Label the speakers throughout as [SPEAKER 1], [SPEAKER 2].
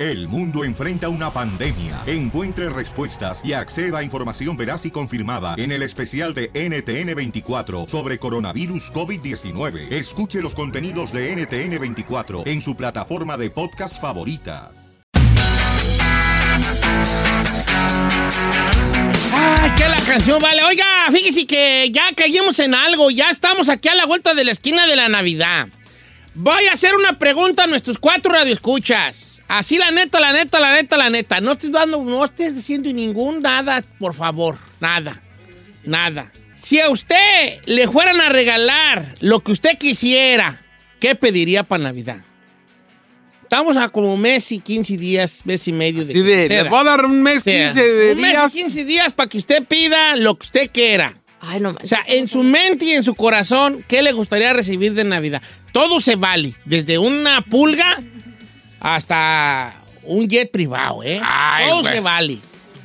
[SPEAKER 1] El mundo enfrenta una pandemia. Encuentre respuestas y acceda a información veraz y confirmada en el especial de NTN24 sobre coronavirus COVID-19. Escuche los contenidos de NTN24 en su plataforma de podcast favorita.
[SPEAKER 2] Ay, qué la canción vale. Oiga, fíjese que ya caímos en algo. Ya estamos aquí a la vuelta de la esquina de la Navidad. Voy a hacer una pregunta a nuestros cuatro radioescuchas. Así la neta, la neta, la neta, la neta. No estés dando, no estés diciendo ningún nada, por favor. Nada. Nada. Si a usted le fueran a regalar lo que usted quisiera, ¿qué pediría para Navidad? Estamos a como mes y 15 días, mes y medio de
[SPEAKER 3] Sí, de-
[SPEAKER 2] que
[SPEAKER 3] le voy a dar un mes,
[SPEAKER 2] o sea,
[SPEAKER 3] 15 de
[SPEAKER 2] un mes y
[SPEAKER 3] días.
[SPEAKER 2] 15 días para que usted pida lo que usted quiera.
[SPEAKER 4] Ay, no
[SPEAKER 2] O sea, en su mente y en su corazón, ¿qué le gustaría recibir de Navidad? Todo se vale, desde una pulga hasta un jet privado, ¿eh?
[SPEAKER 3] Ay,
[SPEAKER 2] Todo
[SPEAKER 3] güey.
[SPEAKER 2] se vale.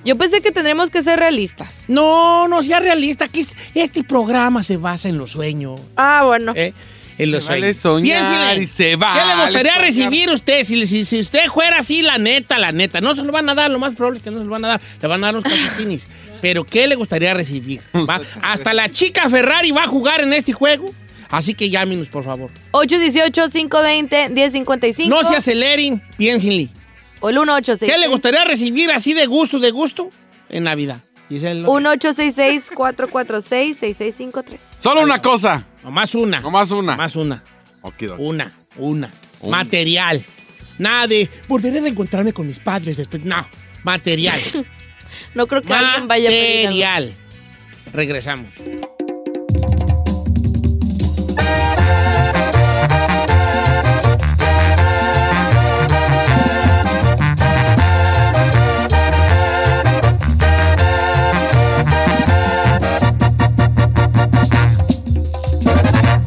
[SPEAKER 4] Yo pensé que tendremos que ser realistas.
[SPEAKER 2] No, no sea realista. Aquí es- este programa se basa en los sueños.
[SPEAKER 4] Ah, bueno.
[SPEAKER 2] ¿eh? En los
[SPEAKER 3] Se vale
[SPEAKER 2] sueños.
[SPEAKER 3] soñar
[SPEAKER 2] Piénsele,
[SPEAKER 3] y se
[SPEAKER 2] ¿Qué le
[SPEAKER 3] vale
[SPEAKER 2] gustaría
[SPEAKER 3] soñar.
[SPEAKER 2] recibir usted? Si, si- si usted fuera así, la neta, la neta. No se lo van a dar, lo más probable es que no se lo van a dar. Le van a dar unos calcetines. Pero ¿qué le gustaría recibir? Va- hasta la chica Ferrari va a jugar en este juego. Así que llámenos, por favor.
[SPEAKER 4] 818-520-1055.
[SPEAKER 2] No se aceleren, piénsenle.
[SPEAKER 4] O el
[SPEAKER 2] ¿Qué le
[SPEAKER 4] 1866.
[SPEAKER 2] gustaría recibir así de gusto, de gusto? En Navidad. Giselle, no-
[SPEAKER 4] 1866-446-6653.
[SPEAKER 3] Solo una cosa.
[SPEAKER 2] Nomás una.
[SPEAKER 3] Nomás una.
[SPEAKER 2] Más una.
[SPEAKER 3] Okidoki.
[SPEAKER 2] Una, una. Material. Nada de volveré a reencontrarme con mis padres después. No, material.
[SPEAKER 4] No creo que alguien vaya a pedir
[SPEAKER 2] material.
[SPEAKER 4] algo.
[SPEAKER 2] Regresamos.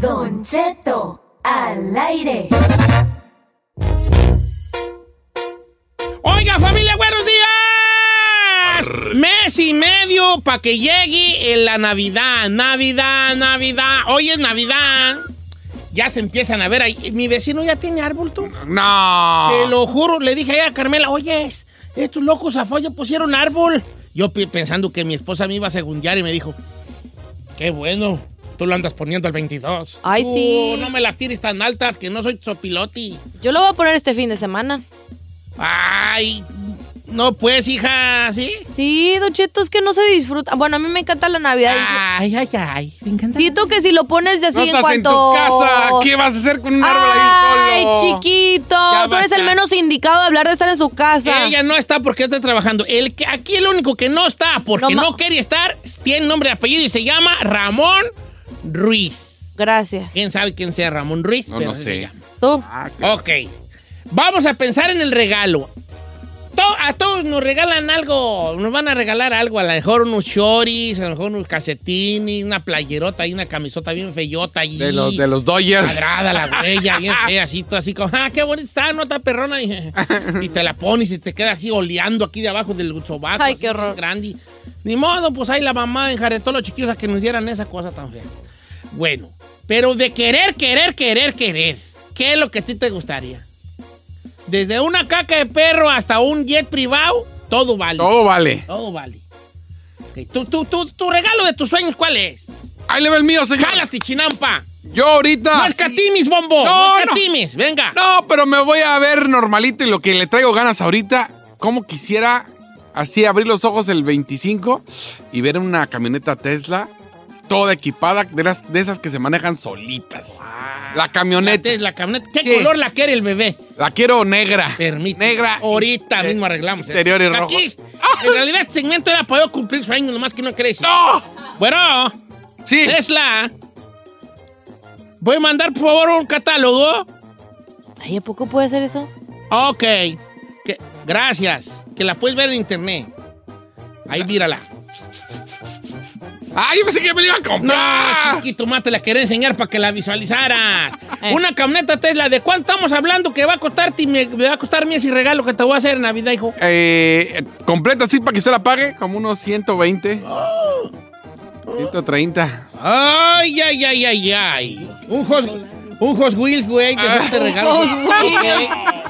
[SPEAKER 5] Don Cheto, al aire.
[SPEAKER 2] Oiga, familia, buenos días. Mes y medio para que llegue en la Navidad. Navidad, Navidad. Hoy es Navidad. Ya se empiezan a ver ahí. Mi vecino ya tiene árbol, tú.
[SPEAKER 3] No.
[SPEAKER 2] Te lo juro, le dije ayer a Carmela, oye, estos locos a ya pusieron árbol. Yo pi- pensando que mi esposa me iba a segundear y me dijo, qué bueno, tú lo andas poniendo al 22.
[SPEAKER 4] Ay,
[SPEAKER 2] Tú
[SPEAKER 4] sí.
[SPEAKER 2] No me las tires tan altas que no soy sopiloti.
[SPEAKER 4] Yo lo voy a poner este fin de semana.
[SPEAKER 2] Ay, no pues, hija, ¿sí?
[SPEAKER 4] Sí, Don Cheto, es que no se disfruta. Bueno, a mí me encanta la Navidad.
[SPEAKER 2] Ay, ay, ay, me encanta.
[SPEAKER 4] Siento que si lo pones de así
[SPEAKER 3] no
[SPEAKER 4] en
[SPEAKER 3] estás en
[SPEAKER 4] cuanto.
[SPEAKER 3] tu casa. ¿Qué vas a hacer con un árbol ahí
[SPEAKER 4] Ay,
[SPEAKER 3] solo?
[SPEAKER 4] chiquito.
[SPEAKER 2] Ya
[SPEAKER 4] Tú eres
[SPEAKER 2] basta.
[SPEAKER 4] el menos indicado de hablar de estar en su casa.
[SPEAKER 2] Ella no está porque está trabajando. El que, aquí el único que no está porque
[SPEAKER 4] No ma-
[SPEAKER 2] no, quería estar tiene nombre y apellido y se llama Ramón Ruiz.
[SPEAKER 4] Gracias.
[SPEAKER 2] ¿Quién sabe quién sea Ramón Ruiz?
[SPEAKER 3] No,
[SPEAKER 2] Pero
[SPEAKER 3] no
[SPEAKER 2] así
[SPEAKER 3] sé.
[SPEAKER 2] se llama.
[SPEAKER 4] Tú.
[SPEAKER 2] Ok. Vamos a pensar en el regalo. To- a todos nos regalan algo. Nos van a regalar algo. A lo mejor unos shorts, a lo mejor unos calcetines, una playerota y una camisota bien feyota. Allí.
[SPEAKER 3] De los, de los Dodgers.
[SPEAKER 2] Cuadrada, la huella, bien fea, así, todo así como, ah, qué bonita está, no está perrona. Y, y te la pones y te queda así oleando aquí de abajo del sobaco.
[SPEAKER 4] Ay,
[SPEAKER 2] así,
[SPEAKER 4] qué horror.
[SPEAKER 2] Grande. Ni modo, pues ahí la mamá enjaretó a los chiquillos a que nos dieran esa cosa tan fea. Bueno, pero de querer, querer, querer, querer, ¿qué es lo que a ti te gustaría? Desde una caca de perro hasta un jet privado, todo vale.
[SPEAKER 3] Todo vale.
[SPEAKER 2] Todo vale. Ok, tú- tú- tú- tu regalo de tus sueños, ¿cuál es?
[SPEAKER 3] Ahí le va el mío, señor.
[SPEAKER 2] ¡Jálate, chinampa!
[SPEAKER 3] Yo ahorita.
[SPEAKER 2] No escatimes, bombo. No,
[SPEAKER 3] No,
[SPEAKER 2] escatimes. Venga.
[SPEAKER 3] No, pero me voy a ver normalito y lo que le traigo ganas ahorita, como quisiera así abrir los ojos el 25 y ver una camioneta Tesla toda equipada de, las, de esas que se manejan solitas. La camioneta.
[SPEAKER 2] La, la camioneta. ¿Qué
[SPEAKER 3] Sí.
[SPEAKER 2] color la quiere el bebé?
[SPEAKER 3] La quiero negra.
[SPEAKER 2] Permíteme.
[SPEAKER 3] Negra.
[SPEAKER 2] Ahorita
[SPEAKER 3] Eh,
[SPEAKER 2] mismo arreglamos. eso.
[SPEAKER 3] Exterior y rojo.
[SPEAKER 2] Aquí. En realidad, este segmento era para yo cumplir sueños, nomás que no crees.
[SPEAKER 3] ¡No!
[SPEAKER 2] Bueno,
[SPEAKER 3] Sí.
[SPEAKER 2] Tesla. Voy a mandar, por favor, un catálogo.
[SPEAKER 4] Ay, ¿a poco puede hacer eso?
[SPEAKER 2] Ok. Que- gracias. Que la puedes ver en internet. Ahí mírala. Ah,
[SPEAKER 3] ¡Ay, yo pensé que me la iba a
[SPEAKER 2] No,
[SPEAKER 3] comprar!
[SPEAKER 2] chiquito, más te la quería enseñar para que la visualizaras. Una camioneta Tesla, ¿de cuánto estamos hablando que va a costarte y me, me va a costar mi ese regalo que te voy a hacer en Navidad, hijo?
[SPEAKER 3] Eh, eh, completa así para que se la pague, como unos 120.
[SPEAKER 2] Oh.
[SPEAKER 3] 130.
[SPEAKER 2] Ay, ay, ay, ay, ay. Un Hot, un Hot Wheels, güey, que
[SPEAKER 4] Ah,
[SPEAKER 2] no te regalo. Ok.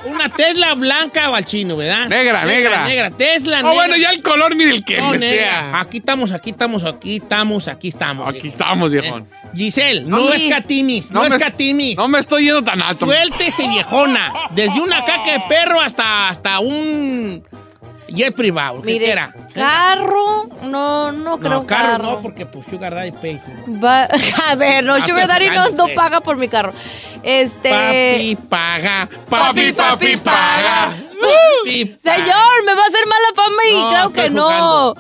[SPEAKER 2] Una Tesla blanca o al chino, ¿verdad?
[SPEAKER 3] Negra, negra.
[SPEAKER 2] Negra, Tesla,
[SPEAKER 3] Ah,
[SPEAKER 2] negra.
[SPEAKER 3] bueno, ya el color, mire el que
[SPEAKER 2] No,
[SPEAKER 3] me
[SPEAKER 2] negra.
[SPEAKER 3] sea.
[SPEAKER 2] Aquí estamos, aquí estamos, aquí estamos, aquí estamos. ¿Eh?
[SPEAKER 3] Aquí estamos, viejón.
[SPEAKER 2] Giselle, no,
[SPEAKER 3] No,
[SPEAKER 2] es escatimis, no,
[SPEAKER 3] me-
[SPEAKER 2] es escatimis.
[SPEAKER 3] No me estoy yendo tan alto.
[SPEAKER 2] Suéltese, viejona. Desde una caca de perro hasta, hasta un jet privado, el que
[SPEAKER 4] Mire,
[SPEAKER 2] quiera.
[SPEAKER 4] carro, no, no creo
[SPEAKER 2] No,
[SPEAKER 4] un
[SPEAKER 2] carro,
[SPEAKER 4] carro.
[SPEAKER 2] no, porque pues Sugar Daddy pay.
[SPEAKER 4] Va- a ver, no,
[SPEAKER 2] Ah,
[SPEAKER 4] Sugar Daddy no,
[SPEAKER 2] perdón,
[SPEAKER 4] no
[SPEAKER 2] eh.
[SPEAKER 4] paga por mi carro. Este.
[SPEAKER 2] Papi paga, papi, papi
[SPEAKER 4] Papi, papi,
[SPEAKER 2] paga.
[SPEAKER 4] paga.
[SPEAKER 2] Papi, paga.
[SPEAKER 4] Señor, me va a hacer mala fama y
[SPEAKER 2] No,
[SPEAKER 4] claro
[SPEAKER 2] estoy
[SPEAKER 4] que no.
[SPEAKER 2] jugando.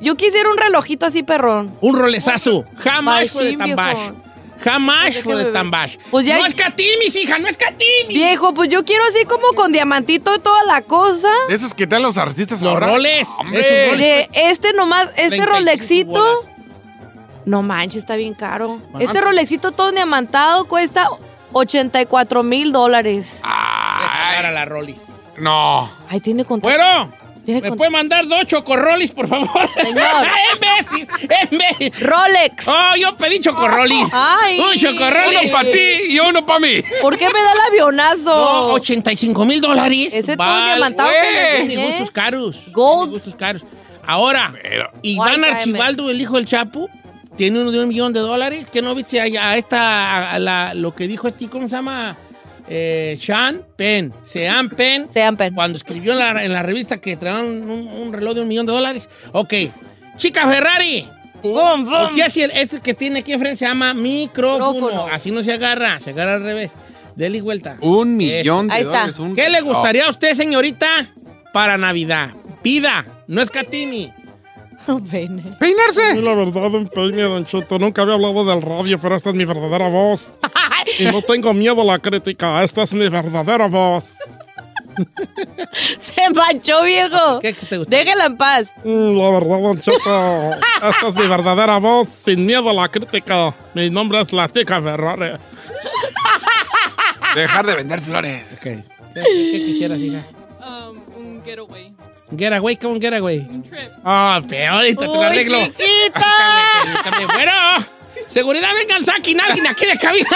[SPEAKER 4] Yo quisiera un relojito así, perrón.
[SPEAKER 2] Un rolezazo. Jamás
[SPEAKER 4] Machín,
[SPEAKER 2] fue de tambash.
[SPEAKER 4] viejo.
[SPEAKER 2] Jamás
[SPEAKER 4] Pues
[SPEAKER 2] fue de
[SPEAKER 4] déjame ver.
[SPEAKER 2] tambash.
[SPEAKER 4] Pues ya-
[SPEAKER 2] No es catimis, hija, no es catimis.
[SPEAKER 4] Viejo, pues yo quiero así como con diamantito y toda la cosa.
[SPEAKER 3] De esos que traen los artistas
[SPEAKER 2] Los
[SPEAKER 3] ahora.
[SPEAKER 2] roles,
[SPEAKER 3] Hombre.
[SPEAKER 2] esos roles.
[SPEAKER 4] De este nomás, este
[SPEAKER 2] 35
[SPEAKER 4] Rolexito.
[SPEAKER 2] bolas.
[SPEAKER 4] No manches, está bien caro.
[SPEAKER 2] ¿Cuánto?
[SPEAKER 4] Este Rolexito todo diamantado cuesta 84 mil dólares.
[SPEAKER 3] Ay,
[SPEAKER 2] Para la rolis.
[SPEAKER 3] no.
[SPEAKER 4] Ay, tiene contacto.
[SPEAKER 2] Bueno,
[SPEAKER 4] Tiene
[SPEAKER 2] ¿me
[SPEAKER 4] con-
[SPEAKER 2] puede mandar dos chocorrolis, por favor?
[SPEAKER 4] Señor.
[SPEAKER 2] ¡Imbécil! ¡Imbécil!
[SPEAKER 4] Rolex.
[SPEAKER 2] Oh, yo pedí chocorrolis.
[SPEAKER 4] Ay.
[SPEAKER 2] Un chocorrolis.
[SPEAKER 3] Uno para ti y uno para mí.
[SPEAKER 4] ¿Por qué me da el avionazo?
[SPEAKER 2] No, 85 mil dólares.
[SPEAKER 4] Ese todo
[SPEAKER 2] Val-
[SPEAKER 4] diamantado
[SPEAKER 2] Güey,
[SPEAKER 3] que le
[SPEAKER 2] Tiene
[SPEAKER 4] enseñé.
[SPEAKER 2] gustos caros.
[SPEAKER 4] Gold.
[SPEAKER 2] Tiene gustos caros. Ahora,
[SPEAKER 3] Pero-
[SPEAKER 2] Iván
[SPEAKER 4] Guay, cáeme.
[SPEAKER 2] Archibaldo, el hijo del Chapo, tiene uno de un millón de dólares. ¿Qué no viste a, a esta, a la- lo que dijo este, ¿cómo se llama? Eh, Sean Penn. Sean Penn.
[SPEAKER 4] Sean pen.
[SPEAKER 2] Cuando escribió en la, en la revista que traían un, un reloj de un millón de dólares. Ok. Chica Ferrari.
[SPEAKER 4] Bum, bum.
[SPEAKER 2] Porque así el, este que tiene aquí enfrente se llama micrófono.
[SPEAKER 4] Micrófono.
[SPEAKER 2] Así no se agarra, se agarra al revés. Dele vuelta.
[SPEAKER 3] Un millón de
[SPEAKER 4] Ahí está.
[SPEAKER 3] dólares. un- Oh.
[SPEAKER 2] ¿Qué le gustaría a usted, señorita, para Navidad? Pida, no es Catini.
[SPEAKER 3] No. ¿Peinarse?
[SPEAKER 6] La verdad, un peine, Don Cheto. Nunca había hablado del radio, pero esta es mi verdadera voz. Y no tengo miedo a la crítica. Esta es mi verdadera voz.
[SPEAKER 4] Se manchó, viejo.
[SPEAKER 2] ¿Qué te gusta?
[SPEAKER 4] Déjela en paz.
[SPEAKER 6] Mm, La verdad, Don Cheto. Esta es mi verdadera voz, sin miedo a la crítica. Mi nombre es La Chica Ferrari.
[SPEAKER 3] Dejar de vender flores.
[SPEAKER 2] ¿Qué, qué quisieras, hija? un getaway. ¿Getaway? ¿Cómo un getaway? Un trip. Ah, peor, ahorita te lo
[SPEAKER 4] Uy,
[SPEAKER 2] arreglo.
[SPEAKER 4] chiquita.
[SPEAKER 2] Permítame, Bueno, seguridad, vengan, saquen a alguien aquí de cabina.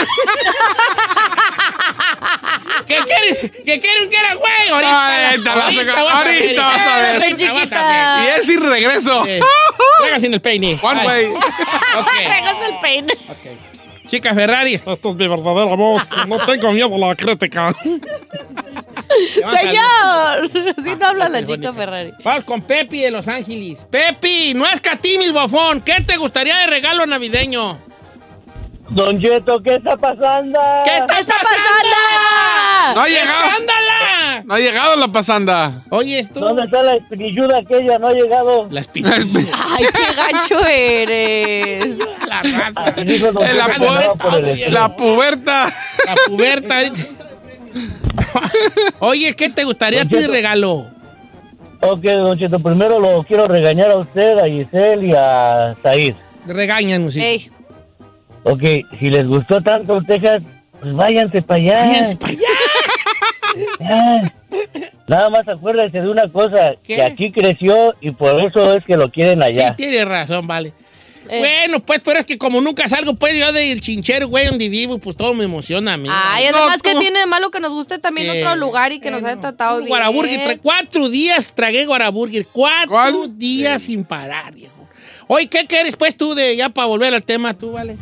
[SPEAKER 2] ¿Qué quieres? ¿Qué quiere un getaway? Ahorita.
[SPEAKER 3] Ahorita la saca-
[SPEAKER 2] vas a ver,
[SPEAKER 3] ahorita vas a ver.
[SPEAKER 2] ahorita vas a ver.
[SPEAKER 3] Y es ir regreso.
[SPEAKER 2] Eh, juega sin el peine.
[SPEAKER 3] One
[SPEAKER 2] Ay,
[SPEAKER 3] way.
[SPEAKER 2] ok.
[SPEAKER 4] Déjate el peine.
[SPEAKER 2] Chica Ferrari.
[SPEAKER 6] Esta es mi verdadera voz. No tengo miedo a la crítica.
[SPEAKER 4] Señor. Así
[SPEAKER 2] Ah,
[SPEAKER 4] no habla la chica Ferrari.
[SPEAKER 2] Vamos con Pepi de Los Ángeles. Pepi, no es catimis, bofón. ¿Qué te gustaría de regalo navideño?
[SPEAKER 7] Don Cheto, ¿qué está pasando?
[SPEAKER 2] ¿Qué está,
[SPEAKER 4] ¿Qué está
[SPEAKER 3] No
[SPEAKER 4] pasando?
[SPEAKER 3] ha llegado.
[SPEAKER 2] ¡Ándala!
[SPEAKER 3] No ha llegado la pasanda.
[SPEAKER 2] Oye, esto.
[SPEAKER 7] ¿Dónde está la espinilluda aquella? No ha llegado.
[SPEAKER 2] La espinilla.
[SPEAKER 4] Ay, qué gacho eres.
[SPEAKER 2] la raza.
[SPEAKER 7] Dijo don
[SPEAKER 3] El
[SPEAKER 7] Cheto que
[SPEAKER 3] apodo-
[SPEAKER 7] andaba por el
[SPEAKER 2] Ay,
[SPEAKER 7] estilo.
[SPEAKER 3] La puberta.
[SPEAKER 2] La puberta. ahorita. Oye, ¿qué te gustaría a ti de regalo?
[SPEAKER 7] Ok, Don Cheto, primero lo quiero regañar a usted, a Giselle y a Said.
[SPEAKER 2] Regáñanos, sí.
[SPEAKER 4] Ey,
[SPEAKER 7] Ok, si les gustó tanto Texas, pues váyanse para allá.
[SPEAKER 2] Váyanse pa' allá.
[SPEAKER 7] Ah, Nada más acuérdense de una cosa,
[SPEAKER 2] ¿Qué?
[SPEAKER 7] que aquí creció y por eso es que lo quieren
[SPEAKER 2] Sí,
[SPEAKER 7] allá.
[SPEAKER 2] tienes razón, vale.
[SPEAKER 4] Eh.
[SPEAKER 2] Bueno, pues, pero es que como nunca salgo, pues, yo del chinchero, güey, donde vivo, pues todo me emociona a mí.
[SPEAKER 4] Ay,
[SPEAKER 3] No,
[SPEAKER 4] además que
[SPEAKER 3] ¿cómo?
[SPEAKER 4] tiene de malo que nos guste también
[SPEAKER 2] Sí. Eh,
[SPEAKER 4] otro lugar y que nos hayan tratado bien.
[SPEAKER 2] Guaraburger, tra- cuatro días tragué Guaraburger, cuatro
[SPEAKER 3] ¿Cuál?
[SPEAKER 2] días sin parar, viejo. Oye, ¿qué quieres, pues, tú, de ya para volver al tema, tú, vale?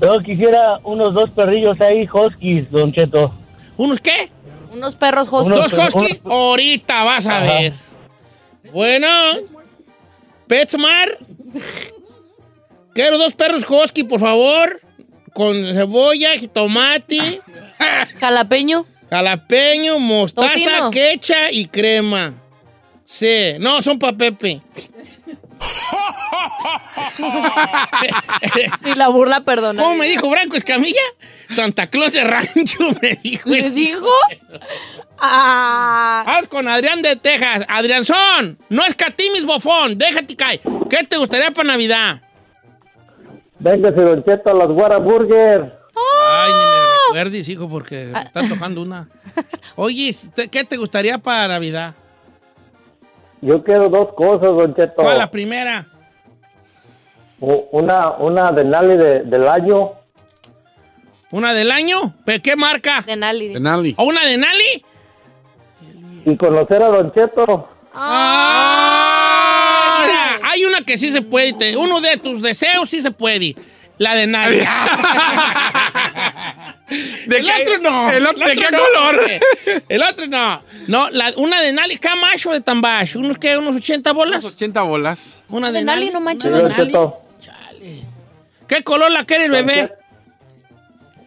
[SPEAKER 7] Yo quisiera unos dos perrillos ahí, huskies, Don Cheto.
[SPEAKER 2] ¿Unos qué?
[SPEAKER 4] Unos perros
[SPEAKER 7] Unos
[SPEAKER 4] hostos.
[SPEAKER 2] ¿Dos Husky? Ahorita vas a
[SPEAKER 7] Ajá.
[SPEAKER 2] ver. Bueno. Petsmar. Quiero dos perros Husky, por favor. Con cebolla, tomate,
[SPEAKER 4] Jalapeño.
[SPEAKER 2] jalapeño, mostaza,
[SPEAKER 4] Tocino.
[SPEAKER 2] quecha y crema. Sí. No, son para Pepe.
[SPEAKER 4] Y la burla perdona.
[SPEAKER 2] ¿Cómo me dijo Branco Escamilla? Santa Claus de Rancho me dijo.
[SPEAKER 4] ¿Me dijo? Ah.
[SPEAKER 2] Vamos con Adrián de Texas. Adrianzón, no escatimis bofón, déjate caer. ¿Qué te gustaría para Navidad?
[SPEAKER 7] Véngase, Don Cheto, a las Whataburger.
[SPEAKER 2] Ay, ni me recuerdes, hijo, porque me está tocando una. Oye, ¿te- ¿qué te gustaría para Navidad?
[SPEAKER 7] Yo quiero dos cosas, Don Cheto.
[SPEAKER 2] ¿Cuál la primera?
[SPEAKER 7] U- Una, una de Nali de- del año.
[SPEAKER 2] ¿Una del año? ¿Pero ¿Qué marca?
[SPEAKER 4] De Nali.
[SPEAKER 3] Penali.
[SPEAKER 2] ¿O una de Nali?
[SPEAKER 7] Y conocer a Don Cheto.
[SPEAKER 2] ¡Ah! Mira, hay una que sí se puede. te- uno de tus deseos sí se puede. La de Nali.
[SPEAKER 3] ¿De
[SPEAKER 2] el
[SPEAKER 3] qué-
[SPEAKER 2] otro no.
[SPEAKER 3] el otro- ¿De qué
[SPEAKER 2] no,
[SPEAKER 3] color?
[SPEAKER 2] hombre. El otro no. No, la, una de Nali. ¿Qué macho de Tambash? ¿Unos qué? ¿Unos 80 bolas?
[SPEAKER 3] Unas 80 bolas.
[SPEAKER 2] Una
[SPEAKER 4] De Nali, no manches.
[SPEAKER 7] Sí,
[SPEAKER 2] una de
[SPEAKER 7] Don
[SPEAKER 2] Nali.
[SPEAKER 7] Cheto.
[SPEAKER 2] ¿Qué color la quiere el bebé?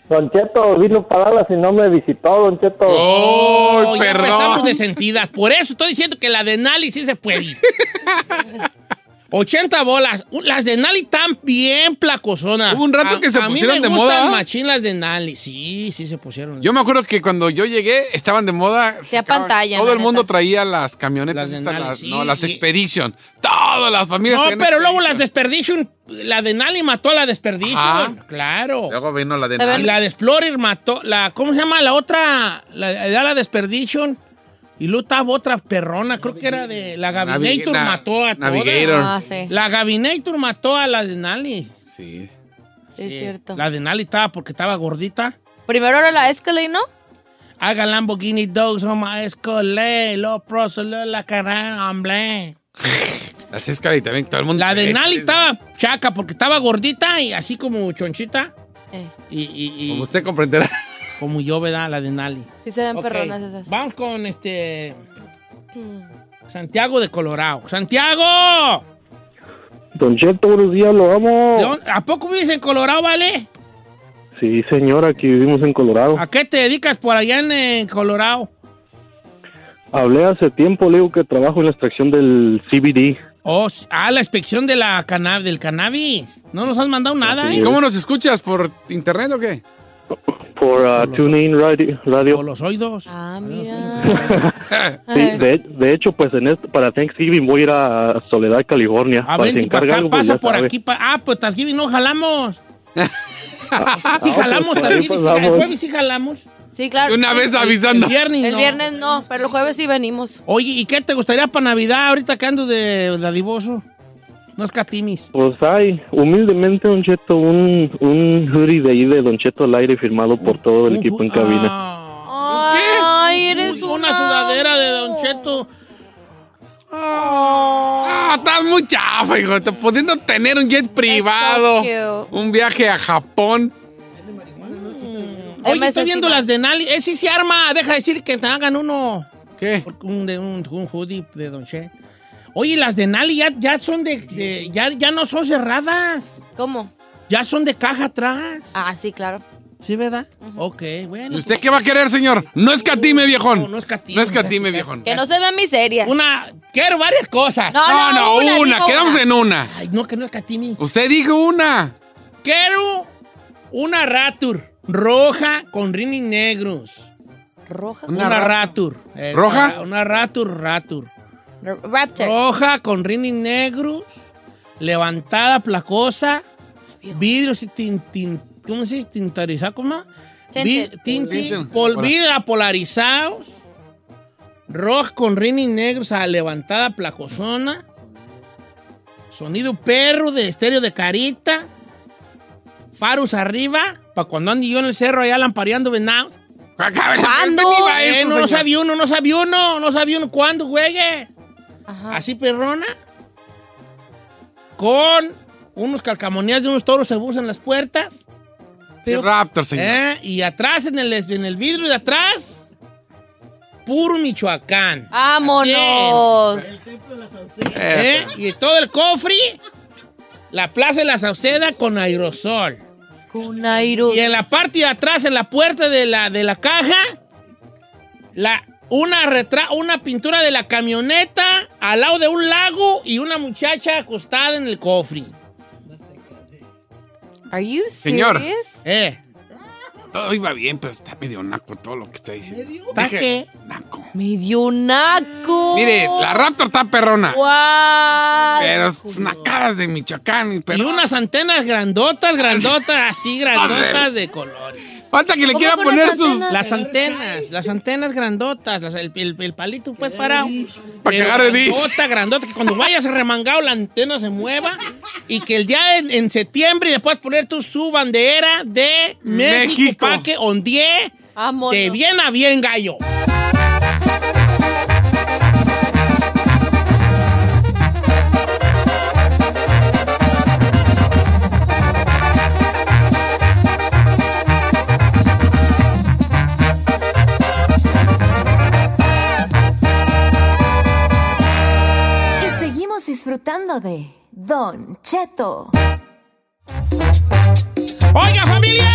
[SPEAKER 7] Don Cheto vino para Dallas y no me visitó, Don Cheto.
[SPEAKER 3] ¡Oh,
[SPEAKER 2] ya empezamos
[SPEAKER 3] perdón!
[SPEAKER 2] de sentidas. Por eso estoy diciendo que la de Nali sí se puede. 80 bolas. Uh, Las de Nali están bien placosonas.
[SPEAKER 3] Hubo un rato
[SPEAKER 2] A-
[SPEAKER 3] que se
[SPEAKER 2] a mí
[SPEAKER 3] pusieron
[SPEAKER 2] me
[SPEAKER 3] de
[SPEAKER 2] gustan
[SPEAKER 3] moda.
[SPEAKER 2] machín las de Nali. Sí, sí se pusieron.
[SPEAKER 3] Yo me acuerdo que cuando yo llegué estaban de moda.
[SPEAKER 4] Sea
[SPEAKER 3] sacaban-
[SPEAKER 4] pantalla,
[SPEAKER 3] Todo
[SPEAKER 4] la
[SPEAKER 3] el mundo
[SPEAKER 4] neta.
[SPEAKER 3] traía las camionetas,
[SPEAKER 2] Las de
[SPEAKER 3] estas,
[SPEAKER 2] Nali,
[SPEAKER 3] las,
[SPEAKER 2] sí,
[SPEAKER 3] no, las
[SPEAKER 2] y-
[SPEAKER 3] Expedition. Todas las familias.
[SPEAKER 2] no,
[SPEAKER 3] traían
[SPEAKER 2] pero luego las
[SPEAKER 3] Expedition.
[SPEAKER 2] Desperdition, la de Nali mató a la Desperdition.
[SPEAKER 3] Ah.
[SPEAKER 2] Claro.
[SPEAKER 3] Luego vino la de
[SPEAKER 4] Se
[SPEAKER 2] Y
[SPEAKER 3] Nali.
[SPEAKER 2] la de Explorer mató, la, ¿cómo se llama la otra? La, ya la de Desperdition. Y luego estaba otra perrona, creo que era de la Gabinator
[SPEAKER 3] Navi- na-
[SPEAKER 2] mató a todas.
[SPEAKER 3] Navigator.
[SPEAKER 4] Ah, sí.
[SPEAKER 2] La Gabinator mató a la de Nali.
[SPEAKER 3] Sí.
[SPEAKER 4] Sí, es cierto.
[SPEAKER 2] La de Nali estaba porque estaba gordita.
[SPEAKER 4] Primero era la Escalade, ¿no?
[SPEAKER 2] Haga Lamborghini Dogs, mamá, escolé, lo prosolo, la cara, hombre.
[SPEAKER 3] Las Escalade también, todo el mundo.
[SPEAKER 7] Este,
[SPEAKER 2] La de
[SPEAKER 3] traía
[SPEAKER 2] Nali
[SPEAKER 3] Escalade.
[SPEAKER 2] estaba chaca porque estaba gordita y así como chonchita.
[SPEAKER 4] Eh,
[SPEAKER 2] Y, y- y-
[SPEAKER 3] Como usted comprenderá.
[SPEAKER 2] como yo, ¿verdad? La de Nali.
[SPEAKER 4] sí se ven
[SPEAKER 2] Ok,
[SPEAKER 4] perronas esas.
[SPEAKER 2] Vamos con este. Santiago de Colorado. ¡Santiago!
[SPEAKER 7] Don Cheto, buenos días, lo amo.
[SPEAKER 2] ¿De dónde- ¿A poco vives en Colorado, vale?
[SPEAKER 7] Sí, señora, aquí vivimos en Colorado.
[SPEAKER 2] ¿A qué te dedicas por allá en, eh, Colorado?
[SPEAKER 7] Hablé hace tiempo, le digo que trabajo en la extracción del CBD.
[SPEAKER 2] Oh, s- ah, la inspección de la cana- del cannabis. No nos han mandado nada,
[SPEAKER 7] Así
[SPEAKER 2] ¿eh?
[SPEAKER 7] es.
[SPEAKER 3] ¿Cómo nos escuchas? ¿Por internet o qué?
[SPEAKER 7] Por uh, TuneIn Radio.
[SPEAKER 2] Por
[SPEAKER 7] radio.
[SPEAKER 2] los oídos.
[SPEAKER 4] Ah, mira.
[SPEAKER 7] Sí,
[SPEAKER 2] Ah.
[SPEAKER 7] de, de hecho, pues en este- para Thanksgiving voy a ir a Soledad, California.
[SPEAKER 2] Ah,
[SPEAKER 7] para
[SPEAKER 2] vente
[SPEAKER 7] si
[SPEAKER 2] para
[SPEAKER 7] encarga
[SPEAKER 2] acá,
[SPEAKER 7] algo, pues
[SPEAKER 2] pasa
[SPEAKER 7] ya
[SPEAKER 2] por
[SPEAKER 7] sabe.
[SPEAKER 2] aquí. pa- ah, pues Thanksgiving no jalamos. Ah, sí
[SPEAKER 7] pues,
[SPEAKER 2] jalamos,
[SPEAKER 7] ahí
[SPEAKER 2] Thanksgiving, sí, el
[SPEAKER 7] pasamos.
[SPEAKER 2] jueves sí jalamos.
[SPEAKER 4] Sí, claro.
[SPEAKER 3] Una vez
[SPEAKER 2] El
[SPEAKER 3] avisando.
[SPEAKER 2] viernes
[SPEAKER 4] El
[SPEAKER 2] no.
[SPEAKER 4] viernes no, pero el jueves sí venimos.
[SPEAKER 2] Oye, ¿y qué te gustaría para Navidad ahorita que ando de dadivoso? No es catimis.
[SPEAKER 7] Pues hay, humildemente, Don Cheto, un, un hoodie de ahí de Don Cheto al aire firmado por todo el equipo en cabina.
[SPEAKER 2] Ah.
[SPEAKER 4] Ay, eres
[SPEAKER 2] Una sudadera de Don Cheto.
[SPEAKER 4] Oh.
[SPEAKER 3] Ah, estás muy chafa, hijo. Te- Pudiendo tener un jet privado.
[SPEAKER 4] so cute.
[SPEAKER 3] Un viaje a Japón.
[SPEAKER 4] Ahí
[SPEAKER 2] Oye,
[SPEAKER 4] me
[SPEAKER 2] estoy
[SPEAKER 4] sentí
[SPEAKER 2] viendo
[SPEAKER 4] mal.
[SPEAKER 2] las de Nali. Eh, sí se arma. Deja de decir que te hagan uno.
[SPEAKER 3] ¿Qué?
[SPEAKER 2] Porque Un, de, un, un hoodie de Don Cheto. Oye, las de Nali ya, ya son de, de- ya, ya no son cerradas.
[SPEAKER 4] ¿Cómo?
[SPEAKER 2] Ya son de caja atrás.
[SPEAKER 4] Ah, sí, claro.
[SPEAKER 2] ¿Sí, verdad? Ok, bueno.
[SPEAKER 3] ¿Y usted qué va a querer, señor? No escatime,
[SPEAKER 2] No,
[SPEAKER 3] viejón.
[SPEAKER 2] no escatime.
[SPEAKER 3] No escatime, viejón.
[SPEAKER 4] Que no se vean miserias.
[SPEAKER 2] Una. Quiero varias cosas.
[SPEAKER 4] No,
[SPEAKER 3] No, no, una.
[SPEAKER 4] digo
[SPEAKER 3] Quedamos en una.
[SPEAKER 2] Ay, no, que no escatime.
[SPEAKER 3] Usted dijo una.
[SPEAKER 2] Quiero una Ratur roja con rines negros.
[SPEAKER 4] Roja.
[SPEAKER 2] Una,
[SPEAKER 3] Una
[SPEAKER 2] Ratur. Eh,
[SPEAKER 3] ¿Roja?
[SPEAKER 2] Una, Ratur, Ratur.
[SPEAKER 4] R- Raptor.
[SPEAKER 2] Roja con rines negros, levantada, placosa, vidrios y tin, tin- ¿cómo se dice? Tintarizado, ¿cómo? Vi-
[SPEAKER 4] Tinted.
[SPEAKER 2] Tinti,
[SPEAKER 3] Tinted.
[SPEAKER 2] pol- vidrios polarizados, roja con rines negros, a levantada, placosona, sonido perro de estéreo de carita, faros arriba, para cuando ande yo en el cerro allá lampareando venados.
[SPEAKER 3] Ah, ¿Cuándo?
[SPEAKER 2] Eh, no, no sabía uno, no sabía uno, no sabía uno cuándo, güey.
[SPEAKER 4] Ajá.
[SPEAKER 2] Así perrona. Con unos calcamonías de unos toros se en las puertas.
[SPEAKER 3] Sí, Raptor, señor.
[SPEAKER 2] ¿Eh? Y atrás, en el, en el vidrio de atrás, puro Michoacán.
[SPEAKER 4] ¡Vámonos!
[SPEAKER 2] ¿Eh? Y todo el cofre, la Plaza de la Sauceda con aerosol.
[SPEAKER 4] Con Nairo.
[SPEAKER 2] Y en la parte de atrás, en la puerta de la, de la caja, la, una, retra- una pintura de la camioneta al lado de un lago y una muchacha acostada en el cofre.
[SPEAKER 4] Are you serious?
[SPEAKER 3] Señor.
[SPEAKER 2] ¿Eh?
[SPEAKER 3] Todo iba bien, pero está medio naco todo lo que está diciendo.
[SPEAKER 2] ¿Está
[SPEAKER 3] Dije,
[SPEAKER 2] qué?
[SPEAKER 3] Naco.
[SPEAKER 4] Me dio un naco.
[SPEAKER 3] Mire, la Raptor está perrona.
[SPEAKER 4] Guau.
[SPEAKER 3] Pero es nacadas de Michoacán. y
[SPEAKER 2] Y
[SPEAKER 3] perrona.
[SPEAKER 2] unas antenas grandotas, grandotas, así grandotas de colores.
[SPEAKER 3] Falta que le
[SPEAKER 4] ¿Cómo
[SPEAKER 3] quiera
[SPEAKER 4] con
[SPEAKER 3] poner
[SPEAKER 4] esas
[SPEAKER 3] sus.
[SPEAKER 4] antenas?
[SPEAKER 2] Las antenas, las antenas grandotas, las- el, el- el palito pues parado.
[SPEAKER 3] Para que agarre disco.
[SPEAKER 2] Grandota, grandota, que cuando vayas remangado la antena se mueva y que el día en, en septiembre le puedas poner tú su bandera de México,
[SPEAKER 3] México.
[SPEAKER 2] pa' que ondie
[SPEAKER 4] Vámonos.
[SPEAKER 2] de bien a bien, gallo.
[SPEAKER 5] Y seguimos disfrutando de Don Cheto.
[SPEAKER 2] ¡Oiga, familia!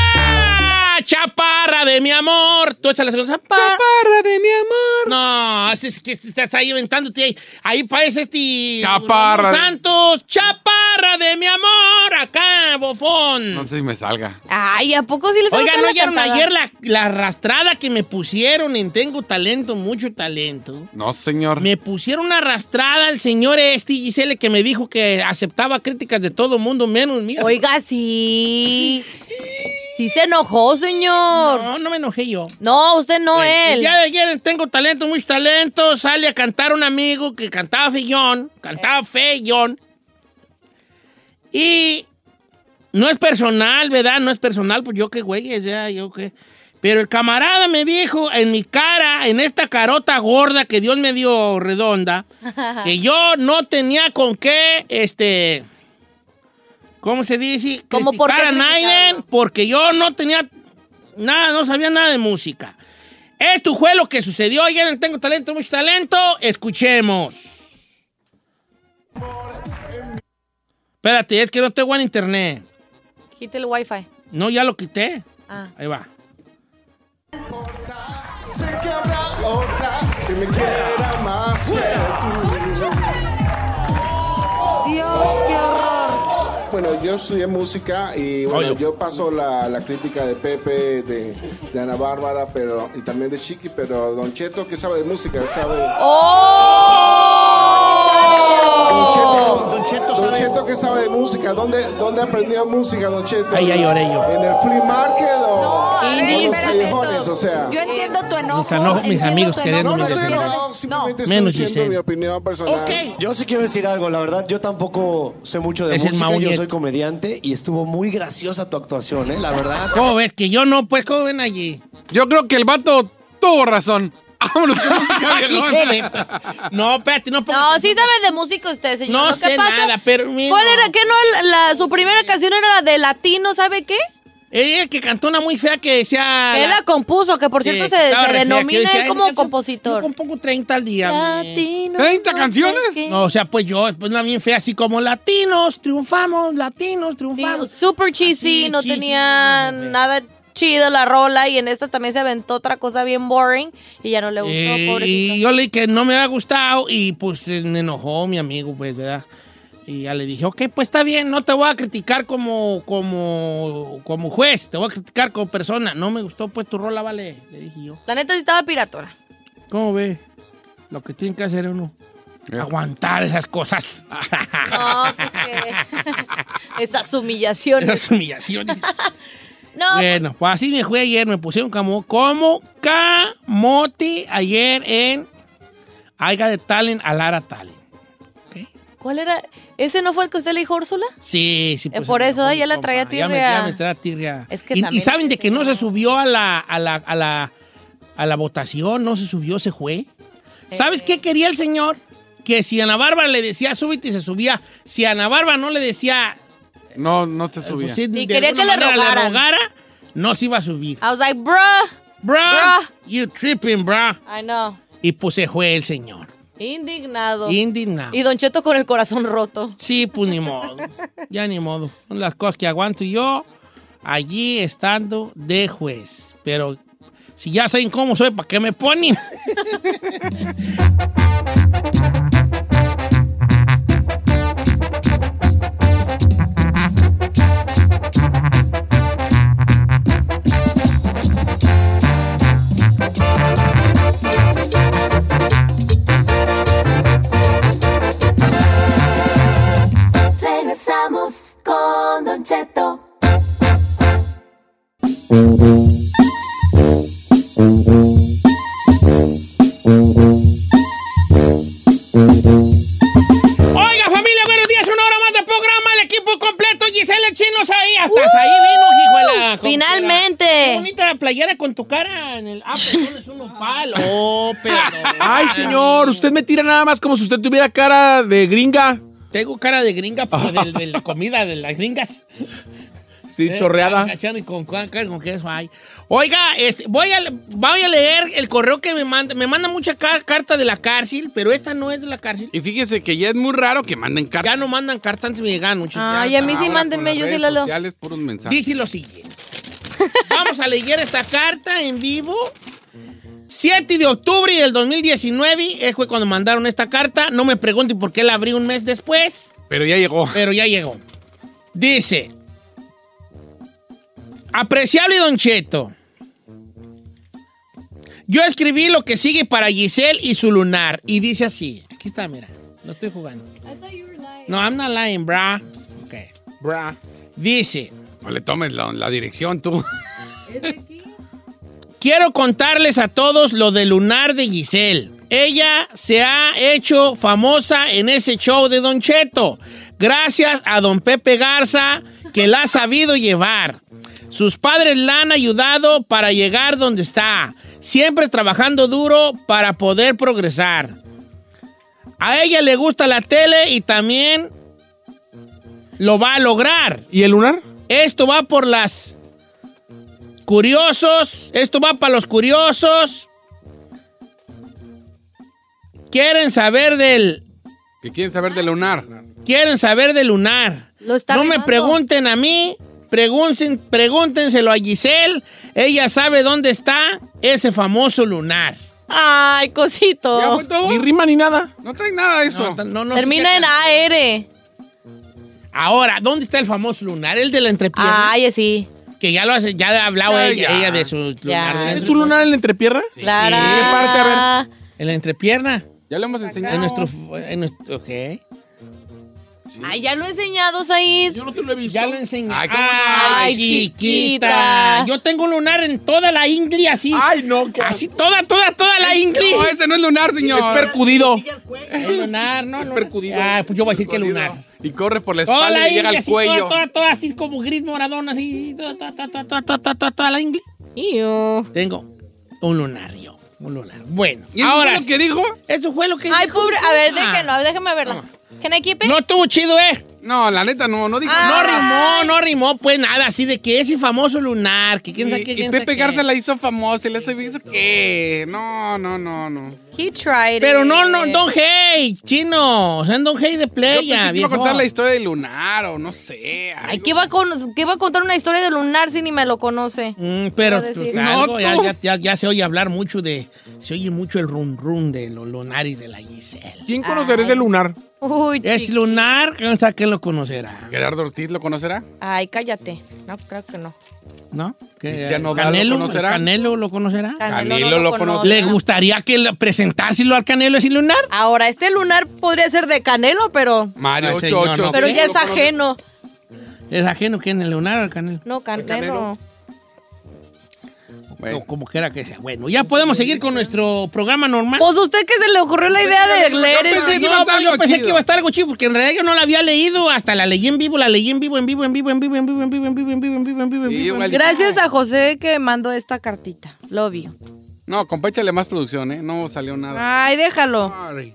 [SPEAKER 2] ¡Chaparra de mi amor! Tú échale la segunda. ¡Chaparra!
[SPEAKER 3] Chaparra de mi amor.
[SPEAKER 2] No, es, es que estás ahí inventándote ahí. Ahí parece este.
[SPEAKER 3] Chaparra.
[SPEAKER 2] Romeo Santos, chaparra de mi amor, acá, bofón.
[SPEAKER 3] No sé si me salga.
[SPEAKER 4] Ay, ¿a poco sí les ha
[SPEAKER 2] Oiga,
[SPEAKER 4] gustado
[SPEAKER 2] ¿no
[SPEAKER 4] la
[SPEAKER 2] oyeron
[SPEAKER 4] cantada?
[SPEAKER 2] ayer la, la arrastrada que me pusieron en Tengo Talento, mucho talento?
[SPEAKER 3] No, señor.
[SPEAKER 2] Me pusieron una arrastrada al señor este Gisele que me dijo que aceptaba críticas de todo mundo menos mías.
[SPEAKER 4] Oiga, sí. Sí se enojó, señor.
[SPEAKER 2] No, no me enojé yo.
[SPEAKER 4] No, usted no
[SPEAKER 2] Eh, El
[SPEAKER 4] él.
[SPEAKER 2] día de ayer en Tengo Talento, mucho talento, sale a cantar un amigo que cantaba feyón,
[SPEAKER 4] Eh.
[SPEAKER 2] cantaba feyón. Y no es personal, ¿verdad? No es personal, pues yo qué güey, ya, yo qué. Pero el camarada me dijo en mi cara, en esta carota gorda que Dios me dio redonda, que yo no tenía con qué, este, ¿cómo se dice?
[SPEAKER 4] ¿Cómo por qué
[SPEAKER 2] Criticar a nadie,
[SPEAKER 4] criticarlo?
[SPEAKER 2] porque yo no tenía nada, no sabía nada de música. Esto fue lo que sucedió ayer en Tengo Talento, Mucho Talento. Escuchemos. Espérate, es que no tengo en internet.
[SPEAKER 4] Quite el wifi.
[SPEAKER 2] No, ya lo quité.
[SPEAKER 4] Ah.
[SPEAKER 2] Ahí va.
[SPEAKER 8] Bueno, yo estudié música y bueno,
[SPEAKER 2] Oye.
[SPEAKER 8] yo paso la, la crítica de Pepe, de, de Ana Bárbara, pero y también de Chiqui, pero Don Cheto que sabe de música, Él sabe.
[SPEAKER 2] Oh.
[SPEAKER 8] Don Cheto, Don Cheto, que sabe de música, ¿dónde, dónde aprendió música Don Cheto?
[SPEAKER 2] Ahí ya lloré yo.
[SPEAKER 8] En el flea market o
[SPEAKER 4] No, a ver,
[SPEAKER 8] en los
[SPEAKER 4] espérate,
[SPEAKER 8] callejones,
[SPEAKER 4] Beto.
[SPEAKER 8] o sea.
[SPEAKER 5] Yo entiendo tu enojo.
[SPEAKER 2] Mis enojo- mis
[SPEAKER 5] entiendo
[SPEAKER 2] amigos
[SPEAKER 5] tu
[SPEAKER 2] queriendo
[SPEAKER 8] no,
[SPEAKER 5] enojo,
[SPEAKER 8] no
[SPEAKER 2] mi
[SPEAKER 8] soy
[SPEAKER 5] entiendo-
[SPEAKER 8] enojado, simplemente
[SPEAKER 2] Menos
[SPEAKER 8] estoy
[SPEAKER 2] Giselle.
[SPEAKER 8] diciendo mi opinión personal.
[SPEAKER 2] Ok.
[SPEAKER 9] Yo sí quiero decir algo, la verdad, yo tampoco sé mucho de
[SPEAKER 2] Es el
[SPEAKER 9] música,
[SPEAKER 2] Mau
[SPEAKER 9] yo
[SPEAKER 2] Nieto.
[SPEAKER 9] soy comediante y estuvo muy graciosa tu actuación, ¿eh? La verdad.
[SPEAKER 2] ¿Cómo ves? Que yo no, pues, ¿cómo ven allí?
[SPEAKER 3] Yo creo que el vato tuvo razón. Vámonos con música,
[SPEAKER 2] Hijo
[SPEAKER 3] viejón.
[SPEAKER 2] de- no, espérate, no pongas-
[SPEAKER 4] No, sí sabe de música usted, señor.
[SPEAKER 2] No
[SPEAKER 4] Lo que
[SPEAKER 2] sé
[SPEAKER 4] pasa-
[SPEAKER 2] nada, pero mira.
[SPEAKER 4] ¿Cuál era? ¿Qué no? La, su primera canción era la de latino, ¿sabe qué?
[SPEAKER 2] Ella es que cantó una muy fea que decía.
[SPEAKER 4] Él la compuso, que por
[SPEAKER 2] Sí,
[SPEAKER 4] cierto se,
[SPEAKER 2] estaba
[SPEAKER 4] se
[SPEAKER 2] re fea, que
[SPEAKER 4] denomina
[SPEAKER 2] decía,
[SPEAKER 4] él como
[SPEAKER 2] "Esa canción, Yo
[SPEAKER 4] compositor.
[SPEAKER 2] compongo 30 al día. me".
[SPEAKER 4] Latino.
[SPEAKER 3] ¿Treinta
[SPEAKER 4] no sé
[SPEAKER 3] canciones?
[SPEAKER 4] qué.
[SPEAKER 2] No, o sea, pues yo, pues una bien fea, así como latinos, triunfamos, latinos,
[SPEAKER 4] Sí,
[SPEAKER 2] triunfamos.
[SPEAKER 4] super cheesy,
[SPEAKER 2] Así,
[SPEAKER 4] no
[SPEAKER 2] cheesy,
[SPEAKER 4] tenía
[SPEAKER 2] no, no, no.
[SPEAKER 4] nada chido la rola y en esta también se aventó otra cosa bien boring y ya no le gustó,
[SPEAKER 2] Eh, y
[SPEAKER 4] pobrecito.
[SPEAKER 2] yo leí que no me había gustado y pues eh, me enojó mi amigo, pues, ¿verdad? Y ya le dije, ok, pues está bien, no te voy a criticar como, como, como juez, te voy a criticar como persona. No me gustó, pues tu rola vale, le dije yo.
[SPEAKER 4] La neta sí estaba piratona.
[SPEAKER 2] ¿Cómo ve? Lo que tiene que hacer uno.
[SPEAKER 3] Eh.
[SPEAKER 2] Aguantar esas cosas.
[SPEAKER 4] No, pues que- Esas humillaciones.
[SPEAKER 2] esas humillaciones.
[SPEAKER 4] No,
[SPEAKER 2] Bueno, pues así me fue ayer, me pusieron como, como camote ayer en Aiga de Talent, Alara Talent.
[SPEAKER 4] ¿cuál era? ¿Ese no fue el que usted le dijo Úrsula?
[SPEAKER 2] Sí, sí. pues,
[SPEAKER 4] Eh, por
[SPEAKER 2] me
[SPEAKER 4] eso,
[SPEAKER 2] dejó
[SPEAKER 4] eh, ya
[SPEAKER 2] mi
[SPEAKER 4] la
[SPEAKER 2] compa. Ya
[SPEAKER 4] traía
[SPEAKER 2] me,
[SPEAKER 4] tirria.
[SPEAKER 2] ya me traía tirria.
[SPEAKER 4] Es que
[SPEAKER 2] y, y
[SPEAKER 4] también
[SPEAKER 2] saben de
[SPEAKER 4] ese
[SPEAKER 2] que no se
[SPEAKER 4] señor.
[SPEAKER 2] subió a la, a la, a la, a la votación, no se subió, se fue. ¿Sabes qué quería el señor? Que si Ana Bárbara le decía súbete y se subía, si Ana Bárbara no le decía
[SPEAKER 3] No, no te
[SPEAKER 2] pues,
[SPEAKER 3] subía.
[SPEAKER 2] sí, de
[SPEAKER 4] quería
[SPEAKER 2] alguna
[SPEAKER 4] que le
[SPEAKER 2] manera
[SPEAKER 4] rogaran.
[SPEAKER 2] rogara, no se iba a subir.
[SPEAKER 4] I was like, bruh.
[SPEAKER 2] Bruh, you tripping, bruh.
[SPEAKER 4] I know.
[SPEAKER 2] Y pues se fue el señor.
[SPEAKER 4] Indignado.
[SPEAKER 2] Indignado.
[SPEAKER 4] Y Don Cheto con el corazón roto.
[SPEAKER 2] Sí, pues ni modo. Ya ni modo. Son las cosas que aguanto yo allí estando de juez. Pero si ya saben cómo soy, ¿para qué me ponen?
[SPEAKER 5] Regresamos con Don Cheto.
[SPEAKER 2] Oiga, familia, buenos días. Una hora más de programa. El equipo completo. Giselle el Chino ahí. Hasta ahí vino, hijo de la-
[SPEAKER 4] Finalmente.
[SPEAKER 2] Qué bonita playera con tu cara en el. Ah, pero pones Oh, uno palo. pero.
[SPEAKER 10] Ay, señor, usted me tira nada más como si usted tuviera cara de gringa.
[SPEAKER 2] Tengo cara de gringa por el- de la comida de las gringas.
[SPEAKER 10] Sí,
[SPEAKER 2] Eh,
[SPEAKER 10] chorreada.
[SPEAKER 2] cachando y con, con- con queso, ay. Oiga, este, voy, a, voy a leer el correo que me manda. Me manda mucha car- carta de la cárcel, pero esta no es de la cárcel.
[SPEAKER 3] Y fíjese que ya es muy raro que manden cartas.
[SPEAKER 2] Ya no mandan cartas, antes me llegaban muchas.
[SPEAKER 4] Ay, a mí sí mándenme, yo sí la leo.
[SPEAKER 3] Sociales, puros mensajes.
[SPEAKER 2] Dice lo siguiente. Vamos a leer esta carta en vivo. 7 de octubre del 2019 eh, fue cuando mandaron esta carta. No me pregunten por qué la abrí un mes después.
[SPEAKER 3] Pero ya llegó.
[SPEAKER 2] Pero ya llegó. Dice, apreciable Don Cheto, yo escribí lo que sigue para Giselle y su lunar. Y dice así, aquí está, mira, no estoy jugando. No, I'm not lying, bra. Ok, bra. Dice,
[SPEAKER 3] No le tomes la, la dirección tú.
[SPEAKER 2] Quiero contarles a todos lo de Lunar de Giselle. Ella se ha hecho famosa en ese show de Don Cheto, gracias a Don Pepe Garza, que la ha sabido llevar. Sus padres la han ayudado para llegar donde está, siempre trabajando duro para poder progresar. A ella le gusta la tele y también lo va a lograr.
[SPEAKER 10] ¿Y el lunar?
[SPEAKER 2] Esto va por las curiosos. Esto va para los curiosos. Quieren saber del.
[SPEAKER 3] ¿Qué quieren saber del lunar?
[SPEAKER 2] Quieren saber del lunar. no me pregunten a mí. Pregunten, pregúntenselo a Giselle. Ella sabe dónde está ese famoso lunar.
[SPEAKER 4] Ay, cosito.
[SPEAKER 2] ¿Ya fue todo?
[SPEAKER 10] Ni rima ni nada.
[SPEAKER 3] No trae nada de eso.
[SPEAKER 4] Termina en AR.
[SPEAKER 2] Ahora, ¿dónde está el famoso lunar? El de la entrepierna.
[SPEAKER 4] Ay, sí.
[SPEAKER 2] Que ya lo hace, ya ha hablado
[SPEAKER 4] Ya,
[SPEAKER 2] ella,
[SPEAKER 4] ya.
[SPEAKER 2] ella de su
[SPEAKER 4] Ya.
[SPEAKER 2] lunar.
[SPEAKER 10] ¿Es un lunar en la entrepierna?
[SPEAKER 4] Claro.
[SPEAKER 10] Sí, párate, a
[SPEAKER 4] ver.
[SPEAKER 2] En la entrepierna.
[SPEAKER 3] Ya lo hemos enseñado.
[SPEAKER 2] En nuestro, en nuestro- ok.
[SPEAKER 4] Ay, ya lo he enseñado, Said.
[SPEAKER 10] Yo no te lo he visto.
[SPEAKER 2] Ya lo enseñé. Ay,
[SPEAKER 4] ¿cómo no? Ay,
[SPEAKER 2] chiquita.
[SPEAKER 4] chiquita.
[SPEAKER 2] Yo tengo un lunar en toda la ingle así. Ay,
[SPEAKER 10] no.
[SPEAKER 2] Así toda, toda, toda la ingle.
[SPEAKER 3] No, ese no es lunar, señor.
[SPEAKER 10] Es percudido.
[SPEAKER 2] Es lunar, no, no.
[SPEAKER 3] percudido.
[SPEAKER 2] Ah, pues yo voy a decir que lunar.
[SPEAKER 3] Y corre por la
[SPEAKER 2] Toda
[SPEAKER 3] espalda
[SPEAKER 2] la
[SPEAKER 3] y llega
[SPEAKER 2] ingle
[SPEAKER 3] al
[SPEAKER 2] así, toda,
[SPEAKER 3] cuello.
[SPEAKER 2] toda, toda así como gris moradón así. Toda, toda, toda, toda, toda, toda, toda, toda la ingle. Tengo un lunar yo, un lunar. Bueno,
[SPEAKER 3] ¿Y eso
[SPEAKER 2] ahora.
[SPEAKER 3] fue lo que dijo?
[SPEAKER 2] Eso fue lo que
[SPEAKER 4] Ay,
[SPEAKER 2] dijo.
[SPEAKER 4] pobre. A ver, déjenlo, déjame verla. Can I keep it?
[SPEAKER 2] No estuvo chido, ¿eh?
[SPEAKER 3] No, la neta, no, no dijo
[SPEAKER 2] No
[SPEAKER 3] nada.
[SPEAKER 4] Ah.
[SPEAKER 2] rimó, no rimó, pues nada, así de que ese famoso lunar, que quién sabe qué,
[SPEAKER 3] Y, y
[SPEAKER 2] quién sabe
[SPEAKER 3] Pepe
[SPEAKER 2] qué.
[SPEAKER 3] Garza la hizo famosa y la hizo qué. No, no, no, no.
[SPEAKER 4] He tried
[SPEAKER 2] Pero
[SPEAKER 4] it.
[SPEAKER 2] no, no, Don Hey, chino. O sea, Don Hey de
[SPEAKER 3] Yo
[SPEAKER 2] playa,
[SPEAKER 3] pensé que iba
[SPEAKER 2] viejo.
[SPEAKER 3] a contar la historia de Lunar o no sé.
[SPEAKER 4] Ay, ¿qué va, a con- qué va a contar una historia de lunar si ni me lo conoce?
[SPEAKER 2] Mm, pero
[SPEAKER 4] Iba a
[SPEAKER 2] tú
[SPEAKER 4] decir.
[SPEAKER 2] sabes,
[SPEAKER 4] No,
[SPEAKER 2] algo, ya,
[SPEAKER 4] tú.
[SPEAKER 2] ya- ya- ya se oye hablar mucho de. Se oye mucho el run run de los lunares de la Giselle.
[SPEAKER 10] ¿Quién conocerá ese lunar?
[SPEAKER 4] Uy,
[SPEAKER 2] Es
[SPEAKER 4] chiqui-
[SPEAKER 2] lunar, o sea, que lo conocerá?
[SPEAKER 3] Gerardo Ortiz lo conocerá.
[SPEAKER 4] Ay, cállate. No, creo que no.
[SPEAKER 2] ¿No? ¿Qué?
[SPEAKER 3] Cristiano Odal lo
[SPEAKER 2] Canelo,
[SPEAKER 3] conocerá.
[SPEAKER 2] ¿El Canelo lo conocerá.
[SPEAKER 4] Canelo
[SPEAKER 3] Canelo lo conoce.
[SPEAKER 2] ¿Le gustaría que lo- presentárselo al Canelo ese lunar?
[SPEAKER 4] Ahora, este lunar podría ser de Canelo, pero,
[SPEAKER 3] Mario
[SPEAKER 2] Ay, señor,
[SPEAKER 3] 88.
[SPEAKER 2] no
[SPEAKER 4] pero
[SPEAKER 2] sé.
[SPEAKER 4] ya es ajeno.
[SPEAKER 2] ¿Es ajeno quién? ¿El lunar o el Canelo?
[SPEAKER 4] No, Canelo.
[SPEAKER 3] Canelo.
[SPEAKER 2] O como quiera que sea. Bueno, ya podemos seguir con nuestro programa normal.
[SPEAKER 4] Pues usted que se le ocurrió la idea de leer
[SPEAKER 3] yo pensé
[SPEAKER 4] ese-
[SPEAKER 3] que iba
[SPEAKER 2] No,
[SPEAKER 3] a
[SPEAKER 2] pues
[SPEAKER 3] estar
[SPEAKER 2] yo
[SPEAKER 3] algo
[SPEAKER 2] pensé que
[SPEAKER 3] chido.
[SPEAKER 2] iba a estar algo chido, porque en realidad yo no la había leído. Hasta la leí en vivo, la leí en vivo, en vivo, en vivo, en vivo, en vivo, en vivo, en vivo, en vivo, en vivo, en vivo, en
[SPEAKER 3] Sí,
[SPEAKER 2] vivo. en
[SPEAKER 3] igual.
[SPEAKER 2] vivo.
[SPEAKER 4] Gracias a José que mandó esta cartita. Lo vio.
[SPEAKER 3] No, compéchale más producción, ¿eh? No salió nada.
[SPEAKER 4] Ay, déjalo.
[SPEAKER 3] Sorry.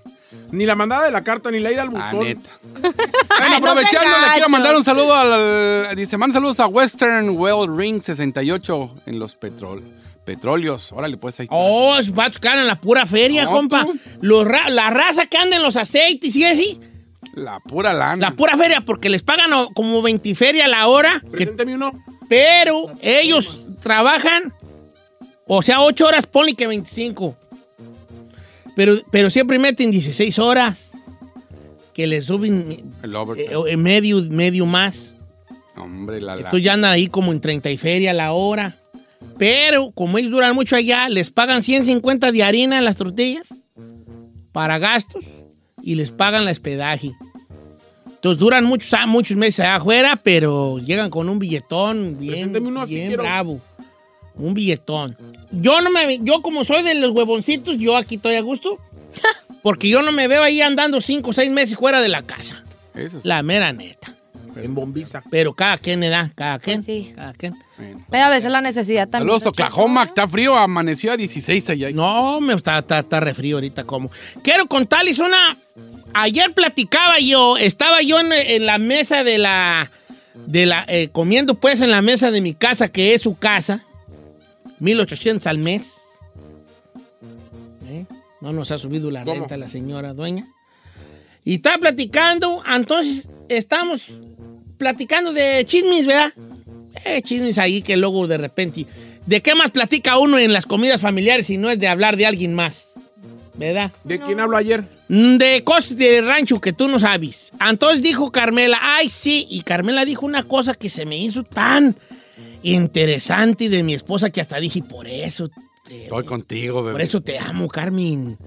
[SPEAKER 6] Ni la mandada de la carta, ni la ida al buzón.
[SPEAKER 3] Bueno,
[SPEAKER 6] no
[SPEAKER 3] aprovechando,
[SPEAKER 6] sean
[SPEAKER 3] le quiero
[SPEAKER 6] gachos.
[SPEAKER 3] mandar un saludo al, al- Dice, manda saludos a Western Well Ring 68 en los petrol, petróleos. Órale, pues ahí está.
[SPEAKER 2] Oh, es- va a tocar en la pura feria,
[SPEAKER 3] No,
[SPEAKER 2] compa. Los ra- la raza que anda en los aceites y así.
[SPEAKER 3] La pura lana.
[SPEAKER 2] La pura feria, porque les pagan o- como 20 feria a la hora.
[SPEAKER 6] Preséntame uno.
[SPEAKER 2] Pero ellos trabajan, o sea, 8 horas, ponle que 25. Pero, pero siempre meten 16 horas. Que les suben
[SPEAKER 3] El
[SPEAKER 2] eh,
[SPEAKER 3] overtime.
[SPEAKER 2] eh, medio, medio más.
[SPEAKER 3] Hombre, la la.
[SPEAKER 2] Entonces ya andan ahí como en 30 y feria a la hora. Pero como ellos duran mucho allá, les pagan 150 de harina en las tortillas para gastos y les pagan la hospedaje. Entonces duran muchos, a- muchos meses allá afuera, pero llegan con un billetón bien, bien bravo. Un billetón. Yo no me yo como soy de los huevoncitos, yo aquí estoy a gusto. Porque yo no me veo ahí andando 5 o 6 meses fuera de la casa.
[SPEAKER 3] Eso sí.
[SPEAKER 2] La mera neta.
[SPEAKER 6] En bombiza.
[SPEAKER 2] Pero cada quien edad, cada quien. Cada quien.
[SPEAKER 4] Hay a veces la necesidad también.
[SPEAKER 3] Saludos, Oklahoma. Está frío, amaneció a 16 allá.
[SPEAKER 2] No, me está, está, está re frío ahorita como. Quiero contarles una. Ayer platicaba yo, estaba yo en, en la mesa de la. De la eh, comiendo pues en la mesa de mi casa, que es su casa. 1800 al mes. ¿Eh? No nos ha subido la
[SPEAKER 11] ¿Cómo?
[SPEAKER 2] renta la señora dueña. Y está platicando, entonces estamos platicando de chismes, ¿verdad? Eh, chismes ahí que luego de repente. ¿De qué más platica uno en las comidas familiares si no es de hablar de alguien más? ¿Verdad?
[SPEAKER 6] ¿De quién habló ayer?
[SPEAKER 2] Mm, De cosas de rancho que tú no sabes. Entonces dijo Carmela, ay sí, y Carmela dijo una cosa que se me hizo tan interesante de mi esposa que hasta dije, por eso,
[SPEAKER 3] Estoy contigo, bebé.
[SPEAKER 2] por eso te amo, Carmen.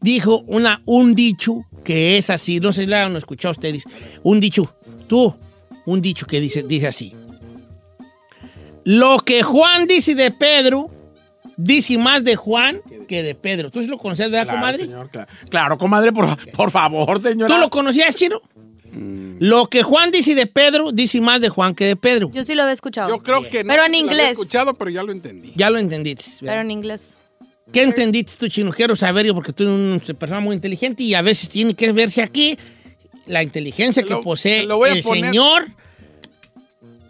[SPEAKER 2] Dijo una, un dicho que es así, no sé si lo han escuchado ustedes, un dicho, tú, un dicho que dice, dice así. Lo que Juan dice de Pedro, dice más de Juan que de Pedro. ¿Tú sí lo conoces, verdad,
[SPEAKER 6] Claro,
[SPEAKER 2] comadre?
[SPEAKER 6] señor, claro. Claro, comadre, por, por favor, señora.
[SPEAKER 2] ¿Tú lo conocías, Chino? Lo que Juan dice de Pedro, dice más de Juan que de Pedro.
[SPEAKER 4] Yo sí lo había escuchado.
[SPEAKER 2] Yo creo que no,
[SPEAKER 4] Pero en
[SPEAKER 2] la había
[SPEAKER 4] inglés.
[SPEAKER 3] escuchado, pero ya lo entendí.
[SPEAKER 2] Ya lo entendiste.
[SPEAKER 4] Pero
[SPEAKER 2] ¿verdad?
[SPEAKER 4] en inglés.
[SPEAKER 2] ¿Qué entendiste tú, Chino? Quiero saber yo, porque tú eres una persona muy inteligente y a veces tiene que verse aquí la inteligencia que posee
[SPEAKER 3] voy a
[SPEAKER 2] el
[SPEAKER 3] poner.
[SPEAKER 2] señor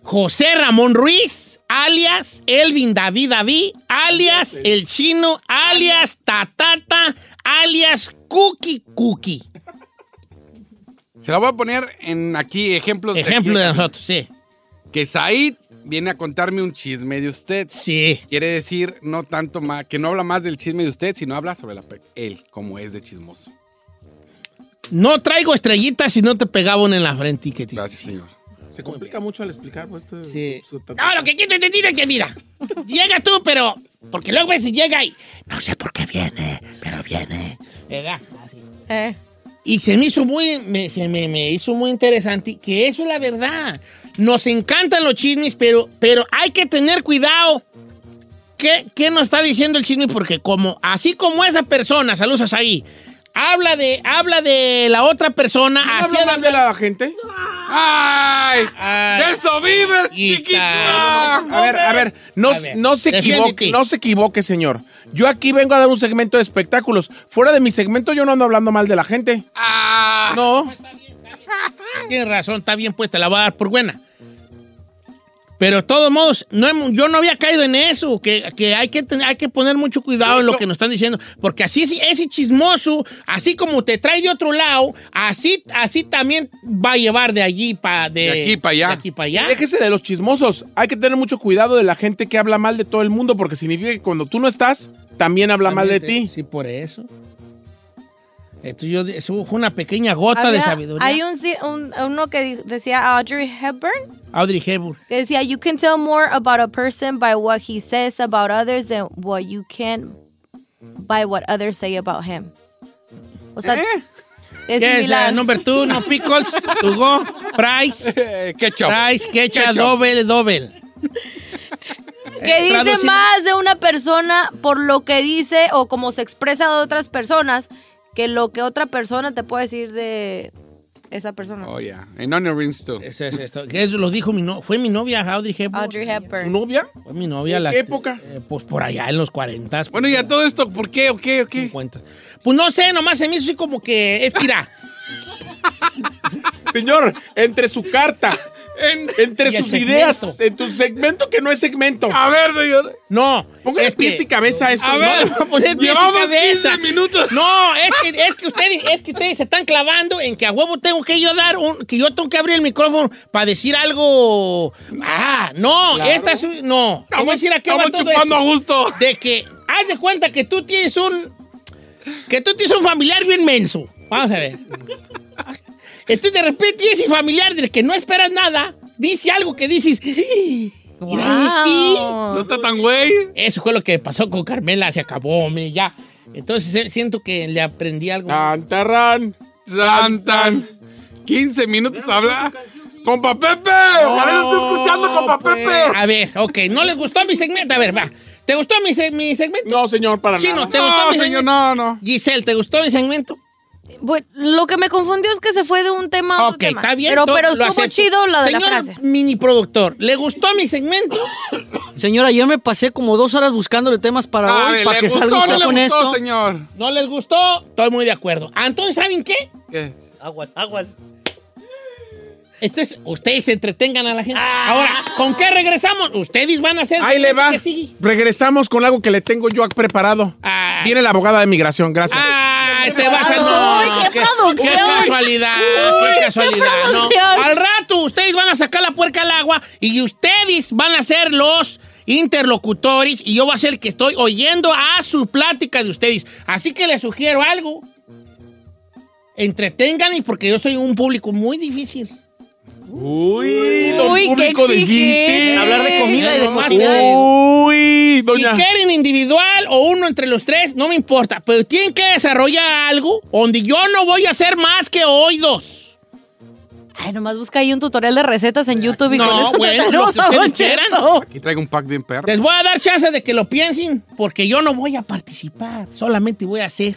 [SPEAKER 2] José Ramón Ruiz, alias Elvin David David, alias El Chino, alias Tatata, alias Cookie Cookie.
[SPEAKER 3] Se la voy a poner en aquí ejemplos
[SPEAKER 2] Ejemplo de
[SPEAKER 3] nosotros,
[SPEAKER 2] sí.
[SPEAKER 3] Que Said viene a contarme un chisme de usted.
[SPEAKER 2] Sí.
[SPEAKER 3] Quiere decir, no tanto más, que no habla más del chisme de usted, sino habla sobre la pe- él, como es de chismoso.
[SPEAKER 2] No traigo estrellitas si no te pegaban en la frente. Gracias,
[SPEAKER 3] señor.
[SPEAKER 6] Se complica mucho al explicar, pues. Este,
[SPEAKER 2] Sí.
[SPEAKER 6] su- su-
[SPEAKER 2] No, lo que quiero entender es que mira, llega tú, pero. Porque luego ves si llega y. No sé por qué viene, pero viene. ¿Verdad? Y se me hizo muy. me- se me, me hizo muy interesante que eso es la verdad. Nos encantan los chismes, pero, pero hay que tener cuidado. ¿Qué, qué nos está diciendo el chisme? Porque como, así como esa persona, saludos ahí, habla de, habla de la otra persona, así
[SPEAKER 6] ¿Habla mal de la gente?
[SPEAKER 3] ¡Ay!
[SPEAKER 6] ¡De eso vives,
[SPEAKER 2] chiquita!
[SPEAKER 6] A ver, a ver, no,
[SPEAKER 2] A ver,
[SPEAKER 6] no se
[SPEAKER 2] defiéndete.
[SPEAKER 6] equivoque, no se equivoque, señor. Yo aquí vengo a dar un segmento de espectáculos. Fuera de mi segmento yo no ando hablando mal de la gente. No.
[SPEAKER 2] Tienes razón, está bien puesta, la voy a dar por buena. Pero de todos modos, no, hemos- yo no había caído en eso, que, que hay, que ten- hay que poner mucho cuidado en lo que nos están diciendo, porque así es- ese chismoso, así como te trae de otro lado, así, así también va a llevar de allí para de,
[SPEAKER 6] aquí
[SPEAKER 2] para allá. De aquí para allá.
[SPEAKER 6] Déjese de los chismosos. Hay que tener mucho cuidado de la gente que habla mal de todo el mundo porque significa que cuando tú no estás, también habla mal de ti.
[SPEAKER 2] Sí, por eso. Esto yo de- eso fue una pequeña gota de
[SPEAKER 4] Había-
[SPEAKER 2] sabiduría.
[SPEAKER 4] Hay un, ci- un- uno que di- decía Audrey Hepburn,
[SPEAKER 2] Audrey Hepburn.
[SPEAKER 4] que decía, you can tell more about a person by what he says about others than what you can by what others say about him. O
[SPEAKER 2] ¿Eh?
[SPEAKER 4] sea, es
[SPEAKER 2] Yes,
[SPEAKER 4] similar.
[SPEAKER 2] uh, number two, no pickles, to go, price,
[SPEAKER 3] ketchup,
[SPEAKER 2] price, ketchup,
[SPEAKER 3] Ketchup.
[SPEAKER 2] double, double.
[SPEAKER 4] que dice
[SPEAKER 2] traducido.
[SPEAKER 4] más de una persona por lo que dice o como se expresa de otras personas que lo que otra persona te puede decir de esa persona.
[SPEAKER 3] Oh, yeah. En onion rings, too.
[SPEAKER 2] Ese es esto. Que eso lo dijo mi novia. Fue mi novia, Audrey Hepburn.
[SPEAKER 4] Audrey Hepburn.
[SPEAKER 2] ¿Tu novia? Fue mi novia.
[SPEAKER 3] ¿En
[SPEAKER 2] la
[SPEAKER 3] qué
[SPEAKER 2] época? pues por allá, en los 40.
[SPEAKER 3] Bueno, ¿y a todo esto por qué o qué o qué?
[SPEAKER 2] Pues no sé, nomás se me hizo así como que. Es que irá.
[SPEAKER 10] Señor, entre su carta, entre
[SPEAKER 2] Y el
[SPEAKER 10] sus ideas, en tu segmento que no es segmento. A
[SPEAKER 3] ver, señor.
[SPEAKER 2] No.
[SPEAKER 10] Póngale pies y cabeza a esto.
[SPEAKER 2] A
[SPEAKER 10] ¿no?
[SPEAKER 2] ver, vamos a poner pies y cabeza. minutos. No, es que, es, que ustedes, es que ustedes se están clavando en que a huevo tengo que yo dar un, que yo tengo que abrir el micrófono para decir algo. Ah, no,
[SPEAKER 3] Claro.
[SPEAKER 2] esta es un- no. Te voy a decir a qué
[SPEAKER 3] Estamos
[SPEAKER 2] va todo esto.
[SPEAKER 3] chupando a gusto.
[SPEAKER 2] De que haz de cuenta que tú tienes un que tú tienes un familiar bien menso. Vamos a ver. Entonces de repente ese familiar del que no esperas nada dice algo que dices. Mira, este,
[SPEAKER 3] No está tan güey.
[SPEAKER 2] Eso fue lo que pasó con Carmela, se acabó, hombre, ya. Entonces eh, siento que le aprendí algo.
[SPEAKER 3] Santarran. Santan. 15 minutos habla. ¡Compa Pepe! ¡Ojalá lo esté escuchando, compa Pepe!
[SPEAKER 2] pues. A ver, ok, ¿no les gustó mi segmento? A ver, va. ¿Te gustó mi, se- mi segmento? No,
[SPEAKER 10] señor, para
[SPEAKER 2] Chino,
[SPEAKER 10] nada.
[SPEAKER 2] ¿te
[SPEAKER 10] No,
[SPEAKER 2] gustó mi
[SPEAKER 10] señor,
[SPEAKER 2] segmento? no. Giselle, ¿te gustó mi segmento?
[SPEAKER 4] Bueno, lo que me confundió es que se fue de un tema a otro
[SPEAKER 2] ok,
[SPEAKER 4] tema.
[SPEAKER 2] está bien.
[SPEAKER 4] Pero,
[SPEAKER 2] todo
[SPEAKER 4] pero
[SPEAKER 2] lo
[SPEAKER 4] estuvo
[SPEAKER 2] acepto.
[SPEAKER 4] chido la de
[SPEAKER 2] Señor
[SPEAKER 4] la frase.
[SPEAKER 2] mini productor, ¿le gustó mi segmento?
[SPEAKER 11] Señora, yo me pasé como dos horas buscándole temas para
[SPEAKER 2] A
[SPEAKER 11] hoy,
[SPEAKER 2] ver,
[SPEAKER 11] para
[SPEAKER 2] ¿le
[SPEAKER 11] que
[SPEAKER 2] gustó
[SPEAKER 11] salga
[SPEAKER 2] o no
[SPEAKER 11] usted
[SPEAKER 2] le
[SPEAKER 11] con
[SPEAKER 2] gustó,
[SPEAKER 11] esto.
[SPEAKER 3] señor?
[SPEAKER 2] ¿No les gustó? Estoy muy de acuerdo. Ah, Entonces, ¿saben qué?
[SPEAKER 11] Aguas, aguas.
[SPEAKER 2] Entonces, ustedes se entretengan a la gente. Ahora, ¿con qué regresamos? Ustedes van a hacer...
[SPEAKER 10] Ahí le va.
[SPEAKER 2] que sigue.
[SPEAKER 10] Regresamos con algo que le tengo yo preparado.
[SPEAKER 2] Ah.
[SPEAKER 10] Viene la abogada de migración, gracias.
[SPEAKER 2] Ay, te vas a... No,
[SPEAKER 4] Uy, qué producción.
[SPEAKER 2] ¡Qué casualidad!
[SPEAKER 4] Uy,
[SPEAKER 2] ¡Qué
[SPEAKER 4] qué
[SPEAKER 2] casualidad! no.
[SPEAKER 4] producción.
[SPEAKER 2] Al rato ustedes van a sacar la puerca al agua y ustedes van a ser los interlocutores y yo voy a ser el que estoy oyendo a su plática de ustedes. Así que les sugiero algo. Entretengan y porque yo soy un público muy difícil.
[SPEAKER 10] Uy, don
[SPEAKER 2] Uy, qué
[SPEAKER 10] público difícil.
[SPEAKER 2] exigente. Hablar de comida y de cocina.
[SPEAKER 10] Uy, doña.
[SPEAKER 2] Si quieren individual o uno entre los tres, no me importa. Pero tienen que desarrollar algo donde yo no voy a ser más que oídos.
[SPEAKER 4] Ay, nomás busca ahí un tutorial de recetas en YouTube y con
[SPEAKER 2] Eh, No,
[SPEAKER 4] eso te
[SPEAKER 2] bueno, lo
[SPEAKER 4] tenemos
[SPEAKER 2] que
[SPEAKER 4] a
[SPEAKER 2] ustedes
[SPEAKER 4] Don Cheto.
[SPEAKER 2] quieran.
[SPEAKER 3] Aquí traigo un pack bien perro.
[SPEAKER 2] Les voy a dar chance de que lo piensen, porque yo no voy a participar, solamente voy a ser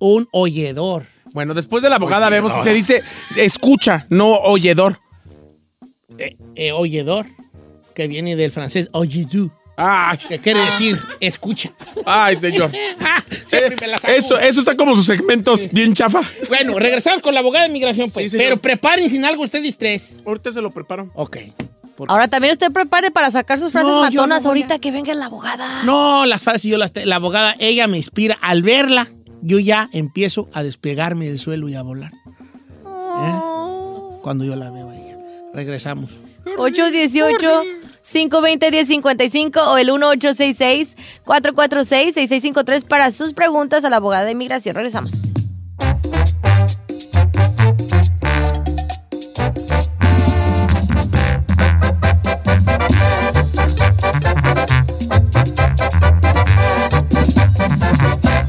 [SPEAKER 2] un oyedor.
[SPEAKER 10] Bueno, después de la abogada vemos si se dice escucha, no oyedor.
[SPEAKER 2] Eh, eh, oyedor, que viene del francés oyedu. Que quiere decir escucha.
[SPEAKER 10] Ah. Ay, señor.
[SPEAKER 2] Siempre me la saco.
[SPEAKER 10] Eso, eso está como sus segmentos bien chafa.
[SPEAKER 2] Bueno, regresamos con la abogada de migración, pues.
[SPEAKER 10] Sí, señor.
[SPEAKER 2] Pero preparen sin algo ustedes tres.
[SPEAKER 10] Ahorita se lo preparo.
[SPEAKER 2] Ok.
[SPEAKER 4] Ahora también usted prepare para sacar sus frases
[SPEAKER 2] No, yo no
[SPEAKER 4] matonas
[SPEAKER 2] voy a-
[SPEAKER 4] ahorita que venga la abogada.
[SPEAKER 2] No, las frases yo las te- la abogada, ella me inspira. Al verla, yo ya empiezo a despegarme del suelo y a volar. ¿Eh? Cuando yo la veo a ella. Regresamos.
[SPEAKER 4] 818-520-1055 o el 1866-446-6653 para sus preguntas a la abogada de inmigración. Regresamos.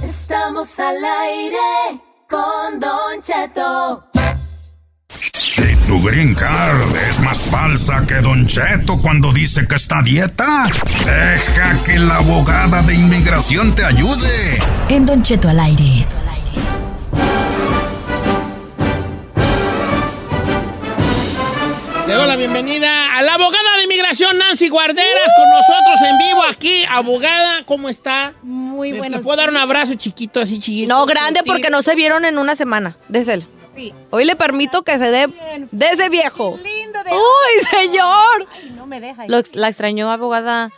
[SPEAKER 5] Estamos al aire con Don Cheto.
[SPEAKER 12] Si tu green card es más falsa que Don Cheto cuando dice que está a dieta, deja que la abogada de inmigración te ayude.
[SPEAKER 13] En Don Cheto al aire.
[SPEAKER 2] Le doy la bienvenida a la abogada de inmigración Nancy Guarderas con nosotros en vivo aquí. Abogada, ¿cómo está?
[SPEAKER 4] Muy
[SPEAKER 2] ¿Les-
[SPEAKER 4] buenos
[SPEAKER 2] ¿Le puedo dar un abrazo chiquito así chiquito?
[SPEAKER 4] No, grande porque no se vieron en una semana. Déselo.
[SPEAKER 14] Sí.
[SPEAKER 4] Hoy le permito que se dé de ese viejo.
[SPEAKER 14] de-
[SPEAKER 4] ¡Uy, señor!
[SPEAKER 14] Ay, no me deja.
[SPEAKER 4] Lo ex- la extrañó, abogada.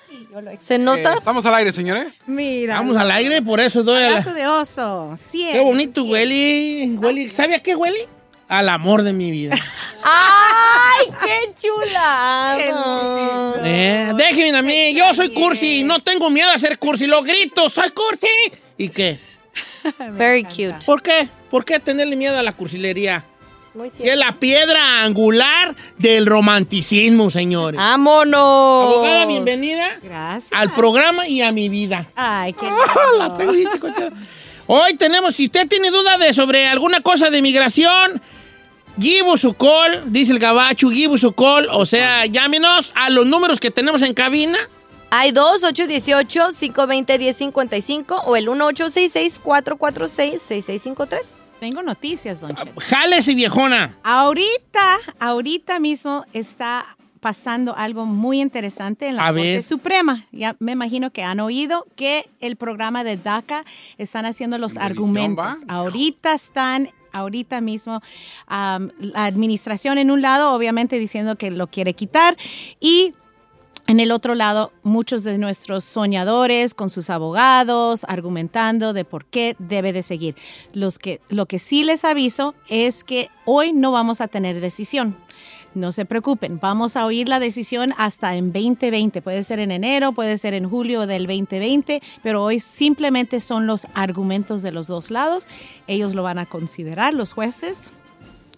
[SPEAKER 4] ¿Se nota?
[SPEAKER 3] Eh, estamos al aire, señores.
[SPEAKER 14] Mira.
[SPEAKER 2] Vamos al aire, por eso doy a la-
[SPEAKER 14] Abrazo de oso. Cien.
[SPEAKER 2] Qué bonito huele. huele. ¿Sabe a qué huele? Al amor de mi vida.
[SPEAKER 4] ¡Ay, qué chula! Ah.
[SPEAKER 2] Eh, déjenme a mí, yo soy cursi, no tengo miedo a ser cursi, lo grito, soy cursi. ¿Y qué?
[SPEAKER 4] Very cute.
[SPEAKER 2] ¿Por qué? ¿Por qué tenerle miedo a la cursilería? Que es la piedra angular del romanticismo, señores.
[SPEAKER 4] ¡Vámonos!
[SPEAKER 2] Abogada, bienvenida
[SPEAKER 14] Gracias.
[SPEAKER 2] al programa y a mi vida.
[SPEAKER 14] Ay, qué
[SPEAKER 2] La traigo bien chicoteada. Hoy tenemos, si usted tiene duda de sobre alguna cosa de migración, give us a call, dice el gabacho, give us a call, o sea, llámenos a los números que tenemos en cabina.
[SPEAKER 4] Hay dos, 818-520-1055 o el 1866-446-6653.
[SPEAKER 14] Tengo noticias,
[SPEAKER 2] Ah,
[SPEAKER 14] Don Cheto.
[SPEAKER 2] Jales y viejona.
[SPEAKER 14] Ahorita, ahorita mismo está pasando algo muy interesante en la
[SPEAKER 2] A
[SPEAKER 14] Corte
[SPEAKER 2] ver.
[SPEAKER 14] Suprema. Ya me imagino que han oído que el programa de DACA están haciendo los argumentos. Ahorita están ahorita mismo am, la administración en un lado obviamente diciendo que lo quiere quitar y en el otro lado, muchos de nuestros soñadores con sus abogados argumentando de por qué debe de seguir. Los que, lo que sí les aviso es que hoy no vamos a tener decisión. No se preocupen, vamos a oír la decisión hasta en 2020. Puede ser en enero, puede ser en julio del 2020, pero hoy simplemente son los argumentos de los dos lados. Ellos lo van a considerar, los jueces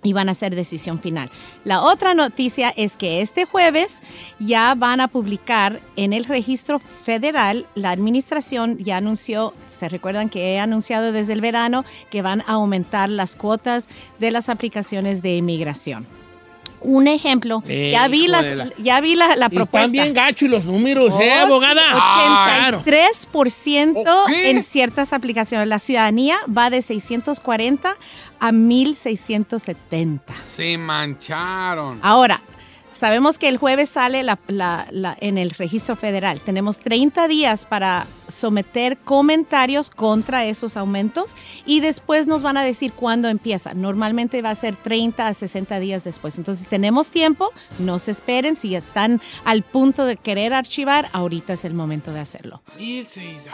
[SPEAKER 14] y van a hacer decisión final. La otra noticia es que este jueves ya van a publicar en el registro federal, la administración ya anunció, se recuerdan que he anunciado desde el verano que van a aumentar las cuotas de las aplicaciones de inmigración. Un ejemplo, ya vi,
[SPEAKER 2] Hijo
[SPEAKER 14] las,
[SPEAKER 2] de la-
[SPEAKER 14] ya vi la, la
[SPEAKER 2] Y
[SPEAKER 14] propuesta.
[SPEAKER 2] Están bien gachos los números, ¿eh,
[SPEAKER 14] Oh, sí,
[SPEAKER 2] abogada? Claro.
[SPEAKER 14] 83% en ciertas aplicaciones. La ciudadanía va de 640 a 1670.
[SPEAKER 3] Se mancharon.
[SPEAKER 14] Ahora, sabemos que el jueves sale la- la- la- en el registro federal. Tenemos 30 días para someter comentarios contra esos aumentos y después nos van a decir cuándo empieza. Normalmente va a ser 30 a 60 días después. Entonces tenemos tiempo, no se esperen. Si están al punto de querer archivar, ahorita es el momento de hacerlo.
[SPEAKER 3] Y se hizo.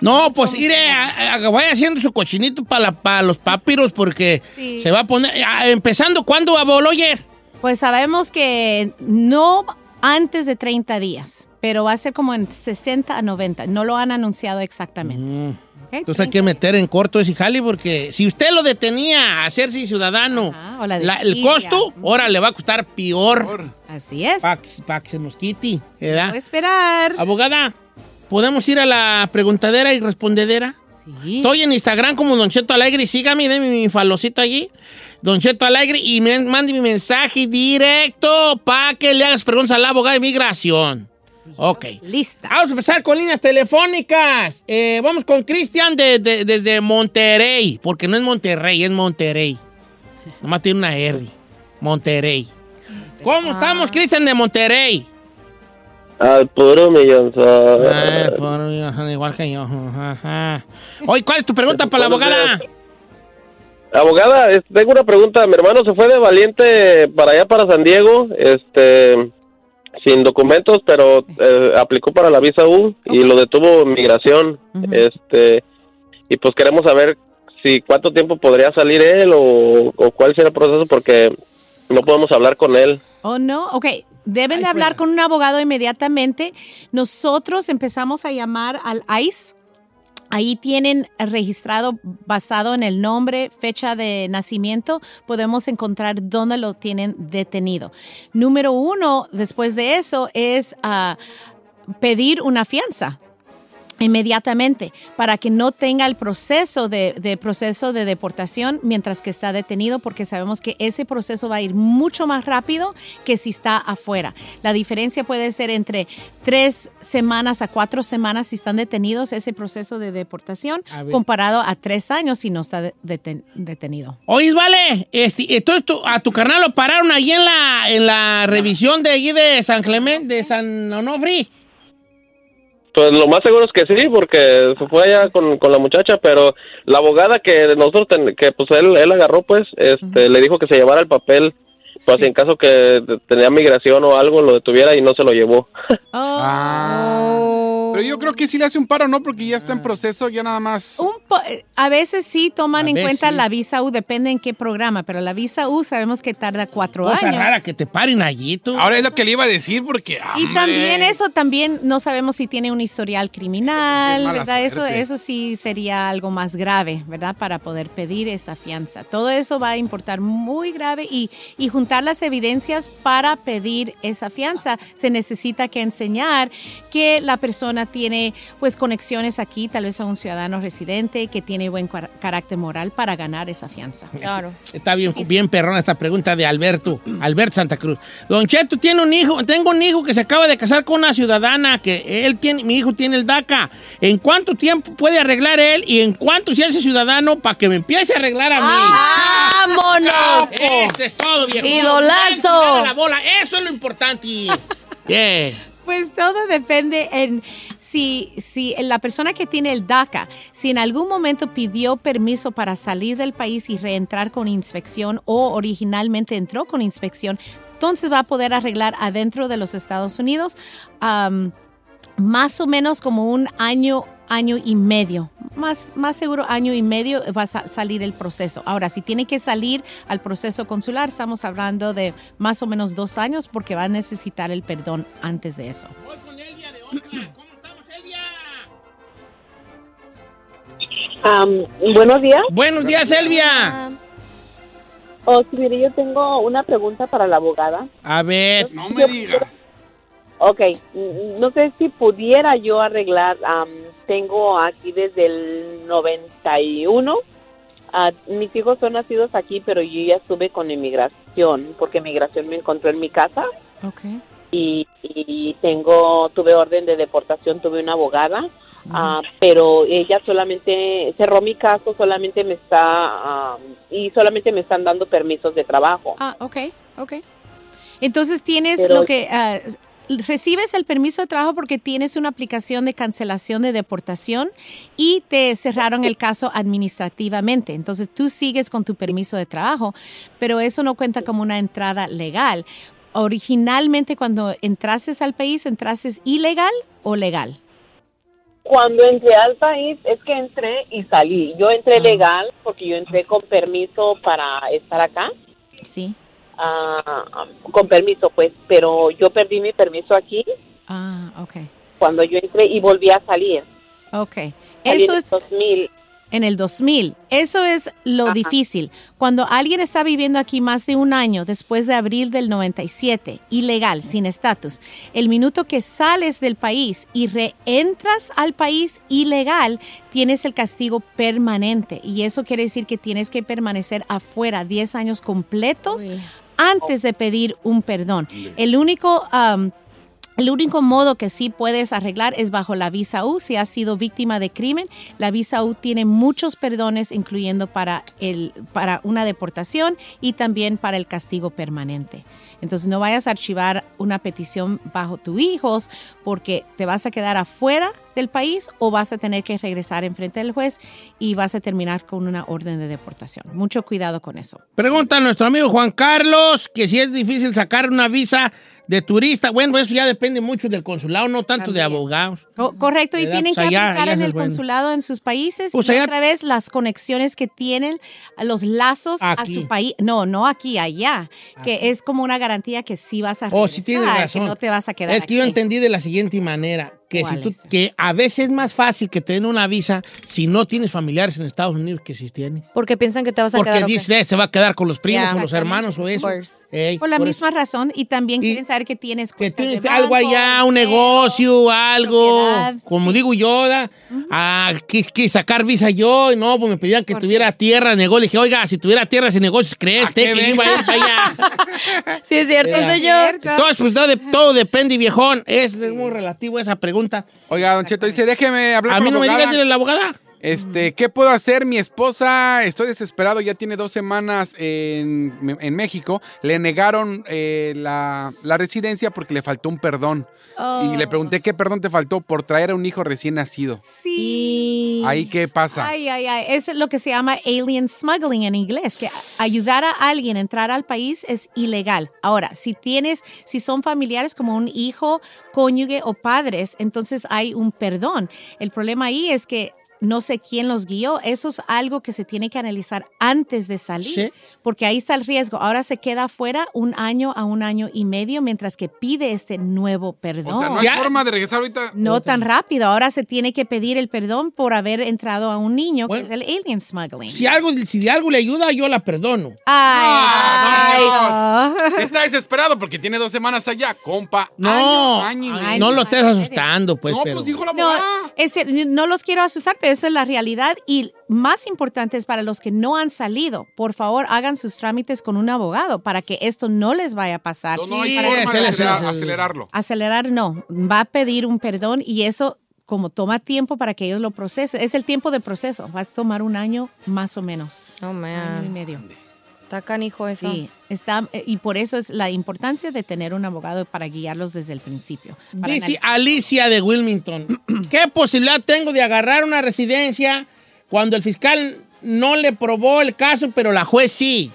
[SPEAKER 2] No, pues iré, a- a- vaya haciendo su cochinito para los papiros porque
[SPEAKER 14] Sí.
[SPEAKER 2] se va a poner. ah, empezando, ¿cuándo, Aboloyer?
[SPEAKER 14] Pues sabemos que no antes de 30 días, pero va a ser como en 60 a 90. No lo han anunciado exactamente. ¿ok?
[SPEAKER 2] Entonces hay que meter en corto ese jale porque si usted lo detenía a hacerse ciudadano,
[SPEAKER 14] Ah, o la
[SPEAKER 2] la- el
[SPEAKER 14] desidia.
[SPEAKER 2] costo ahora le va a costar peor.
[SPEAKER 14] Así es.
[SPEAKER 2] Para que se nos quite, ¿verdad?
[SPEAKER 14] Voy a esperar.
[SPEAKER 2] Abogada, ¿podemos ir a la preguntadera y respondedera?
[SPEAKER 14] Sí.
[SPEAKER 2] Estoy en Instagram como Don Cheto Alegre. Sígame, denme mi falocito allí. Don Cheto Alegre. Y me mande mi mensaje directo para que le hagas preguntas a la abogada de migración. Ok.
[SPEAKER 14] Lista.
[SPEAKER 2] Vamos a empezar con líneas telefónicas. Eh, vamos con Cristian de- de- desde Monterrey. Porque no es Monterrey, es Monterrey. Nomás tiene una R. Monterrey. ¿Cómo estamos, Cristian de Monterrey?
[SPEAKER 13] Al puro millón. eh,
[SPEAKER 2] Ah, por- ajá, igual que yo. Ajá. Oye, ¿cuál es tu pregunta para la abogada?
[SPEAKER 13] Abogada, es- tengo una pregunta. Mi hermano se fue de valiente para allá, para San Diego, este, sin documentos, pero eh, aplicó para la visa U y lo detuvo migración. Este, y pues queremos saber si cuánto tiempo podría salir él o, o cuál será el proceso porque no podemos hablar con él.
[SPEAKER 14] ¿O no? Ok, deben de hablar con un abogado inmediatamente. Nosotros empezamos a llamar al ICE. Ahí tienen registrado basado en el nombre, fecha de nacimiento, podemos encontrar dónde lo tienen detenido. Número uno, después de eso, es ah, pedir una fianza inmediatamente para que no tenga el proceso de, de proceso de deportación mientras que está detenido porque sabemos que ese proceso va a ir mucho más rápido que si está afuera. La diferencia puede ser entre tres semanas a cuatro semanas si están detenidos ese proceso de deportación
[SPEAKER 2] A ver.
[SPEAKER 14] comparado a tres años si no está de- deten- detenido.
[SPEAKER 2] Oye, vale, este, entonces tu- a tu carnal lo pararon ahí en la, en la revisión de allí de San Clemente, de San Onofri.
[SPEAKER 13] Pues lo más seguro es que sí, porque se fue allá con, con la muchacha, pero la abogada que nosotros, ten- que pues él, él agarró, pues, este, le dijo que se llevara el papel, pues en caso que de- tenía migración o algo, lo detuviera y no se lo llevó.
[SPEAKER 14] Oh.
[SPEAKER 3] Ah. Pero yo creo que sí le hace un paro, ¿no? Porque ya
[SPEAKER 2] Ah.
[SPEAKER 3] está en proceso, ya nada más.
[SPEAKER 14] Po- eh, A veces sí toman
[SPEAKER 3] A
[SPEAKER 14] en
[SPEAKER 3] veces.
[SPEAKER 14] cuenta la visa U, depende en qué programa, pero la visa U sabemos que tarda cuatro
[SPEAKER 2] Cosa
[SPEAKER 14] años.
[SPEAKER 2] rara que te paren allí, tú.
[SPEAKER 3] Ahora es lo que le iba a decir porque.
[SPEAKER 14] Y también eso, también no sabemos si tiene un historial
[SPEAKER 3] Eso sí
[SPEAKER 14] criminal,
[SPEAKER 3] es mala
[SPEAKER 14] ¿verdad? Eso,
[SPEAKER 3] suerte.
[SPEAKER 14] eso sí sería algo más grave, ¿verdad? Para poder pedir esa fianza. Todo eso va a importar muy grave y, y juntar presentar las evidencias para pedir esa fianza. Se necesita que enseñar que la persona tiene pues conexiones aquí, tal vez a un ciudadano residente que tiene buen cuar- carácter moral para ganar esa fianza.
[SPEAKER 2] Claro. Está bien, bien perrona esta pregunta de Alberto, Alberto Santa Cruz. Don Cheto tiene un hijo, tengo un hijo que se acaba de casar con una ciudadana que él tiene, mi hijo tiene el DACA. ¿En cuánto tiempo puede arreglar él y en cuánto se hace ciudadano para que me empiece a arreglar a mí?
[SPEAKER 4] ¡Vámonos!
[SPEAKER 2] Eso es todo, viejo.
[SPEAKER 4] ¡Idolazo!
[SPEAKER 2] Dale a la bola, eso es lo importante. Bien.
[SPEAKER 14] Pues todo depende en si, si la persona que tiene el DACA, si en algún momento pidió permiso para salir del país y reentrar con inspección o originalmente entró con inspección, entonces va a poder arreglar adentro de los Estados Unidos am, más o menos como un año año y medio, más, más seguro año y medio va a sa- salir el proceso. Ahora, si tiene que salir al proceso consular, estamos hablando de más o menos dos años porque va a necesitar el perdón antes de eso.
[SPEAKER 15] buenos días. Ah,
[SPEAKER 2] Buenos días, Elvia.
[SPEAKER 15] Oh, sí, mire, yo tengo una pregunta para la abogada.
[SPEAKER 2] A ver.
[SPEAKER 15] No me digas. Ok, mm, no sé si pudiera yo arreglar. am, tengo aquí desde el 91. Ah, mis hijos son nacidos aquí, pero yo ya estuve con inmigración, porque inmigración me encontró en mi casa. y, y tengo tuve orden de deportación, tuve una abogada, ah, pero ella solamente cerró mi caso, solamente me está ah, y solamente me están dando permisos de trabajo.
[SPEAKER 14] Ah, ok, ok. Entonces tienes
[SPEAKER 15] Pero-
[SPEAKER 14] lo que... ah, recibes el permiso de trabajo porque tienes una aplicación de cancelación de deportación y te cerraron el caso administrativamente. Entonces tú sigues con tu permiso de trabajo, pero eso no cuenta como una entrada legal. Originalmente cuando entrases al país, ¿entrases ilegal o legal?
[SPEAKER 15] Cuando entré al país es que entré y salí. Yo
[SPEAKER 14] Ah.
[SPEAKER 15] entré legal porque yo entré con permiso para estar acá.
[SPEAKER 14] Sí.
[SPEAKER 15] ah, con permiso pues, pero yo perdí mi permiso aquí
[SPEAKER 14] Ah, ok.
[SPEAKER 15] cuando yo entré y volví a salir.
[SPEAKER 14] Ok.
[SPEAKER 15] Salí
[SPEAKER 14] Eso
[SPEAKER 15] en
[SPEAKER 14] es
[SPEAKER 15] 2000.
[SPEAKER 14] En el 2000. Eso es lo
[SPEAKER 15] Ajá.
[SPEAKER 14] difícil. Cuando alguien está viviendo aquí más de un año después de abril del 97, ilegal, sin estatus, el minuto que sales del país y reentras al país ilegal, tienes el castigo permanente. Y eso quiere decir que tienes que permanecer afuera 10 años completos antes de pedir un perdón. El único... um, el único modo que sí puedes arreglar es bajo la visa U. Si has sido víctima de crimen, la visa U tiene muchos perdones, incluyendo para, el, para una deportación y también para el castigo permanente. Entonces no vayas a archivar una petición bajo tus hijos porque te vas a quedar afuera del país o vas a tener que regresar enfrente del juez y vas a terminar con una orden de deportación. Mucho cuidado con eso.
[SPEAKER 2] Pregunta a nuestro amigo Juan Carlos que si es difícil sacar una visa de turista. Bueno, eso ya depende mucho del consulado, no tanto de abogados.
[SPEAKER 14] Co- correcto, y
[SPEAKER 2] ¿Verdad?
[SPEAKER 14] tienen
[SPEAKER 2] Pues
[SPEAKER 14] que
[SPEAKER 2] allá-
[SPEAKER 14] aplicar
[SPEAKER 2] allá
[SPEAKER 14] en
[SPEAKER 2] es
[SPEAKER 14] el
[SPEAKER 2] bueno.
[SPEAKER 14] consulado en sus países
[SPEAKER 2] Pues
[SPEAKER 14] y
[SPEAKER 2] allá-
[SPEAKER 14] otra vez las conexiones que tienen, los lazos
[SPEAKER 2] Aquí.
[SPEAKER 14] a su país. No, no aquí, allá, que es como una garantía que sí vas a regresar,
[SPEAKER 2] Oh, sí tienes razón.
[SPEAKER 14] que no te vas a quedar
[SPEAKER 2] Es que yo entendí de la siguiente manera, que si
[SPEAKER 14] ¿Cuál
[SPEAKER 2] tú- que a veces es más fácil que te den una visa si no tienes familiares en Estados Unidos que si tienes.
[SPEAKER 4] Porque piensan que te vas a
[SPEAKER 2] Porque
[SPEAKER 4] quedar. ¿o qué?
[SPEAKER 2] dice, "Eh, se va a quedar con los primos
[SPEAKER 4] Ya.
[SPEAKER 2] o los hermanos o eso. Ey,
[SPEAKER 14] Por la
[SPEAKER 2] por
[SPEAKER 14] misma razón y también quieren saber que tienes cuentas de
[SPEAKER 2] Tienes algo
[SPEAKER 14] banco,
[SPEAKER 2] allá, un negocio, algo. Como digo yo, da, ah, quis- quise sacar visa yo, y no, pues me pedían que tuviera tierra, negocio. Le dije, oiga, si tuviera tierras y negocios, cree usted que yo iba a ir para allá.
[SPEAKER 4] Ah, Sí, es cierto,
[SPEAKER 2] Era.
[SPEAKER 4] señor.
[SPEAKER 2] Entonces, pues no, de- todo depende, viejón. Es muy relativo esa pregunta.
[SPEAKER 3] Oiga, Don Cheto dice, déjeme hablar
[SPEAKER 2] A
[SPEAKER 3] con
[SPEAKER 2] mí no me digas,
[SPEAKER 3] abogada.
[SPEAKER 2] dile a la abogada.
[SPEAKER 3] Este, ¿qué puedo hacer? Mi esposa, estoy desesperado, ya tiene dos semanas en, en México. Le negaron eh, la, la residencia porque le faltó un perdón. Y
[SPEAKER 14] Oh.
[SPEAKER 3] le pregunté, ¿qué perdón te faltó? Por traer a un hijo recién nacido.
[SPEAKER 14] Sí.
[SPEAKER 3] Ahí, ¿qué pasa?
[SPEAKER 14] Ay, ay, ay. Es lo que se llama alien smuggling en inglés, que ayudar a alguien a entrar al país es ilegal. Ahora, si tienes, si son familiares como un hijo, cónyuge o padres, entonces hay un perdón. El problema ahí es que no sé quién los guió. Eso es algo que se tiene que analizar antes de salir, porque ahí está el riesgo. Ahora se queda fuera un año a un año y medio mientras que pide este nuevo perdón.
[SPEAKER 3] O sea, no hay forma de regresar ahorita.
[SPEAKER 14] No tan rápido. Ahora se tiene que pedir el perdón por haber entrado a un niño, que es el alien smuggling.
[SPEAKER 2] Si algo, si de algo le ayuda, yo la perdono.
[SPEAKER 14] Ay,
[SPEAKER 3] Ah, no. Está desesperado porque tiene dos semanas allá, compa.
[SPEAKER 2] No,
[SPEAKER 3] Año, año.
[SPEAKER 2] no lo estés asustando, pues,
[SPEAKER 3] No,
[SPEAKER 2] pero.
[SPEAKER 3] pues dijo la
[SPEAKER 14] No,
[SPEAKER 3] abogada.
[SPEAKER 14] es decir, no los quiero asustar, pero esa es la realidad. Y más importante es para los que no han salido, por favor hagan sus trámites con un abogado para que esto no les vaya a pasar.
[SPEAKER 3] No, no hay
[SPEAKER 14] Y para-
[SPEAKER 3] forma de
[SPEAKER 2] sí, sí,
[SPEAKER 3] acelerar-
[SPEAKER 2] sí, sí.
[SPEAKER 3] acelerarlo.
[SPEAKER 14] Acelerar no, va a pedir un perdón y eso como toma tiempo para que ellos lo procesen, es el tiempo de proceso, va a tomar un año más o menos.
[SPEAKER 4] Oh, man.
[SPEAKER 14] Año y medio.
[SPEAKER 4] Está canijo eso.
[SPEAKER 14] Sí, está, eh, y por eso es la importancia de tener un abogado para guiarlos desde el principio. para
[SPEAKER 2] Dice
[SPEAKER 14] analizar.
[SPEAKER 2] Alicia de Wilmington. ¿Qué posibilidad tengo de agarrar una residencia cuando el fiscal no le probó el caso, pero la juez sí?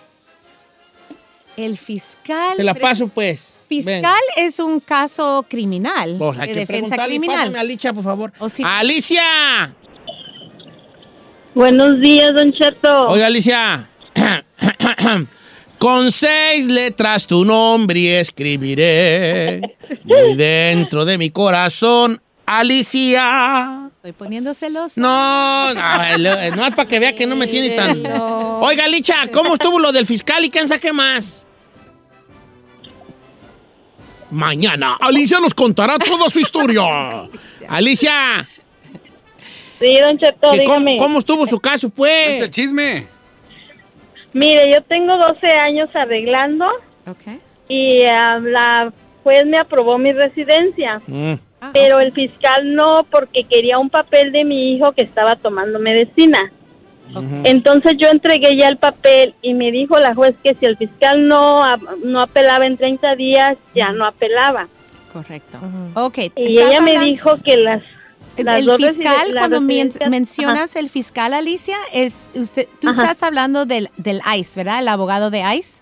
[SPEAKER 14] El fiscal.
[SPEAKER 2] Te la paso, pues.
[SPEAKER 14] Fiscal
[SPEAKER 2] Ven.
[SPEAKER 14] es un caso criminal,
[SPEAKER 2] Pues, hay
[SPEAKER 14] de
[SPEAKER 2] que
[SPEAKER 14] defensa
[SPEAKER 2] preguntarle y
[SPEAKER 14] criminal.
[SPEAKER 2] pásame a Alicia, por favor.
[SPEAKER 14] O si-
[SPEAKER 2] ¡Alicia!
[SPEAKER 16] Buenos días, Don Cheto.
[SPEAKER 2] Oiga, Alicia. Con seis letras tu nombre escribiré. Y dentro de mi corazón, Alicia.
[SPEAKER 14] Estoy poniéndoselos.
[SPEAKER 2] No, no, lo- no es para que vea que no me tiene tan. Oiga, Licha, ¿cómo estuvo lo del fiscal y quién saque más? Mañana, Alicia nos contará toda su historia. Alicia,
[SPEAKER 16] Sí, Don Cheto,
[SPEAKER 2] ¿que cómo,
[SPEAKER 16] dígame.
[SPEAKER 2] cómo estuvo su caso, pues?
[SPEAKER 3] Cuenta chisme.
[SPEAKER 16] Mire, yo tengo 12 años arreglando y ah, la juez me aprobó mi residencia,
[SPEAKER 14] Ah,
[SPEAKER 16] pero el fiscal no porque quería un papel de mi hijo que estaba tomando medicina. Entonces yo entregué ya el papel y me dijo la juez que si el fiscal no, ah, no apelaba en 30 días, ya no apelaba.
[SPEAKER 14] Correcto. Ok.
[SPEAKER 16] Y
[SPEAKER 14] estás
[SPEAKER 16] ella me
[SPEAKER 14] hablando-
[SPEAKER 16] dijo que las...
[SPEAKER 14] El,
[SPEAKER 16] las
[SPEAKER 14] el
[SPEAKER 16] dos
[SPEAKER 14] fiscal,
[SPEAKER 16] residen- las
[SPEAKER 14] cuando men-
[SPEAKER 16] residencias-
[SPEAKER 14] mencionas
[SPEAKER 16] Ajá.
[SPEAKER 14] el fiscal, Alicia, es usted, tú
[SPEAKER 16] Ajá.
[SPEAKER 14] estás hablando del, del ICE, ¿verdad? El abogado de ICE.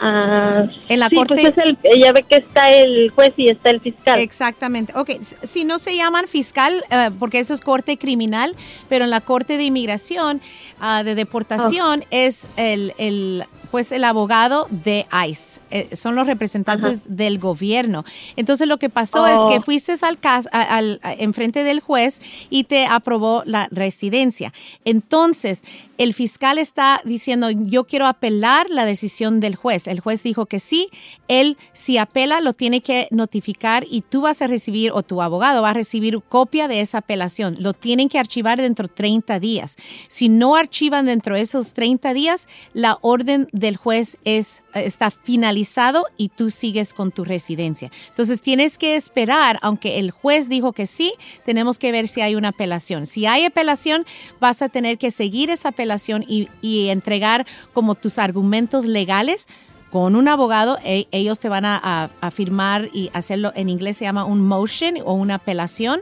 [SPEAKER 16] Ah,
[SPEAKER 14] en la
[SPEAKER 16] sí,
[SPEAKER 14] corte-
[SPEAKER 16] pues es el- ya ve que está el juez y está el fiscal.
[SPEAKER 14] Exactamente. Ok, s- si no se llaman fiscal, eh, porque eso es corte criminal, pero en la corte de inmigración, ah, de deportación,
[SPEAKER 16] Oh.
[SPEAKER 14] es el, el, pues el abogado de ICE. Eh, son los representantes del gobierno. Entonces lo que pasó
[SPEAKER 16] Oh.
[SPEAKER 14] es que fuiste al, cas- a- al a- enfrente del juez y te aprobó la residencia. Entonces el fiscal está diciendo, yo quiero apelar la decisión del juez. El juez dijo que sí, él si apela lo tiene que notificar y tú vas a recibir o tu abogado va a recibir copia de esa apelación. Lo tienen que archivar dentro de 30 días. Si no archivan dentro de esos 30 días, la orden del juez es, eh, está finalizado y tú sigues con tu residencia. Entonces tienes que esperar, aunque el juez dijo que sí, tenemos que ver si hay una apelación. Si hay apelación, vas a tener que seguir esa apelación y, y entregar como tus argumentos legales con un abogado, e- ellos te van a, a- a firmar y hacerlo en inglés se llama un motion o una apelación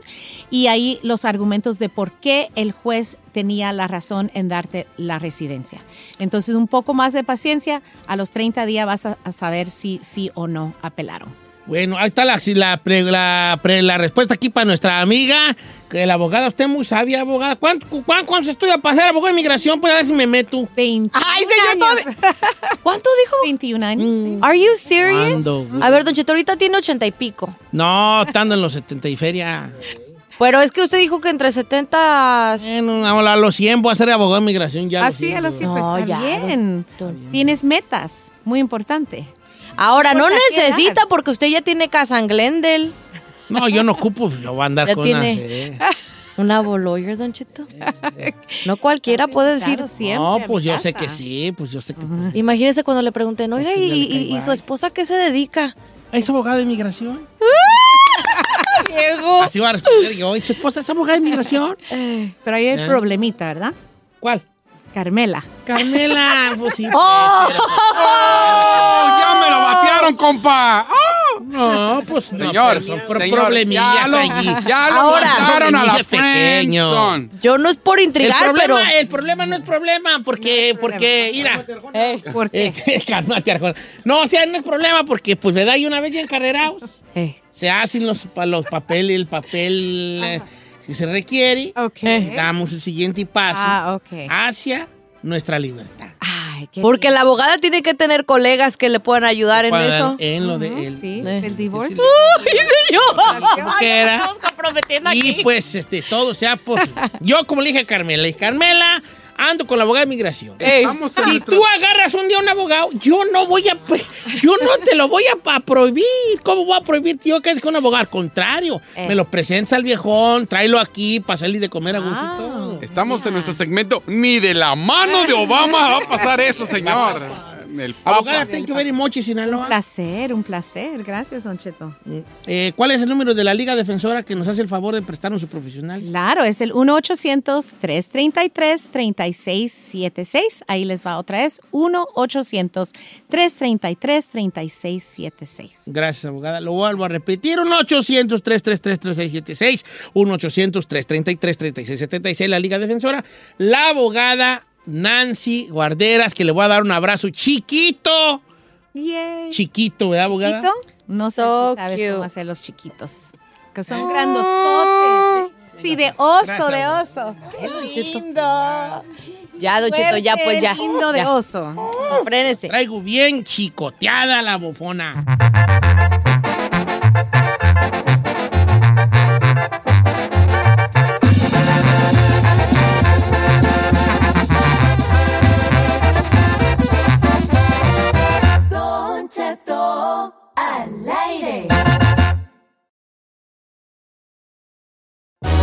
[SPEAKER 14] y ahí los argumentos de por qué el juez tenía la razón en darte la residencia. Entonces un poco más de paciencia, a los 30 días vas a, a saber si sí o no apelaron.
[SPEAKER 2] Bueno, ahí está la, si la, pre- la, pre- la respuesta aquí para nuestra amiga, que la abogada, usted es muy sabia, abogada. ¿Cuánto, cu- cuán- cuánto estudia para ser abogado de inmigración? Pues a ver si me meto.
[SPEAKER 14] 20.
[SPEAKER 4] Ay, señor, ¿Cuánto dijo? "Mm,
[SPEAKER 14] 21 años.
[SPEAKER 4] Are you serious?
[SPEAKER 2] ¿Cuándo?
[SPEAKER 4] A ver, Don Cheto, ahorita tiene 80 y pico.
[SPEAKER 2] No, estando en los 70 y feria.
[SPEAKER 4] Pero es que usted dijo que entre 70.
[SPEAKER 2] Bueno, vamos a los 100 voy a ser abogado de inmigración ya.
[SPEAKER 14] Así a los 100
[SPEAKER 2] 100.
[SPEAKER 4] No,
[SPEAKER 14] está
[SPEAKER 4] ya,
[SPEAKER 14] bien. Tienes metas, muy importante.
[SPEAKER 4] Ahora, no
[SPEAKER 14] ¿Por qué edad?
[SPEAKER 4] necesita porque usted ya tiene casa en Glendale.
[SPEAKER 2] No, yo no ocupo, pues, yo voy a andar
[SPEAKER 4] Ya
[SPEAKER 2] con
[SPEAKER 4] tiene.
[SPEAKER 2] una. sí.
[SPEAKER 4] Una lawyer, Don Cheto. No cualquiera puede decir.
[SPEAKER 2] No, pues yo sé que sí, pues yo sé que.
[SPEAKER 4] Imagínese cuando le pregunten, oiga,
[SPEAKER 2] ya
[SPEAKER 4] ¿y,
[SPEAKER 2] le
[SPEAKER 4] y-
[SPEAKER 2] caigo
[SPEAKER 4] y su
[SPEAKER 2] ahí.
[SPEAKER 4] esposa qué se dedica?
[SPEAKER 2] ¿Es abogado de inmigración?
[SPEAKER 4] Diego.
[SPEAKER 2] pues, Así va a responder yo. ¿Y su esposa es abogada de inmigración?
[SPEAKER 14] Pero ahí hay
[SPEAKER 2] ¿Eh?
[SPEAKER 14] problemita, ¿verdad?
[SPEAKER 2] ¿Cuál?
[SPEAKER 14] Carmela.
[SPEAKER 2] Carmela, pues sí. Oh,
[SPEAKER 4] ¡Oh!
[SPEAKER 3] ¡Ya me lo batearon, compa!
[SPEAKER 2] No, pues no,
[SPEAKER 3] Señor,
[SPEAKER 2] pero son pro-
[SPEAKER 3] señor,
[SPEAKER 2] problemillas
[SPEAKER 3] ya lo-
[SPEAKER 2] allí.
[SPEAKER 3] ya lo mandaron a la Friendzone.
[SPEAKER 4] Yo no es por intrigar,
[SPEAKER 2] el problema,
[SPEAKER 4] pero.
[SPEAKER 2] El problema no es problema, porque, porque, mira.
[SPEAKER 4] Eh,
[SPEAKER 14] ¿Por qué?
[SPEAKER 2] Cálmate, Arjona. No, o sea, no es problema, porque, pues, ¿verdad? Y una vez ya encarrerados, se hacen los, pa- los papel, el papel eh, que se requiere, Eh, damos el siguiente paso
[SPEAKER 4] Ah,
[SPEAKER 2] hacia nuestra libertad.
[SPEAKER 4] Porque la abogada tiene que tener colegas que le puedan ayudar en
[SPEAKER 2] Para-
[SPEAKER 4] eso.
[SPEAKER 2] en lo de el-
[SPEAKER 14] el divorcio.
[SPEAKER 4] ¡Uh! hice yo!
[SPEAKER 2] como quiera. Y pues este, todo sea por. Yo, como le dije a Carmela, y Carmela, ando con la abogada de migración.
[SPEAKER 3] Ey. Estamos en
[SPEAKER 2] si
[SPEAKER 3] nuestro-
[SPEAKER 2] tú agarras un día un abogado, yo no voy a. pe- Yo no te lo voy a, pa- prohibir. ¿Cómo voy a prohibir yo que es con un abogado? Al contrario,
[SPEAKER 3] Eh.
[SPEAKER 2] me lo presenta al viejón, tráelo aquí para salir de comer a gusto.
[SPEAKER 3] Ah,
[SPEAKER 2] y todo.
[SPEAKER 3] Estamos en nuestro segmento. Ni de la mano de Obama va a pasar eso, señor. El
[SPEAKER 2] Abogada,
[SPEAKER 3] Papa.
[SPEAKER 2] thank you very much, Sinaloa.
[SPEAKER 14] Un placer, un placer. Gracias, Don Cheto.
[SPEAKER 2] Eh, ¿Cuál es el número de la Liga Defensora que nos hace el favor de prestarnos sus profesionales?
[SPEAKER 14] Claro, es el 1-800-333-3676. Ahí les va otra vez. 1-800-333-3676.
[SPEAKER 2] Gracias, abogada. Lo vuelvo a repetir. 1-800-333-3676. 1-800-333-3676. La Liga Defensora. La abogada Nancy Guarderas, que le voy a dar un abrazo chiquito.
[SPEAKER 14] Yay.
[SPEAKER 2] Chiquito, ¿verdad, abogada?
[SPEAKER 14] ¿Chiquito? No sé si sabes cómo hacer los chiquitos. Que son grandototes. Sí, de oso, de
[SPEAKER 4] Gracias,
[SPEAKER 14] oso. ¡Qué lindo!
[SPEAKER 4] Ya, Don Cheto, ya,
[SPEAKER 14] Fuerte,
[SPEAKER 4] pues ya.
[SPEAKER 14] lindo de
[SPEAKER 4] Ya.
[SPEAKER 14] oso.
[SPEAKER 4] Frénese.
[SPEAKER 2] Traigo bien chicoteada la bofona.
[SPEAKER 5] Don Cheto al aire.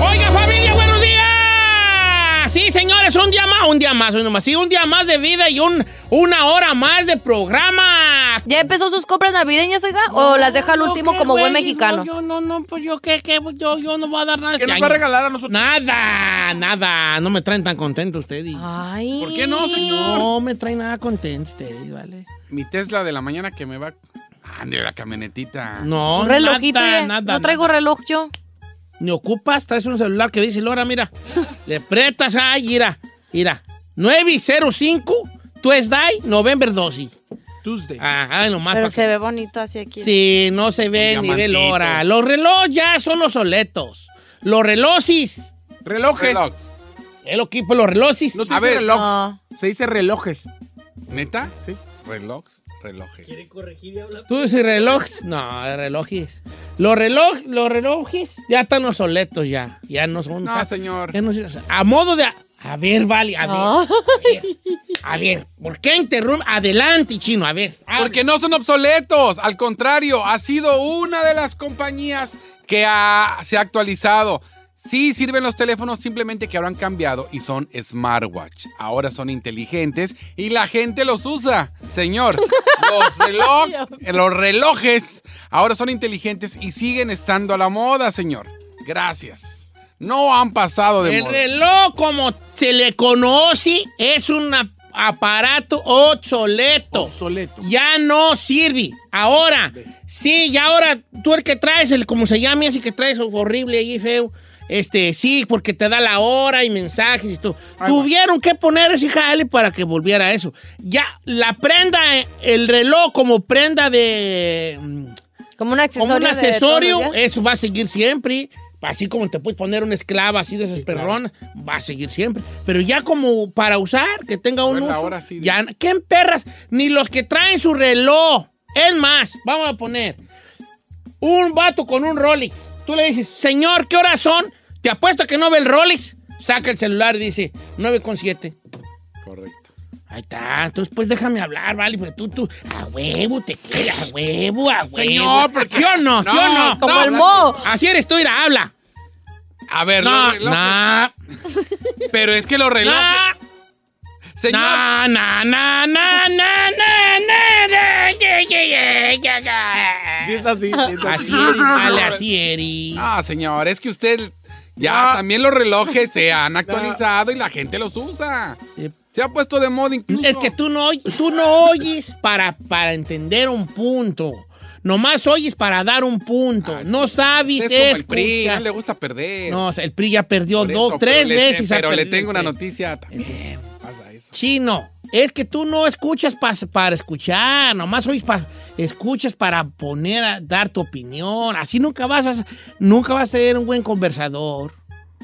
[SPEAKER 2] Oiga, familia, buenos días. Ah, Sí, señores, un día más, un día más, un día más. Sí, un día más de vida y un, una hora más de programa.
[SPEAKER 4] ¿Ya empezó sus compras navideñas, oiga? ¿O las deja al último como buen mexicano?
[SPEAKER 2] yo no, no, pues yo qué, qué, yo, yo no voy a dar nada.
[SPEAKER 4] ¿Qué
[SPEAKER 2] este
[SPEAKER 4] nos va a
[SPEAKER 2] año.
[SPEAKER 10] regalar a nosotros?
[SPEAKER 2] Nada, nada. No me traen tan contento ustedes.
[SPEAKER 4] Ay.
[SPEAKER 2] ¿Por qué no, señor? No me traen nada contento ustedes, ¿vale?
[SPEAKER 3] Mi Tesla de la mañana que me va. Ah, de la camionetita.
[SPEAKER 2] No,
[SPEAKER 4] Un relojito,
[SPEAKER 2] nada,
[SPEAKER 4] oiga.
[SPEAKER 2] nada,
[SPEAKER 4] No traigo reloj yo.
[SPEAKER 2] Ni ocupas, traes un celular que dice Lora, mira. Le pretas, ay, mira, mira. 905, Tuesday, November 12.
[SPEAKER 10] Tuesday.
[SPEAKER 2] Ajá, nomás
[SPEAKER 4] Pero
[SPEAKER 2] pa'
[SPEAKER 4] se ve bonito así aquí.
[SPEAKER 2] Sí, no se ve
[SPEAKER 10] Con
[SPEAKER 2] ni de
[SPEAKER 10] diamantitos.
[SPEAKER 2] hora. Los relojes ya son los soletos. Los relojes.
[SPEAKER 10] Relojes.
[SPEAKER 2] Es lo que pues, los relojes.
[SPEAKER 10] No se dice relojes. Se dice relojes.
[SPEAKER 3] ¿Neta?
[SPEAKER 10] Sí.
[SPEAKER 3] Relojes, relojes.
[SPEAKER 2] Tú dices relojes. No, relojes. Los relojes, los relojes ya están los soletos ya. Ya no son.
[SPEAKER 3] No,
[SPEAKER 2] o sea,
[SPEAKER 3] señor.
[SPEAKER 2] ya no se- a modo de. A ver, vale, a ver. A ver, ¿por qué interrumpe? Adelante, chino, a ver.
[SPEAKER 3] Porque no son obsoletos. Al contrario, ha sido una de las compañías que ha- se ha actualizado. Sí sirven los teléfonos, simplemente que ahora han cambiado y son smartwatch. Ahora son inteligentes y la gente los usa. Señor, los, reloj- los relojes ahora son inteligentes y siguen estando a la moda, señor. Gracias. No han pasado de
[SPEAKER 2] El
[SPEAKER 3] moda.
[SPEAKER 2] reloj, como se le conoce, es un ap- aparato obsoleto. Ya no sirve. Ahora, sí, ya ahora tú el que traes, el como se llame, ese que traes horrible y feo. Este, sí, porque te da la hora y mensajes y todo. Tuvieron que poner ese jale para que volviera a eso. Ya, la prenda, eh, el reloj como prenda de. mm,
[SPEAKER 4] Como un accesorio.
[SPEAKER 2] como un
[SPEAKER 4] de todos los
[SPEAKER 2] accesorio,
[SPEAKER 4] días.
[SPEAKER 2] eso va a seguir siempre. Así como te puedes poner una esclava así de esas perronas, va a seguir siempre. Pero ya como para usar, que tenga un uso,
[SPEAKER 3] ahora sí,
[SPEAKER 2] ya, ¿qué perras? Ni los que traen su reloj. Es más, vamos a poner un vato con un Rolex. Tú le dices, señor, ¿qué horas son? Te apuesto que no ve el Rolex. Saca el celular y dice, 9 con 7.
[SPEAKER 3] Correcto.
[SPEAKER 2] Ahí está, entonces pues déjame hablar, vale, pues tú, tú, a huevo te quieres, a huevo, a huevo.
[SPEAKER 3] Señor, porque-
[SPEAKER 2] ¿Sí o no? ¿Sí o
[SPEAKER 3] No,
[SPEAKER 2] no?
[SPEAKER 3] como
[SPEAKER 2] No,
[SPEAKER 3] el
[SPEAKER 2] no. Así eres tú, mira, habla.
[SPEAKER 3] A ver,
[SPEAKER 2] No,
[SPEAKER 3] los relojes.
[SPEAKER 2] no.
[SPEAKER 3] Pero es que los relojes. Señor.
[SPEAKER 2] Na, na, na, na, na, na, na, na, ye, ye, ye, ye, ye.
[SPEAKER 10] Es así. Es
[SPEAKER 2] Así eres, vale, así eres.
[SPEAKER 3] Ah, señor, es que usted. Ya, también los relojes se han actualizado y la gente los usa. Se ha puesto de moda incluso.
[SPEAKER 2] Es que tú no, oy- tú no oyes para, para entender un punto. Nomás oyes para dar un punto. no sabes
[SPEAKER 3] Usted Ah, es como el PRI,
[SPEAKER 2] escuchar.
[SPEAKER 3] no le gusta perder.
[SPEAKER 2] No, o sea, el PRI ya perdió
[SPEAKER 3] Por eso,
[SPEAKER 2] dos,
[SPEAKER 3] pero
[SPEAKER 2] tres
[SPEAKER 3] le-
[SPEAKER 2] veces. ha
[SPEAKER 3] Pero le
[SPEAKER 2] perdido
[SPEAKER 3] tengo una
[SPEAKER 2] el PRI.
[SPEAKER 3] noticia también. Pasa eso.
[SPEAKER 2] Chino, es que tú no escuchas pa- para escuchar, nomás oyes pa- escuchas para poner a dar tu opinión. Así nunca vas a nunca vas a ser un buen conversador.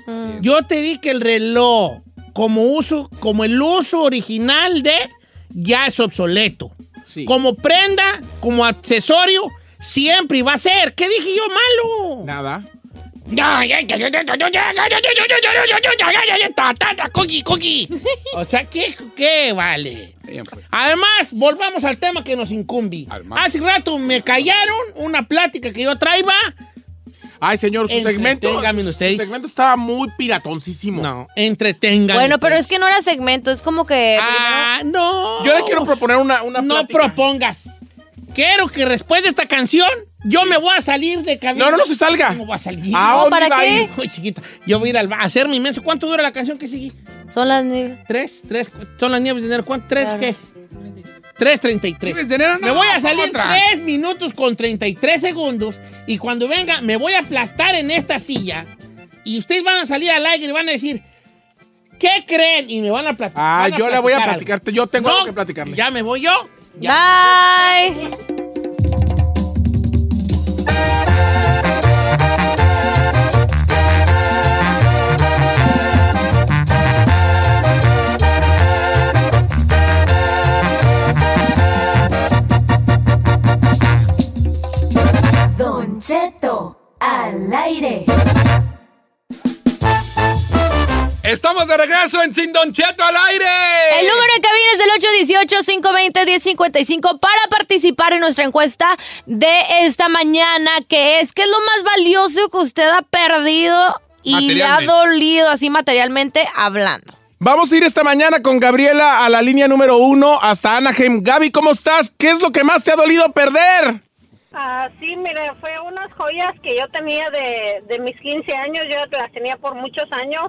[SPEAKER 10] Mm.
[SPEAKER 2] Yo te di que el reloj, como uso, como el uso original de, ya es obsoleto. Como prenda, como accesorio, siempre va a ser. ¿Qué dije yo malo?
[SPEAKER 10] Nada.
[SPEAKER 2] Coqui, coqui. O sea, ¿qué, qué vale? Además, volvamos al tema que nos incumbe. Hace rato me callaron una plática que yo traía.
[SPEAKER 10] Ay, señor, su segmento.
[SPEAKER 2] Entreténgame
[SPEAKER 10] Su segmento estaba muy piratoncísimo. pues, No,
[SPEAKER 2] entretengan.
[SPEAKER 4] Bueno, pero es que no era segmento, es como que.
[SPEAKER 2] Ah, no.
[SPEAKER 10] Yo le quiero proponer una, una
[SPEAKER 2] No propongas. Quiero que después de esta canción, yo me voy a salir de cabina.
[SPEAKER 10] No, no, no se salga. Ah,
[SPEAKER 2] No voy a salir.
[SPEAKER 10] ¿A No, dónde ¿para va a qué? ir?
[SPEAKER 2] Uy, chiquita. Yo voy a ir al ba- a hacer mi menso. ¿Cuánto dura la canción que sigue?
[SPEAKER 4] Son las nieves.
[SPEAKER 2] ¿Tres? ¿Tres? ¿Son las nieves de enero? ¿Cuánto? ¿Tres qué? 3.33.
[SPEAKER 3] Nieves de enero, no,
[SPEAKER 2] me voy a
[SPEAKER 3] ¿cómo
[SPEAKER 2] salir
[SPEAKER 3] otra?
[SPEAKER 2] 3 minutos con 33 segundos y cuando venga me voy a aplastar en esta silla y ustedes van a salir al aire y van a decir, ¿qué creen? Y me van a platicar.
[SPEAKER 10] Ah,
[SPEAKER 2] van
[SPEAKER 10] yo le voy a
[SPEAKER 2] algo.
[SPEAKER 10] platicarte. Yo tengo
[SPEAKER 2] No,
[SPEAKER 10] algo que platicarle.
[SPEAKER 2] Ya me voy yo.
[SPEAKER 4] Bye.
[SPEAKER 5] Don Cheto al aire.
[SPEAKER 3] Estamos de regreso en Sin Don Cheto al aire.
[SPEAKER 4] El número en cabina es el 818-520-1055 para participar en nuestra encuesta de esta mañana, que es ¿qué es lo más valioso que usted ha perdido y le ha
[SPEAKER 10] Materialmente.
[SPEAKER 4] dolido así materialmente hablando?
[SPEAKER 10] Vamos a ir esta mañana con Gabriela a la línea número uno hasta Anaheim. Gaby, ¿cómo estás? ¿Qué es lo que más te ha dolido perder?
[SPEAKER 16] Ah, sí, mire, fue unas joyas que yo tenía de, de mis 15 años, yo las tenía por muchos años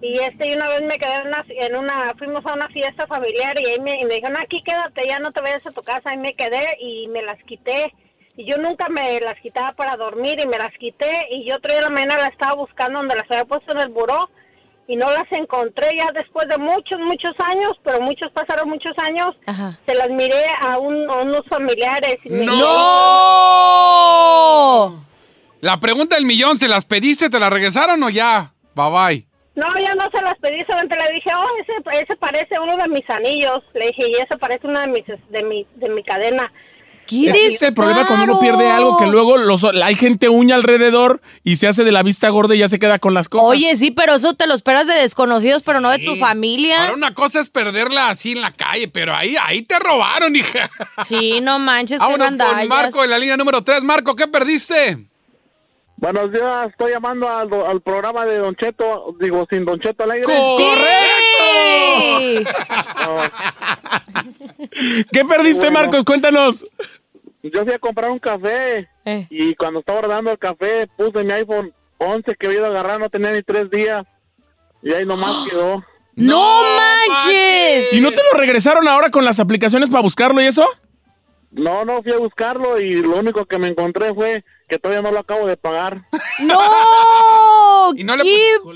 [SPEAKER 16] y este y una vez me quedé en una, en una- fuimos a una fiesta familiar y ahí me, y me dijeron, aquí quédate, ya no te vayas a tu casa, y me quedé y me las quité. Y yo nunca me las quitaba para dormir y me las quité y yo otra día de la mañana las estaba buscando donde las había puesto en el buró y no las encontré ya después de muchos, muchos años, pero muchos pasaron muchos años, se las miré a, un- a unos familiares. y me-
[SPEAKER 3] ¡No! La pregunta del millón, ¿se las pediste? ¿Te las regresaron o ya? Bye bye.
[SPEAKER 16] No, yo no se las pedí, solamente le dije, oh, ese, ese parece uno de mis anillos. Le dije, y ese parece una de mis, de mi, de mi cadena.
[SPEAKER 10] Ese es el problema cuando uno pierde algo que luego los, hay gente uña alrededor y se hace de la vista gorda y ya se queda con las cosas.
[SPEAKER 4] Oye, sí, pero eso te lo esperas de desconocidos, pero no de tu familia.
[SPEAKER 3] Ahora una cosa es perderla así en la calle, pero ahí, ahí te robaron, hija.
[SPEAKER 4] Sí, no manches, qué
[SPEAKER 3] Vámonos con
[SPEAKER 4] bandallas.
[SPEAKER 3] Marco en la línea número 3. Marco, ¿qué perdiste?
[SPEAKER 17] Buenos
[SPEAKER 18] Pues
[SPEAKER 17] días, estoy llamando al, do- al programa de Don Cheto, digo, sin Don Cheto al aire.
[SPEAKER 10] ¡Correcto! ¿Qué perdiste,
[SPEAKER 17] Bueno.
[SPEAKER 10] Marcos? Cuéntanos.
[SPEAKER 17] Yo fui a comprar un café
[SPEAKER 4] Eh.
[SPEAKER 17] y cuando estaba guardando el café puse mi iPhone 11 que había ido a agarrar, no tenía ni tres días y ahí nomás quedó.
[SPEAKER 4] ¡No manches!
[SPEAKER 10] ¿Y no te lo regresaron ahora con las aplicaciones para buscarlo y eso?
[SPEAKER 17] No, no, fui a buscarlo y lo único que me encontré fue que todavía no lo acabo de pagar.
[SPEAKER 4] ¡No!
[SPEAKER 3] Y no le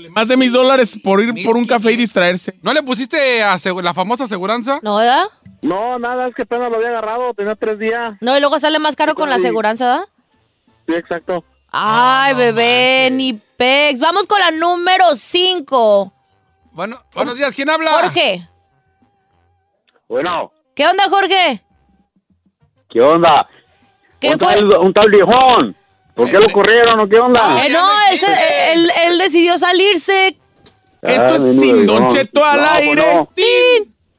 [SPEAKER 10] Más de mis dólares por ir por un café y distraerse.
[SPEAKER 3] ¿No le pusiste asegu- la famosa aseguranza?
[SPEAKER 4] ¿No, verdad?
[SPEAKER 17] No, nada, es que apenas lo había agarrado, tenía tres días.
[SPEAKER 4] No, y luego sale más caro con la
[SPEAKER 17] Sí.
[SPEAKER 4] aseguranza, ¿verdad?
[SPEAKER 17] Sí, exacto.
[SPEAKER 3] Ah,
[SPEAKER 4] Ay, bebé, ni pex. Vamos con la número 5.
[SPEAKER 3] Bueno, buenos días, ¿quién habla?
[SPEAKER 4] Jorge.
[SPEAKER 18] Bueno,
[SPEAKER 4] ¿Qué onda, Jorge?
[SPEAKER 18] ¿qué onda?
[SPEAKER 4] ¿Qué
[SPEAKER 18] un,
[SPEAKER 4] fue?
[SPEAKER 18] Tal, un tal viejón. ¿Por
[SPEAKER 10] Eh,
[SPEAKER 18] qué lo corrieron o qué onda?
[SPEAKER 4] Eh, no, él, se- él- él decidió salirse.
[SPEAKER 18] Ah,
[SPEAKER 10] Esto es
[SPEAKER 18] menudo
[SPEAKER 10] sin
[SPEAKER 18] viejón.
[SPEAKER 10] Don Cheto al
[SPEAKER 18] No, pues
[SPEAKER 10] aire.
[SPEAKER 18] no.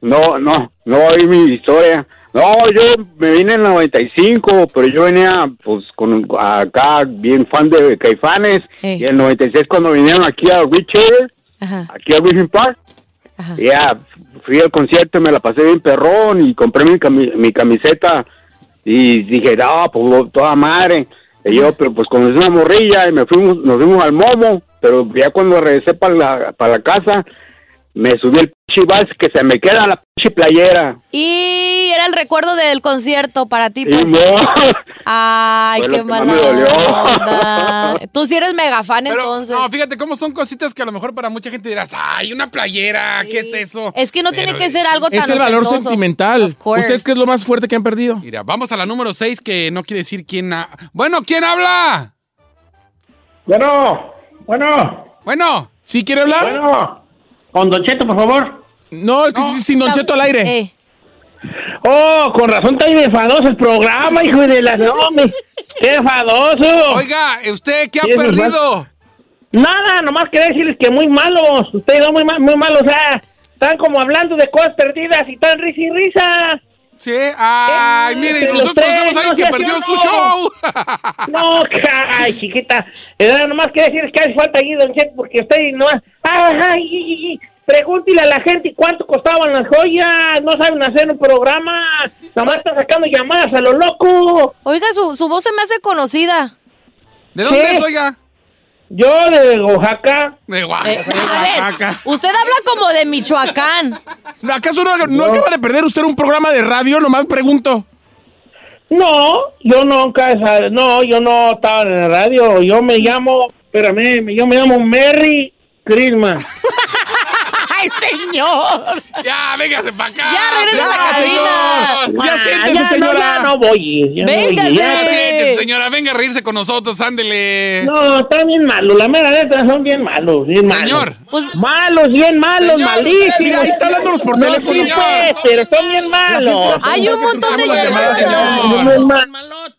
[SPEAKER 18] No, no, no oí mi historia. No, yo me vine en el 95, pero yo venía pues con acá bien fan de Caifanes y en el 96 cuando vinieron aquí a Richard, aquí a Griffin Park, ya fui al concierto, me la pasé bien perrón y compré mi, cami- mi camiseta y dije, no, pues lo- toda madre. Y yo, pero pues conocí una morrilla y me fuimos, nos fuimos al momo, pero ya cuando regresé para la, para la casa, me subí el pinche bus que se me queda la pinche playera.
[SPEAKER 4] Y era el recuerdo del concierto para ti. pues.
[SPEAKER 18] Y no,
[SPEAKER 4] Ay,
[SPEAKER 18] Fue lo
[SPEAKER 4] qué
[SPEAKER 18] que más
[SPEAKER 4] mala
[SPEAKER 18] me dolió.
[SPEAKER 4] onda. Tú sí Ah, eres mega fan,
[SPEAKER 3] Pero,
[SPEAKER 4] entonces.
[SPEAKER 3] No, fíjate cómo son cositas que a lo mejor para mucha gente dirás, ay, una playera, ¿qué es eso?
[SPEAKER 4] Es que no tiene
[SPEAKER 3] Pero,
[SPEAKER 4] que ser algo tan
[SPEAKER 10] Es el valor
[SPEAKER 4] ostentoso.
[SPEAKER 10] sentimental.
[SPEAKER 4] course.
[SPEAKER 10] ¿Ustedes qué es lo más fuerte que han perdido?
[SPEAKER 3] Mira, vamos a la número 6 que no quiere decir quién... ha- Bueno, ¿quién habla?
[SPEAKER 19] Bueno, bueno.
[SPEAKER 3] Bueno.
[SPEAKER 10] ¿Sí quiere hablar? Bueno,
[SPEAKER 19] con Don Cheto, por favor.
[SPEAKER 10] No, es que sin Don Cheto al aire.
[SPEAKER 19] Oh, con razón está enfadoso el programa, hijo de la... No, me... ¡Qué enfadoso!
[SPEAKER 3] Oiga, ¿usted qué ha
[SPEAKER 19] Sí, es
[SPEAKER 3] perdido?
[SPEAKER 19] Nada, nomás quería decirles que muy malos. Ustedes son muy, ma- muy malos. O sea, están como hablando de cosas perdidas y están risa y risa.
[SPEAKER 3] Sí, ay, mire,
[SPEAKER 19] entre Eh, los
[SPEAKER 3] nosotros
[SPEAKER 19] tres,
[SPEAKER 3] somos alguien
[SPEAKER 19] no
[SPEAKER 3] que
[SPEAKER 19] sea
[SPEAKER 3] perdió
[SPEAKER 19] yo,
[SPEAKER 3] su
[SPEAKER 19] no.
[SPEAKER 3] show.
[SPEAKER 19] No, ay, chiquita. Era nomás quería decirles que hace falta ahí, don Chet, porque usted nomás. Ay, y, y, y, Pregúntele a la gente cuánto costaban las joyas. No saben hacer un programa. Nomás está sacando llamadas a lo loco.
[SPEAKER 4] Oiga, su, su voz se me hace conocida.
[SPEAKER 3] ¿De
[SPEAKER 4] dónde es, oiga?
[SPEAKER 19] Yo de Oaxaca.
[SPEAKER 3] De
[SPEAKER 10] Ah.
[SPEAKER 4] A ver, usted habla como de Michoacán.
[SPEAKER 10] ¿Acaso no, no acaba de perder usted un programa de radio? Nomás pregunto.
[SPEAKER 19] No, yo nunca, esa- no, yo no estaba en la radio. Yo me llamo, espérame, me- yo me llamo Merry Christmas.
[SPEAKER 4] ¡Ay, señor!
[SPEAKER 3] Ya, véngase para acá.
[SPEAKER 4] Ya, regresa a la cabina.
[SPEAKER 3] Ah, Ya siéntese,
[SPEAKER 19] ya no,
[SPEAKER 3] señora.
[SPEAKER 19] ya no voy. ya no voy,
[SPEAKER 3] Ya,
[SPEAKER 19] ya.
[SPEAKER 3] siéntese, señora, venga a reírse con nosotros, ándele.
[SPEAKER 19] No, están bien malos, la mera neta, son bien malos, bien malos.
[SPEAKER 3] Señor.
[SPEAKER 2] Pues,
[SPEAKER 19] malos, bien malos,
[SPEAKER 3] Señor,
[SPEAKER 19] malísimos.
[SPEAKER 3] mira, ahí está hablándonos por
[SPEAKER 19] No,
[SPEAKER 3] teléfono.
[SPEAKER 19] sí, pues, pero son bien malos.
[SPEAKER 4] Hay un montón de llamadas.
[SPEAKER 19] Son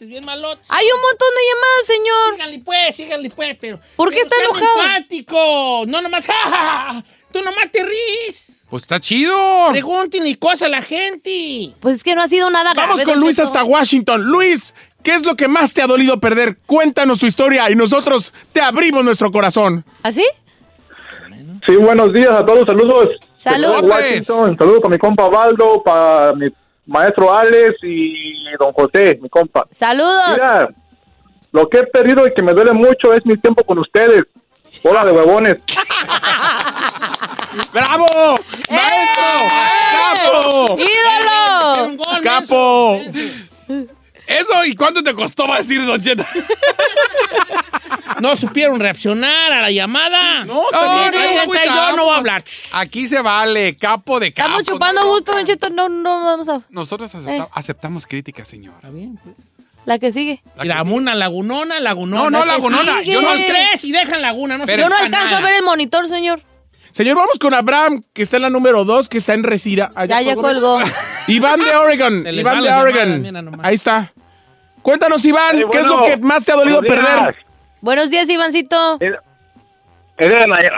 [SPEAKER 19] bien malos.
[SPEAKER 4] Hay un montón de llamadas, señor.
[SPEAKER 2] Síganle pues, síganle pues, pero...
[SPEAKER 4] ¿Por qué está
[SPEAKER 2] pero sea
[SPEAKER 4] enojado?
[SPEAKER 2] simpático. No nomás, ja, ja, ja. Tú nomás te ríes.
[SPEAKER 3] Pues está chido.
[SPEAKER 2] Pregúntenle cosas a la gente.
[SPEAKER 4] Pues es que no ha sido nada grave.
[SPEAKER 10] Vamos con
[SPEAKER 4] don
[SPEAKER 10] Luis
[SPEAKER 4] Cheto.
[SPEAKER 10] hasta Washington. Luis, ¿qué es lo que más te ha dolido perder? Cuéntanos tu historia y nosotros te abrimos nuestro corazón.
[SPEAKER 14] ¿Ah,
[SPEAKER 4] ¿Así?
[SPEAKER 20] Sí, buenos días a todos, saludos.
[SPEAKER 4] Saludos.
[SPEAKER 20] Desde Washington, saludos para mi compa Baldo, para mi maestro Alex y don José, mi compa.
[SPEAKER 4] Saludos.
[SPEAKER 20] Mira, lo que he perdido y que me duele mucho es mi tiempo con ustedes. Hola de huevones.
[SPEAKER 10] ¡Bravo! ¡Maestro! ¡Capo!
[SPEAKER 4] ¡Ídolo!
[SPEAKER 10] ¡Capo!
[SPEAKER 3] Eso, ¿y cuánto te costó va a decir, Don Cheto?
[SPEAKER 2] No supieron reaccionar a la llamada. No,
[SPEAKER 3] también.
[SPEAKER 2] no,
[SPEAKER 3] Ahí está,
[SPEAKER 2] yo no voy a hablar.
[SPEAKER 3] pues, Aquí se vale, capo de capo.
[SPEAKER 4] Estamos chupando gusto, Don Cheto. Ah, pues, No, no, vamos a.
[SPEAKER 3] Nosotros
[SPEAKER 4] Eh.
[SPEAKER 3] acepta- aceptamos críticas, señora.
[SPEAKER 4] pues. La que sigue.
[SPEAKER 2] La muna, lagunona, lagunona.
[SPEAKER 3] No, no, lagunona,
[SPEAKER 4] yo no-
[SPEAKER 2] Son tres y dejan laguna. No
[SPEAKER 4] Yo no alcanzo a ver el monitor, señor.
[SPEAKER 10] Señor, vamos con Abraham, que está en la número 2, que está en Resira.
[SPEAKER 4] Ya, ya colgó.
[SPEAKER 10] Iván de Oregon.
[SPEAKER 2] Se les
[SPEAKER 10] Iván
[SPEAKER 2] va
[SPEAKER 10] de
[SPEAKER 2] la
[SPEAKER 10] Oregon.
[SPEAKER 2] llamada, mira nomás.
[SPEAKER 10] Ahí está. Cuéntanos, Iván,
[SPEAKER 20] Eh,
[SPEAKER 10] ¿qué es lo
[SPEAKER 20] bueno,
[SPEAKER 10] que más te ha dolido
[SPEAKER 20] buenos días.
[SPEAKER 10] perder?
[SPEAKER 4] Buenos días, Ivancito.
[SPEAKER 20] Era,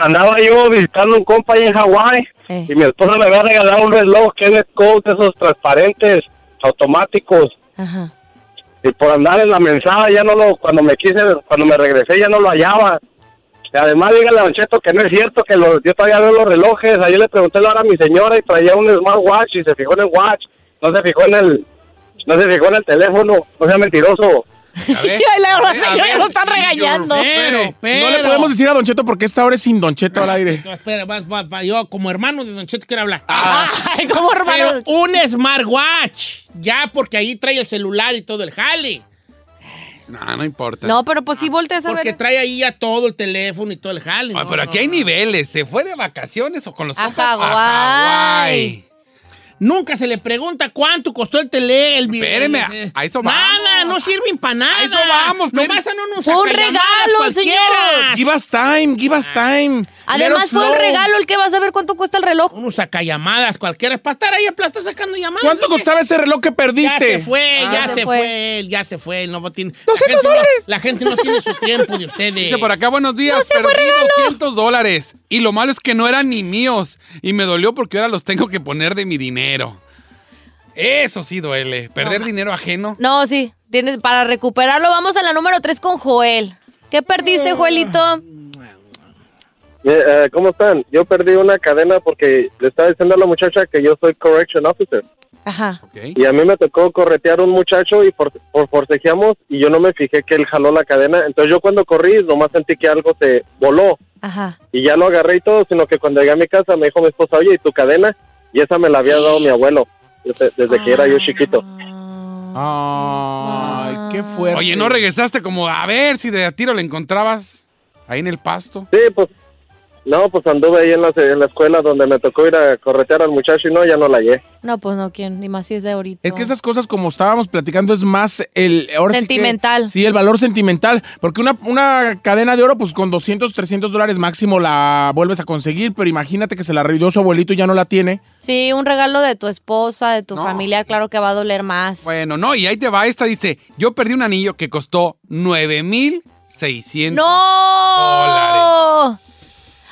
[SPEAKER 20] andaba yo visitando un compa ahí en Hawái y mi esposa me había regalado un reloj que es de Coast, esos transparentes, automáticos.
[SPEAKER 4] Ajá.
[SPEAKER 20] Y por andar en la mensada ya no lo, cuando me quise, cuando me regresé ya no lo hallaba. Y además dígale a Don Cheto que no es cierto que los, yo todavía veo los relojes. Ayer le pregunté la hora a mi señora y traía un smartwatch y se fijó en el watch. No se fijó en el, no se fijó en el teléfono. No sea mentiroso.
[SPEAKER 4] Ay, la
[SPEAKER 2] A
[SPEAKER 4] verdad,
[SPEAKER 2] ver, a
[SPEAKER 4] señor,
[SPEAKER 2] ver,
[SPEAKER 4] lo están regañando.
[SPEAKER 2] Pero, pero.
[SPEAKER 10] No le podemos decir a Don Cheto porque esta hora es sin Don Cheto al aire.
[SPEAKER 2] No, espera, va- va- va, yo como hermano de Don Cheto quiero hablar.
[SPEAKER 3] Ah.
[SPEAKER 4] Ay, como hermano.
[SPEAKER 2] Pero un smartwatch. Ya, porque ahí trae el celular y todo el jale.
[SPEAKER 3] No, no importa.
[SPEAKER 4] No, pero pues sí volteas a
[SPEAKER 2] Porque
[SPEAKER 4] ver.
[SPEAKER 2] trae ahí ya todo el teléfono y todo el jale.
[SPEAKER 3] Ay,
[SPEAKER 2] no,
[SPEAKER 3] Ah, pero aquí hay niveles. ¿Se fue de vacaciones o con los
[SPEAKER 4] A
[SPEAKER 3] compas?
[SPEAKER 4] Hawái.
[SPEAKER 2] Nunca se le pregunta cuánto costó el tele, el video.
[SPEAKER 3] Espéreme, a eso vamos.
[SPEAKER 2] Nada, no sirven para nada.
[SPEAKER 3] A eso vamos,
[SPEAKER 2] Nomás
[SPEAKER 3] espéreme.
[SPEAKER 2] son unos
[SPEAKER 4] Fue un
[SPEAKER 2] sacallamadas
[SPEAKER 4] regalo,
[SPEAKER 2] cualquiera.
[SPEAKER 10] Give us time, give us
[SPEAKER 2] Ah.
[SPEAKER 10] time. Let
[SPEAKER 4] Además,
[SPEAKER 10] us
[SPEAKER 4] fue un
[SPEAKER 10] know.
[SPEAKER 4] regalo el que vas a ver cuánto cuesta el reloj.
[SPEAKER 2] Unos sacallamadas cualquiera. Para estar ahí aplasta sacando llamadas.
[SPEAKER 10] ¿Cuánto
[SPEAKER 2] oye.
[SPEAKER 10] costaba ese reloj que
[SPEAKER 2] Ya
[SPEAKER 10] perdiste?
[SPEAKER 2] se fue,
[SPEAKER 10] Ah.
[SPEAKER 2] ya
[SPEAKER 4] se
[SPEAKER 2] se
[SPEAKER 4] fue.
[SPEAKER 2] fue, él, ya se fue. él No tiene,
[SPEAKER 10] 200
[SPEAKER 2] la gente no-
[SPEAKER 10] dólares.
[SPEAKER 2] la gente no tiene su tiempo de ustedes.
[SPEAKER 3] Dice por acá, buenos días. Perdí 200 dólares. Y lo malo es que no eran ni míos. Y me dolió porque ahora los tengo que poner de mi dinero. Eso sí duele. Perder dinero ajeno.
[SPEAKER 4] No, sí. Tienes, para recuperarlo, vamos a la número 3 con Joel. ¿Qué perdiste, Joelito?
[SPEAKER 20] Eh, eh, ¿Cómo están? Yo perdí una cadena porque le estaba diciendo a la muchacha que yo soy correction officer.
[SPEAKER 4] Ajá.
[SPEAKER 20] Y a mí me tocó corretear un muchacho y por, por forcejeamos y yo no me fijé que él jaló la cadena. Entonces yo cuando corrí nomás sentí que algo se voló
[SPEAKER 4] Ajá.
[SPEAKER 20] y ya lo agarré y todo, sino que cuando llegué a mi casa me dijo mi esposa, oye, ¿y tu cadena? Y esa me la había dado mi abuelo desde, desde que era yo
[SPEAKER 4] Ah.
[SPEAKER 20] chiquito.
[SPEAKER 10] Ay, qué fuerte.
[SPEAKER 3] Oye, ¿no regresaste como a ver si de a tiro le encontrabas ahí en el pasto?
[SPEAKER 20] Sí, pues No, pues anduve ahí en la, en la escuela donde me tocó ir a corretear al muchacho y no, ya no la hallé.
[SPEAKER 4] No, pues no, ¿quién? Ni más si es de ahorita.
[SPEAKER 10] Es que esas cosas, como estábamos platicando, es más el... ahora sí que-
[SPEAKER 4] Sentimental.
[SPEAKER 10] Sí, el valor sentimental. Porque una, una cadena de oro, pues con 200, 300 dólares máximo la vuelves a conseguir. Pero imagínate que se la revidió su abuelito y ya no la tiene.
[SPEAKER 4] Sí, un regalo de tu esposa, de tu familiar, claro que va a doler más.
[SPEAKER 21] Bueno, no, y ahí te va esta, dice, yo perdí un anillo que costó 9,600.
[SPEAKER 4] ¡No!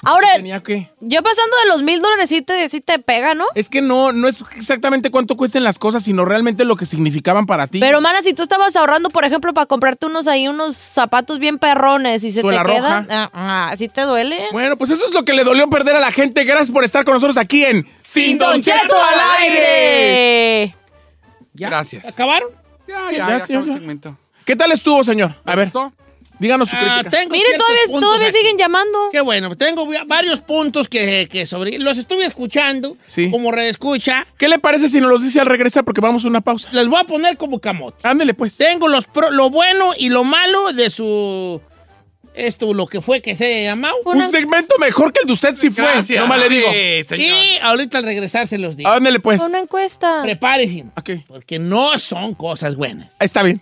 [SPEAKER 4] Ahora,
[SPEAKER 10] ¿Tenía qué?
[SPEAKER 4] yo pasando de los mil dólares sí te, sí te pega, ¿no?
[SPEAKER 10] Es que no, no es exactamente cuánto cuesten las cosas, sino realmente lo que significaban para ti.
[SPEAKER 4] Pero, mana, si tú estabas ahorrando, por ejemplo, para comprarte unos ahí, unos zapatos bien perrones y se
[SPEAKER 10] Suela
[SPEAKER 4] te quedan,
[SPEAKER 10] roja.
[SPEAKER 4] ah, ah, ¿sí te duele?
[SPEAKER 10] Bueno, pues eso es lo que le dolió perder a la gente. Gracias por estar con nosotros aquí en Sin Don Cheto al aire.
[SPEAKER 4] Eh,
[SPEAKER 10] Gracias. Ah,
[SPEAKER 2] ¿Acabaron?
[SPEAKER 21] Ya,
[SPEAKER 10] ya, acabó el ¿Qué tal estuvo, señor? A ver. Díganos su
[SPEAKER 2] Ah,
[SPEAKER 10] crítica.
[SPEAKER 2] tengo
[SPEAKER 4] Mire,
[SPEAKER 2] ciertos
[SPEAKER 4] todavía-
[SPEAKER 2] puntos
[SPEAKER 4] todavía
[SPEAKER 2] aquí.
[SPEAKER 4] siguen llamando.
[SPEAKER 2] Qué bueno, tengo vi- varios puntos que, que sobre los estuve escuchando
[SPEAKER 10] Sí.
[SPEAKER 2] como reescucha.
[SPEAKER 10] ¿Qué le parece si nos los dice al regresar? Porque vamos a una pausa.
[SPEAKER 2] Les voy a poner como camote.
[SPEAKER 10] Ándele, pues.
[SPEAKER 2] Tengo los pro- lo bueno y lo malo de su esto lo que fue que se llamaba
[SPEAKER 10] Un segmento mejor que el de usted sí fue.
[SPEAKER 21] Gracias.
[SPEAKER 10] No más le digo.
[SPEAKER 21] Sí, señor.
[SPEAKER 2] Y ahorita al regresar se los digo.
[SPEAKER 10] Ándele, pues.
[SPEAKER 4] Una encuesta.
[SPEAKER 2] Prepárese.
[SPEAKER 10] Ok.
[SPEAKER 2] Porque no son cosas buenas.
[SPEAKER 10] Está bien.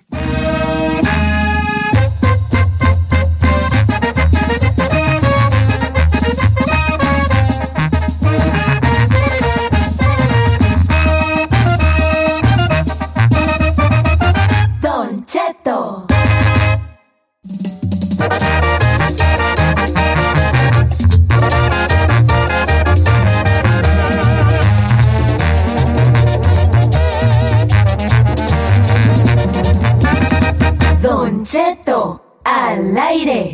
[SPEAKER 5] Don Cheto. Don Cheto, al aire.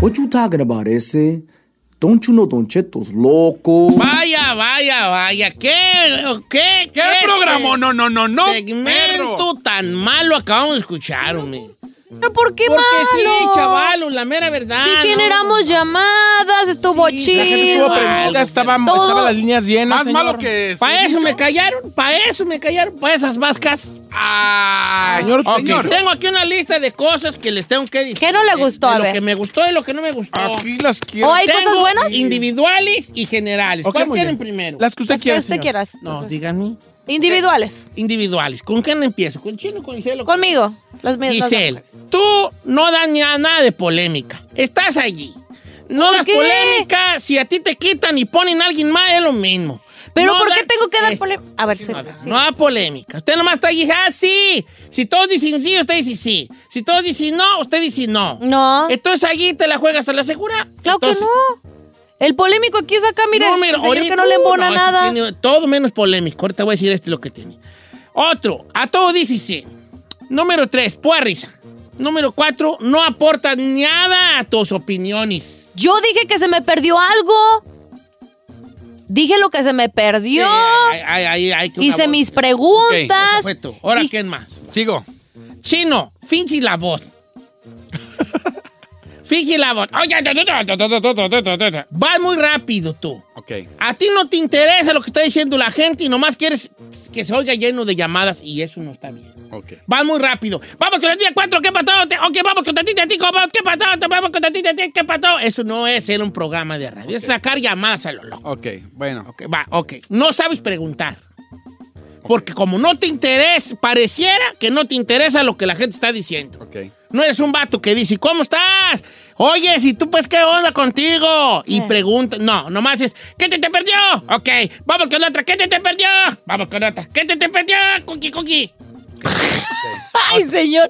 [SPEAKER 22] What you talking about, ese? Don't you know Don Cheto's loco?
[SPEAKER 2] Vaya, vaya, vaya. ¿Qué, qué, qué
[SPEAKER 21] programó?
[SPEAKER 2] se-
[SPEAKER 21] No, no, no, no,
[SPEAKER 2] Segmento
[SPEAKER 21] perro.
[SPEAKER 2] tan malo acabamos de escuchar, hombre.
[SPEAKER 4] ¿Pero por qué
[SPEAKER 2] Porque sí,
[SPEAKER 4] malo?
[SPEAKER 2] chaval, la mera verdad.
[SPEAKER 4] Sí
[SPEAKER 2] ¿no?
[SPEAKER 4] generamos llamadas, estuvo
[SPEAKER 2] la gente
[SPEAKER 4] chido.
[SPEAKER 2] estuvo prendida,
[SPEAKER 10] estaba-
[SPEAKER 4] Todo-
[SPEAKER 10] estaban las líneas llenas.
[SPEAKER 21] Más malo que su
[SPEAKER 2] Para eso
[SPEAKER 21] dicho.
[SPEAKER 2] me callaron, para eso me callaron, para esas vascas.
[SPEAKER 21] Ah,
[SPEAKER 10] señor,
[SPEAKER 2] Ok,
[SPEAKER 10] señor.
[SPEAKER 2] Tengo aquí una lista de cosas que les tengo que decir.
[SPEAKER 4] ¿Qué no le
[SPEAKER 2] de-
[SPEAKER 4] gustó?
[SPEAKER 2] de
[SPEAKER 4] A
[SPEAKER 2] lo
[SPEAKER 4] ver.
[SPEAKER 2] que me gustó y lo que no me gustó.
[SPEAKER 10] Aquí las quiero.
[SPEAKER 4] ¿O hay
[SPEAKER 2] Tengo
[SPEAKER 4] cosas buenas?
[SPEAKER 2] Individuales y generales.
[SPEAKER 10] Ok,
[SPEAKER 2] ¿Cuál
[SPEAKER 10] muy
[SPEAKER 2] quieren
[SPEAKER 10] bien.
[SPEAKER 2] primero?
[SPEAKER 10] Las que usted
[SPEAKER 4] Las que
[SPEAKER 10] quiera.
[SPEAKER 4] usted
[SPEAKER 10] señor.
[SPEAKER 4] quieras.
[SPEAKER 2] No, díganme.
[SPEAKER 4] Individuales.
[SPEAKER 2] Individuales. ¿Con quién empiezo? Eh, ¿Con Chino o con Giselle?
[SPEAKER 4] Conmigo. Las mías. las
[SPEAKER 2] Giselle,
[SPEAKER 4] mías.
[SPEAKER 2] tú no das ni a nada de polémica. Estás allí. No
[SPEAKER 4] ¿Por
[SPEAKER 2] das
[SPEAKER 4] qué?
[SPEAKER 2] polémica. Si a ti te quitan y ponen a alguien más, es lo mismo.
[SPEAKER 4] Pero
[SPEAKER 2] No
[SPEAKER 4] ¿por qué
[SPEAKER 2] da-
[SPEAKER 4] tengo que dar
[SPEAKER 2] es-
[SPEAKER 4] polémica? A ver, sí, sí.
[SPEAKER 2] No da polémica. Usted nomás está allí, ah, sí. Si todos dicen sí, usted dice sí. Si todos dicen no, usted dice no.
[SPEAKER 4] No.
[SPEAKER 2] Entonces allí te la juegas a la segura.
[SPEAKER 4] Claro que
[SPEAKER 2] Entonces-
[SPEAKER 4] no. El polémico aquí es acá, mire.
[SPEAKER 2] No,
[SPEAKER 4] el
[SPEAKER 2] mira,
[SPEAKER 4] señor
[SPEAKER 2] ahorita-
[SPEAKER 4] que no le embona
[SPEAKER 2] no,
[SPEAKER 4] nada.
[SPEAKER 2] este tiene todo menos polémico. Ahorita voy a decir este lo que tiene. Otro, a todo dice sí. Número tres, pura risa. Número cuatro, no aporta nada a tus opiniones.
[SPEAKER 4] Yo dije que se me perdió algo. Dije lo que se me perdió.
[SPEAKER 2] Ay, ay, ay, ay, que una
[SPEAKER 4] Hice
[SPEAKER 2] voz.
[SPEAKER 4] mis
[SPEAKER 2] Esa
[SPEAKER 4] preguntas.
[SPEAKER 2] fue tú. Ahora,
[SPEAKER 4] Y-
[SPEAKER 2] ¿quién más?
[SPEAKER 21] Sigo.
[SPEAKER 2] Chino, finge la voz. finge la voz. Oye, ta, ta, ta, ta, ta, ta, ta, ta, ta, ta. Vas muy rápido tú.
[SPEAKER 21] Ok.
[SPEAKER 2] A ti no te interesa lo que está diciendo la gente y nomás quieres que se oiga lleno de llamadas y eso no está bien.
[SPEAKER 21] Ok.
[SPEAKER 2] Va muy rápido. Vamos con la tía 4, ¿qué pasó? Te- Ok, vamos con tatita tico, vamos, ¿qué pasó? Te- Vamos con tatita tico, ¿qué pasó? Eso no es ser un programa de radio, es sacar llamadas a lo loco.
[SPEAKER 21] Ok, bueno.
[SPEAKER 2] Ok, va, ok. No sabes preguntar. Porque como no te interesa, pareciera que no te interesa lo que la gente está diciendo.
[SPEAKER 21] Ok.
[SPEAKER 2] No eres un vato que dice, ¿cómo estás? Oye, si tú pues, ¿qué onda contigo? Y
[SPEAKER 4] Eh.
[SPEAKER 2] pregunta, no, nomás es, ¿qué te, te perdió? Ok, vamos con otra, ¿qué te, te perdió? Vamos con otra, ¿qué te, te perdió? Cookie, cookie.
[SPEAKER 4] Ay, señor.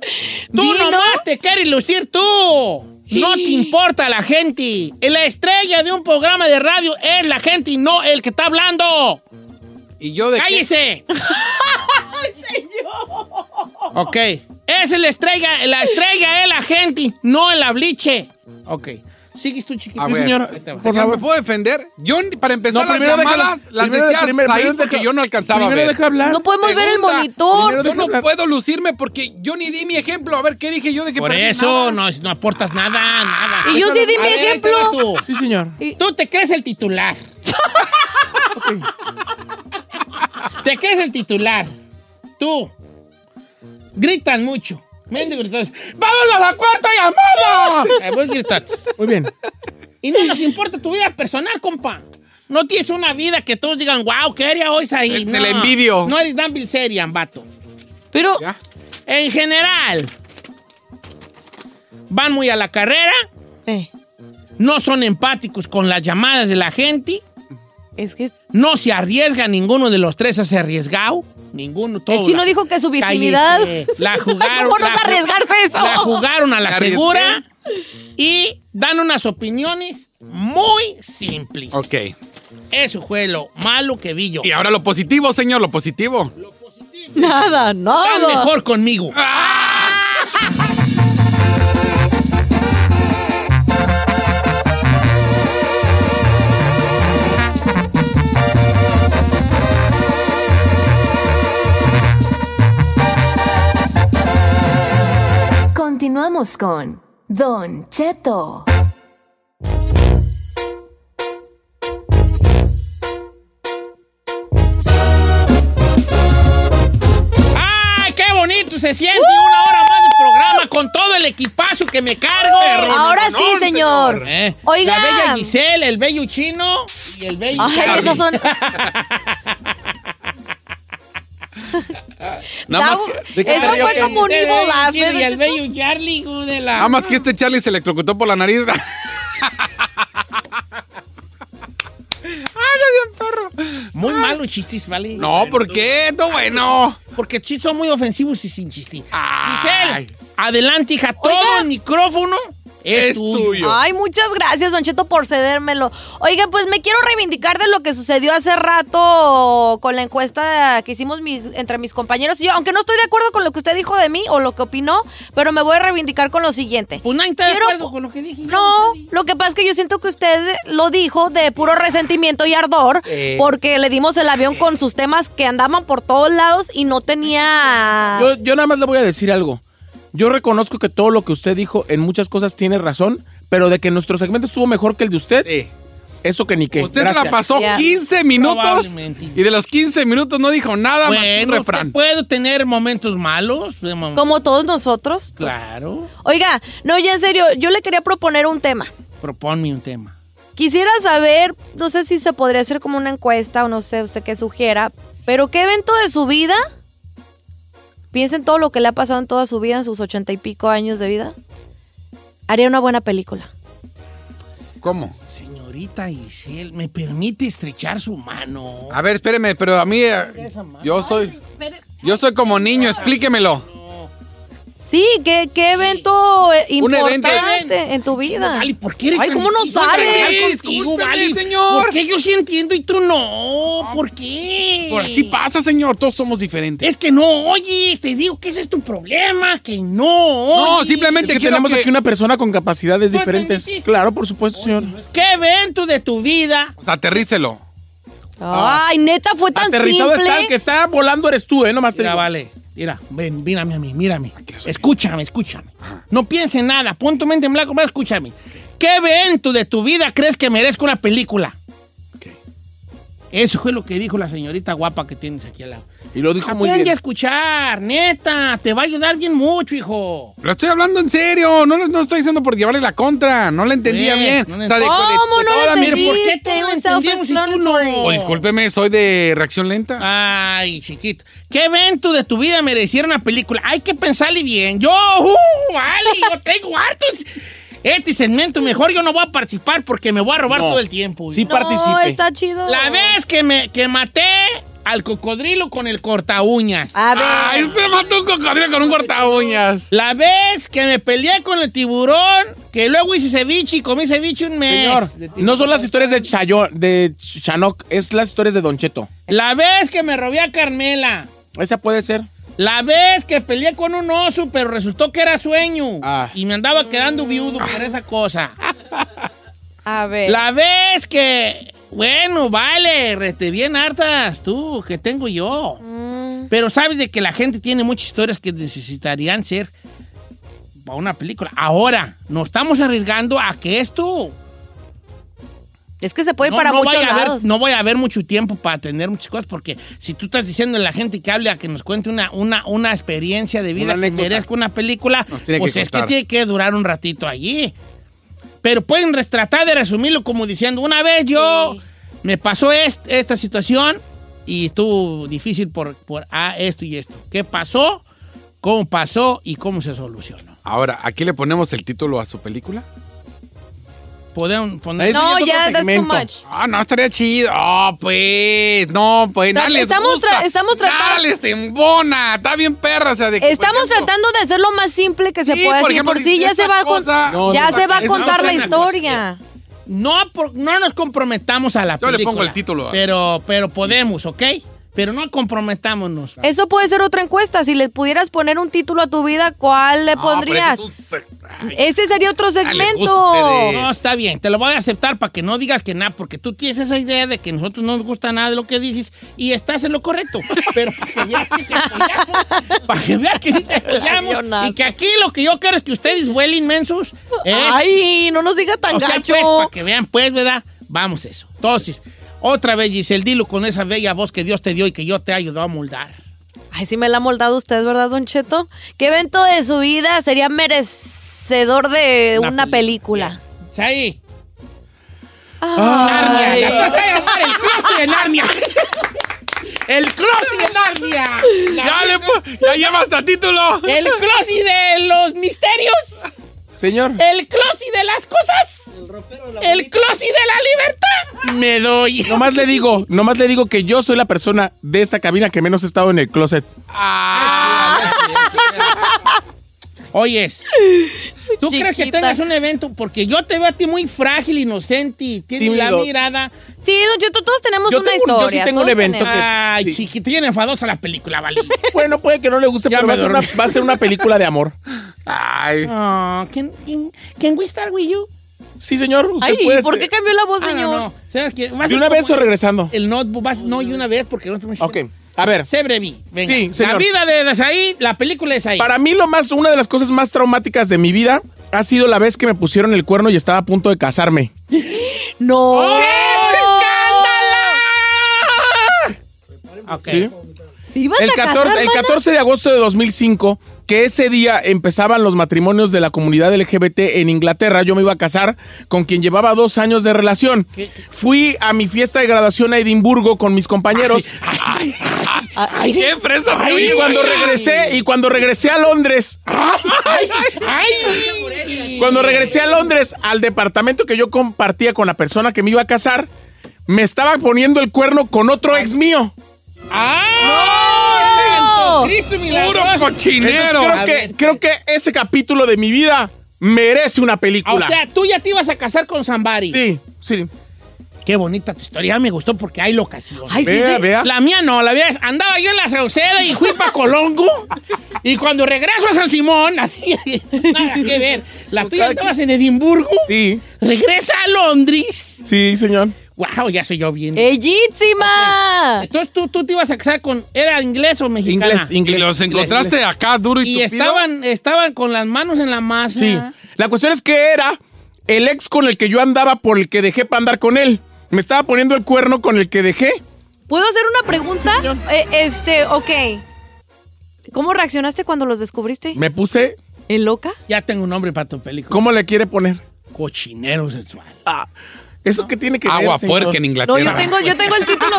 [SPEAKER 2] Tú
[SPEAKER 4] Dino.
[SPEAKER 2] nomás te quieres lucir tú. No te importa la gente. La estrella de un programa de radio es la gente y no el que está hablando.
[SPEAKER 21] ¿Y yo de qué?
[SPEAKER 2] ¡Cállese! Ok. Esa es la estrella. La estrella es la gente, no el abliche. Ok. Sigues tú, chiquito.
[SPEAKER 21] A
[SPEAKER 10] Sí,
[SPEAKER 21] ver.
[SPEAKER 10] señor.
[SPEAKER 2] Ahí te va.
[SPEAKER 10] Por
[SPEAKER 21] Señor,
[SPEAKER 10] favor.
[SPEAKER 21] ¿me puedo defender? Yo, ni- para empezar,
[SPEAKER 10] No,
[SPEAKER 21] las
[SPEAKER 10] primero déjalo.
[SPEAKER 21] llamadas las
[SPEAKER 10] Primero-
[SPEAKER 21] decía
[SPEAKER 10] primero-
[SPEAKER 21] Said
[SPEAKER 10] primero
[SPEAKER 21] porque
[SPEAKER 10] deja-
[SPEAKER 21] yo no alcanzaba a
[SPEAKER 10] primero
[SPEAKER 21] ver.
[SPEAKER 10] deja hablar.
[SPEAKER 4] No podemos ver el
[SPEAKER 21] Segunda,
[SPEAKER 4] monitor.
[SPEAKER 21] Yo
[SPEAKER 10] Deja
[SPEAKER 21] no
[SPEAKER 10] hablar.
[SPEAKER 21] puedo lucirme porque yo ni di mi ejemplo. A ver, ¿qué dije yo de que
[SPEAKER 2] Por
[SPEAKER 21] perdí
[SPEAKER 2] eso
[SPEAKER 21] nada?
[SPEAKER 2] no, no aportas nada, nada.
[SPEAKER 4] Y yo sí di mi
[SPEAKER 2] A ver, ahí te va
[SPEAKER 4] ejemplo.
[SPEAKER 2] tú.
[SPEAKER 10] Sí, señor.
[SPEAKER 2] Tú te crees el titular. Te crees el titular. Tú. Gritan mucho. Méndez gritas. ¡Vamos a la cuarta llamada! Eh, vos gritas.
[SPEAKER 10] Muy bien.
[SPEAKER 2] Y no nos importa tu vida personal, compa. No tienes una vida que todos digan, wow, ¿qué haría hoy ahí?
[SPEAKER 21] Se
[SPEAKER 2] no,
[SPEAKER 21] le envidio.
[SPEAKER 2] No eres Dan Bilzerian, vato.
[SPEAKER 4] Pero.
[SPEAKER 2] En general, van muy a la carrera. No son empáticos con las llamadas de la gente.
[SPEAKER 4] Es que
[SPEAKER 2] No se arriesga, ninguno de los tres se ha arriesgado. Ninguno, todo.
[SPEAKER 4] el chino
[SPEAKER 2] la-
[SPEAKER 4] dijo que
[SPEAKER 2] Cállese.
[SPEAKER 4] su virginidad.
[SPEAKER 2] La jugaron.
[SPEAKER 4] ¿Cómo no
[SPEAKER 2] la
[SPEAKER 4] es
[SPEAKER 2] ju-
[SPEAKER 4] arriesgarse eso?
[SPEAKER 2] La jugaron a la
[SPEAKER 4] Me arriesgué.
[SPEAKER 2] segura y dan unas opiniones muy simples.
[SPEAKER 21] Ok.
[SPEAKER 2] Eso fue lo malo que vi yo.
[SPEAKER 21] Y ahora lo positivo, señor, lo positivo.
[SPEAKER 4] Nada, nada.
[SPEAKER 2] Están mejor conmigo.
[SPEAKER 5] Continuamos con Don Cheto.
[SPEAKER 2] ¡Ay, qué bonito se siente!
[SPEAKER 4] Uh.
[SPEAKER 2] Una hora más de programa con todo el equipazo que me cargo.
[SPEAKER 4] Ahora sí, señor.
[SPEAKER 2] Eh,
[SPEAKER 4] Oiga.
[SPEAKER 2] La bella Giselle, el bello chino y el bello
[SPEAKER 4] Ay,
[SPEAKER 2] Charlie.
[SPEAKER 4] esos son.
[SPEAKER 21] Nada más
[SPEAKER 4] Davo-
[SPEAKER 21] que-
[SPEAKER 4] ¿De qué Eso salió fue que- como un
[SPEAKER 2] El bello
[SPEAKER 4] evil laugh,
[SPEAKER 2] chino
[SPEAKER 4] ¿eh, don
[SPEAKER 2] Y el
[SPEAKER 4] Cheto?
[SPEAKER 2] bello Charlie güey, de la...
[SPEAKER 21] Nada más que este Charlie se electrocutó por la nariz.
[SPEAKER 4] Ah.
[SPEAKER 2] Muy malo chistes, ¿vale?
[SPEAKER 21] No, ¿por qué? No, bueno.
[SPEAKER 2] Porque chistes son muy ofensivos y sin chistín. Giselle, adelante, hija. Todo el micrófono es, tuyo. Ah,
[SPEAKER 4] Ay, muchas gracias, Don Cheto, por cedérmelo. Oiga, pues me quiero reivindicar de lo que sucedió hace rato con la encuesta que hicimos mi- entre mis compañeros y yo. Aunque no estoy de acuerdo con lo que usted dijo de mí o lo que opinó, pero me voy a reivindicar con lo siguiente.
[SPEAKER 2] Pues nadie está de acuerdo con lo que dije.
[SPEAKER 4] No, lo que pasa es que yo siento que usted lo dijo de puro resentimiento y ardor,
[SPEAKER 10] Eh.
[SPEAKER 4] porque le dimos el avión con sus temas que andaban por todos lados y no tenía...
[SPEAKER 10] Yo, yo nada más le voy a decir algo. Yo reconozco que todo lo que usted dijo en muchas cosas tiene razón, pero de que nuestro segmento estuvo mejor que el de usted, eso que ni que.
[SPEAKER 21] Usted se la pasó 15 minutos
[SPEAKER 2] Probablemente.
[SPEAKER 21] y de los 15 minutos no dijo nada más que un
[SPEAKER 2] Bueno,
[SPEAKER 21] refrán.
[SPEAKER 2] puedo tener momentos malos. de mom-
[SPEAKER 4] Como todos nosotros.
[SPEAKER 2] Claro.
[SPEAKER 4] Oiga, no, ya en serio, yo le quería proponer un tema.
[SPEAKER 2] Proponme un tema.
[SPEAKER 4] Quisiera saber, no sé si se podría hacer como una encuesta o no sé usted qué sugiera, pero ¿qué evento de su vida? Piensa en todo lo que le ha pasado en toda su vida, en sus ochenta y pico años de vida. Haría una buena película.
[SPEAKER 21] ¿Cómo?
[SPEAKER 2] Señorita Giselle, ¿me permite estrechar su mano?
[SPEAKER 21] A ver, espéreme, pero a mí eh, yo soy yo soy como niño, explíquemelo.
[SPEAKER 4] Sí, ¿qué, qué evento eh,
[SPEAKER 21] Un evento.
[SPEAKER 4] importante en tu vida?
[SPEAKER 2] ¿Por qué eres
[SPEAKER 4] Ay,
[SPEAKER 2] tan
[SPEAKER 4] ¿cómo no
[SPEAKER 2] difícil de hablar
[SPEAKER 4] sabes?
[SPEAKER 2] contigo, Vali? ¿Por qué yo sí entiendo y tú no? ¿Por qué?
[SPEAKER 21] Por así pasa, señor, todos somos diferentes.
[SPEAKER 2] Es que no oyes, te digo que ese es tu problema, que no oyes.
[SPEAKER 10] Es que tenemos aquí una persona con capacidades
[SPEAKER 2] Pues,
[SPEAKER 10] diferentes. Claro, por supuesto, señor.
[SPEAKER 2] ¿Qué evento de tu vida?
[SPEAKER 21] O sea, aterrícelo.
[SPEAKER 4] Ay, neta, fue tan
[SPEAKER 10] Aterrizado
[SPEAKER 4] simple.
[SPEAKER 10] está, el que está volando eres tú, ¿eh? Nomás te
[SPEAKER 2] Mira,
[SPEAKER 10] digo.
[SPEAKER 2] vale. Mira, ven, mírame a mí, mírame. Escúchame, escúchame. No piense en nada, pon tu mente en blanco, más escúchame. ¿Qué evento de tu vida crees que merezca una película? Eso fue lo que dijo la señorita guapa que tienes aquí al lado.
[SPEAKER 10] Y lo dijo muy
[SPEAKER 2] Aprende a
[SPEAKER 10] bien.
[SPEAKER 2] escuchar, neta, te va a ayudar bien mucho, hijo.
[SPEAKER 21] Lo estoy hablando en serio, no lo no estoy diciendo por llevarle la contra, no la entendía
[SPEAKER 2] Pues,
[SPEAKER 21] bien.
[SPEAKER 2] no
[SPEAKER 21] o sea, de, de-
[SPEAKER 4] ¿Cómo
[SPEAKER 21] de
[SPEAKER 4] no
[SPEAKER 21] toda
[SPEAKER 4] lo
[SPEAKER 21] mi-
[SPEAKER 2] ¿por qué
[SPEAKER 4] entendiste?
[SPEAKER 2] tú no
[SPEAKER 4] Un
[SPEAKER 2] entendíamos y tú
[SPEAKER 4] self-explanatory.
[SPEAKER 21] Oh, discúlpeme, soy de reacción lenta.
[SPEAKER 2] Ay, chiquito. ¿Qué evento de tu vida mereciera una película? Hay que pensarle bien. Yo, uh, vale, yo tengo hartos. Este segmento mejor yo no voy a participar porque me voy a robar
[SPEAKER 10] No.
[SPEAKER 2] todo el tiempo.
[SPEAKER 10] Sí No, participe. está
[SPEAKER 4] chido.
[SPEAKER 2] Pues La vez que me que maté al cocodrilo con el corta uñas.
[SPEAKER 4] A ver.
[SPEAKER 21] Ay, usted mató un cocodrilo con un corta uñas.
[SPEAKER 2] La vez que me peleé con el tiburón, que luego hice ceviche y comí ceviche un mes.
[SPEAKER 10] Señor, no son las historias de Chayón, de Ch- Chanoc, es las historias de Don Cheto.
[SPEAKER 2] La vez que me robé a Carmela.
[SPEAKER 10] Esa puede ser.
[SPEAKER 2] La vez que peleé con un oso, pero resultó que era sueño.
[SPEAKER 10] Ah.
[SPEAKER 2] Y me andaba quedando viudo por esa cosa.
[SPEAKER 4] A
[SPEAKER 10] pues.
[SPEAKER 4] ver.
[SPEAKER 2] La vez que. Bueno, vale, rete bien hartas tú, que tengo yo. Pero sabes de que la gente tiene muchas historias que necesitarían ser para una película. Ahora, nos estamos arriesgando a que esto.
[SPEAKER 4] Es que se puede ir para muchos
[SPEAKER 2] vaya a haber-
[SPEAKER 4] lados.
[SPEAKER 2] no voy a haber mucho tiempo para atender muchas cosas, porque si tú estás diciendo a la gente que hable a que nos cuente una, una, una experiencia de vida que merezca una película,
[SPEAKER 21] tiene que
[SPEAKER 2] pues es que
[SPEAKER 21] contar.
[SPEAKER 2] tiene que durar un ratito allí. pero pueden res- tratar de resumirlo como diciendo, una vez yo me pasó est- esta situación y estuvo difícil por, por ah, esto y esto. ¿Qué pasó? ¿Cómo pasó? ¿Y cómo se solucionó?
[SPEAKER 3] Ahora, ¿aquí le ponemos el título a su película?
[SPEAKER 2] Podemos poner...
[SPEAKER 4] No, ya, that's too much.
[SPEAKER 3] Ah, no, estaría chido. Ah, pues, no, pues, nada
[SPEAKER 4] Tra-
[SPEAKER 3] les
[SPEAKER 4] estamos
[SPEAKER 3] gusta.
[SPEAKER 4] tra- estamos
[SPEAKER 3] Nada
[SPEAKER 4] tratando-
[SPEAKER 3] les embona. Está bien perra, o sea, de que, por
[SPEAKER 4] Estamos
[SPEAKER 3] ejemplo-
[SPEAKER 4] tratando de hacer lo más simple que se
[SPEAKER 3] Sí,
[SPEAKER 4] pueda.
[SPEAKER 3] por
[SPEAKER 4] Por,
[SPEAKER 3] ejemplo,
[SPEAKER 4] por sí ya
[SPEAKER 3] esta
[SPEAKER 4] se va a, con-
[SPEAKER 3] cosa- No,
[SPEAKER 4] ya
[SPEAKER 3] no,
[SPEAKER 4] se va a
[SPEAKER 3] esa no
[SPEAKER 4] contar
[SPEAKER 3] fue
[SPEAKER 4] la
[SPEAKER 3] una
[SPEAKER 4] historia.
[SPEAKER 2] No, por- no nos comprometamos a la
[SPEAKER 3] Yo le
[SPEAKER 2] película.
[SPEAKER 3] pongo el título, ah.
[SPEAKER 2] Pero, pero podemos, ¿ok? Pero no comprometámonos.
[SPEAKER 4] Eso puede ser otra encuesta. Si le pudieras poner un título a tu vida, ¿cuál
[SPEAKER 3] Ah,
[SPEAKER 4] le pondrías? Ese sería otro
[SPEAKER 2] No,
[SPEAKER 4] segmento.
[SPEAKER 2] está bien, te lo voy a aceptar para que no digas que nada, porque tú tienes esa idea de que a nosotros no nos gusta nada de lo que dices y estás en lo correcto. Pero para que veas que te apoyamos, para que veas que sí te apoyamos y que aquí lo que yo quiero es que ustedes vuelen inmensos.
[SPEAKER 4] Ay, no nos diga tan gacho.
[SPEAKER 2] para que vean, pues, ¿verdad? Vamos eso. Entonces, otra vez, Giselle, dilo con esa bella voz que Dios te dio y que yo te he ayudado a moldar.
[SPEAKER 4] Ay, sí me la ha moldado usted, ¿verdad, Don Cheto? ¿Qué evento de su vida sería merecedor de
[SPEAKER 2] Una
[SPEAKER 4] una película?
[SPEAKER 2] Chay.
[SPEAKER 4] Ah. Ay.
[SPEAKER 2] Narnia. Entonces, ahí va a ser el closet de Narnia. El closet de Narnia.
[SPEAKER 3] Ya le pu-
[SPEAKER 10] pues,
[SPEAKER 3] ya lleva hasta título.
[SPEAKER 2] El closet de los misterios.
[SPEAKER 3] Señor.
[SPEAKER 2] El closet de las cosas. El, closet de la libertad. Me doy.
[SPEAKER 10] Nomás le digo, nomás le digo que yo soy la persona de esta cabina que menos he estado en el closet.
[SPEAKER 2] Ah. Oyes. ¿Tú crees que tengas un evento? Porque yo te veo a ti muy frágil, inocente y tienes la
[SPEAKER 10] Tímido.
[SPEAKER 2] mirada.
[SPEAKER 4] Sí, Don Cheto, todos tenemos una
[SPEAKER 10] tengo un-
[SPEAKER 4] historia.
[SPEAKER 10] yo sí tengo un
[SPEAKER 4] todos
[SPEAKER 10] evento
[SPEAKER 4] tenemos.
[SPEAKER 10] que-
[SPEAKER 2] Ay,
[SPEAKER 10] sí.
[SPEAKER 2] chiquitín enfadosa la película, Vali.
[SPEAKER 10] Bueno, puede que no le guste, pero
[SPEAKER 2] me
[SPEAKER 10] va a, ser una,
[SPEAKER 2] dormí.
[SPEAKER 10] va a ser una película de amor.
[SPEAKER 3] Ay.
[SPEAKER 2] Oh, can, can, can we start with you?
[SPEAKER 10] Sí, señor, usted
[SPEAKER 4] Ay,
[SPEAKER 10] Pues puede.
[SPEAKER 4] ¿por qué cambió la voz,
[SPEAKER 2] Ah,
[SPEAKER 4] señor?
[SPEAKER 2] no, no. ¿Sabes qué? Va a
[SPEAKER 10] ¿De
[SPEAKER 2] ser
[SPEAKER 10] una vez
[SPEAKER 2] como
[SPEAKER 10] o regresando?
[SPEAKER 2] El notebook, vas- no, y una vez porque no te
[SPEAKER 10] Ok, a ver.
[SPEAKER 2] Sé brevi. Venga.
[SPEAKER 10] Sí, señor.
[SPEAKER 2] La vida de Desaí, la película es ahí.
[SPEAKER 10] Para mí lo más, una de las cosas más traumáticas de mi vida ha sido la vez que me pusieron el cuerno y estaba a punto de casarme. ¡Oh,
[SPEAKER 4] No.
[SPEAKER 2] Ok.
[SPEAKER 10] ¿Sí?
[SPEAKER 4] ¿Te ibas
[SPEAKER 10] El
[SPEAKER 4] a
[SPEAKER 10] 14,
[SPEAKER 4] casar,
[SPEAKER 10] el
[SPEAKER 4] mana?
[SPEAKER 10] 14 de agosto de 2005, que ese día empezaban los matrimonios de la comunidad LGBT en Inglaterra, yo me iba a casar con quien llevaba dos años de relación. Fui a mi fiesta de graduación a Edimburgo con mis compañeros.
[SPEAKER 3] Ay, siempre eso
[SPEAKER 10] Ay,
[SPEAKER 3] fui,
[SPEAKER 10] y cuando
[SPEAKER 3] güey.
[SPEAKER 10] regresé, y cuando regresé a Londres, cuando regresé a Londres al departamento que yo compartía con la persona que me iba a casar, me estaba poniendo el cuerno con otro ex mío.
[SPEAKER 2] ¡Ah! ¡No! ¡Cristo milagroso!
[SPEAKER 3] cochinero.
[SPEAKER 10] Entonces, creo, que, creo que ese capítulo de mi vida merece una
[SPEAKER 2] O
[SPEAKER 10] película.
[SPEAKER 2] sea, tú ya te ibas a casar con Zambari.
[SPEAKER 10] sí, sí.
[SPEAKER 2] Qué bonita tu historia. Me gustó porque hay locación.
[SPEAKER 10] Ay, sí, Vea, sí. vea.
[SPEAKER 2] La mía no, la mía. Andaba yo en la Sauceda y fui para Colongo. y cuando regreso a San Simón, así, nada que ver. La tuya andabas en Edimburgo.
[SPEAKER 10] Sí.
[SPEAKER 2] Regresa a Londres.
[SPEAKER 10] Sí, señor.
[SPEAKER 2] Wow, ya soy yo bien.
[SPEAKER 4] ¡Bellísima!
[SPEAKER 2] Entonces ¿tú, tú te ibas a casar con. ¿Era inglés o mexicano?
[SPEAKER 10] Inglés, inglés.
[SPEAKER 3] Y los encontraste
[SPEAKER 10] Inglés.
[SPEAKER 3] acá duro y,
[SPEAKER 2] Y
[SPEAKER 3] tupido.
[SPEAKER 2] estaban, estaban con las manos en la masa.
[SPEAKER 10] Sí. La cuestión es que era el ex con el que yo andaba por el que dejé para andar con él. Me estaba poniendo el cuerno con el que dejé.
[SPEAKER 4] ¿Puedo hacer una pregunta? Eh, este, ok. ¿Cómo reaccionaste cuando los descubriste?
[SPEAKER 10] Me puse.
[SPEAKER 4] ¿En ¿Eh, loca?
[SPEAKER 2] Ya tengo un nombre para tu película.
[SPEAKER 10] ¿Cómo le quiere poner? Ah,
[SPEAKER 2] Cochinero sexual.
[SPEAKER 10] ¿Eso qué tiene que ver?
[SPEAKER 3] Agua
[SPEAKER 10] señor?
[SPEAKER 3] puerca en
[SPEAKER 4] No,
[SPEAKER 3] Inglaterra.
[SPEAKER 4] yo tengo, yo tengo el título.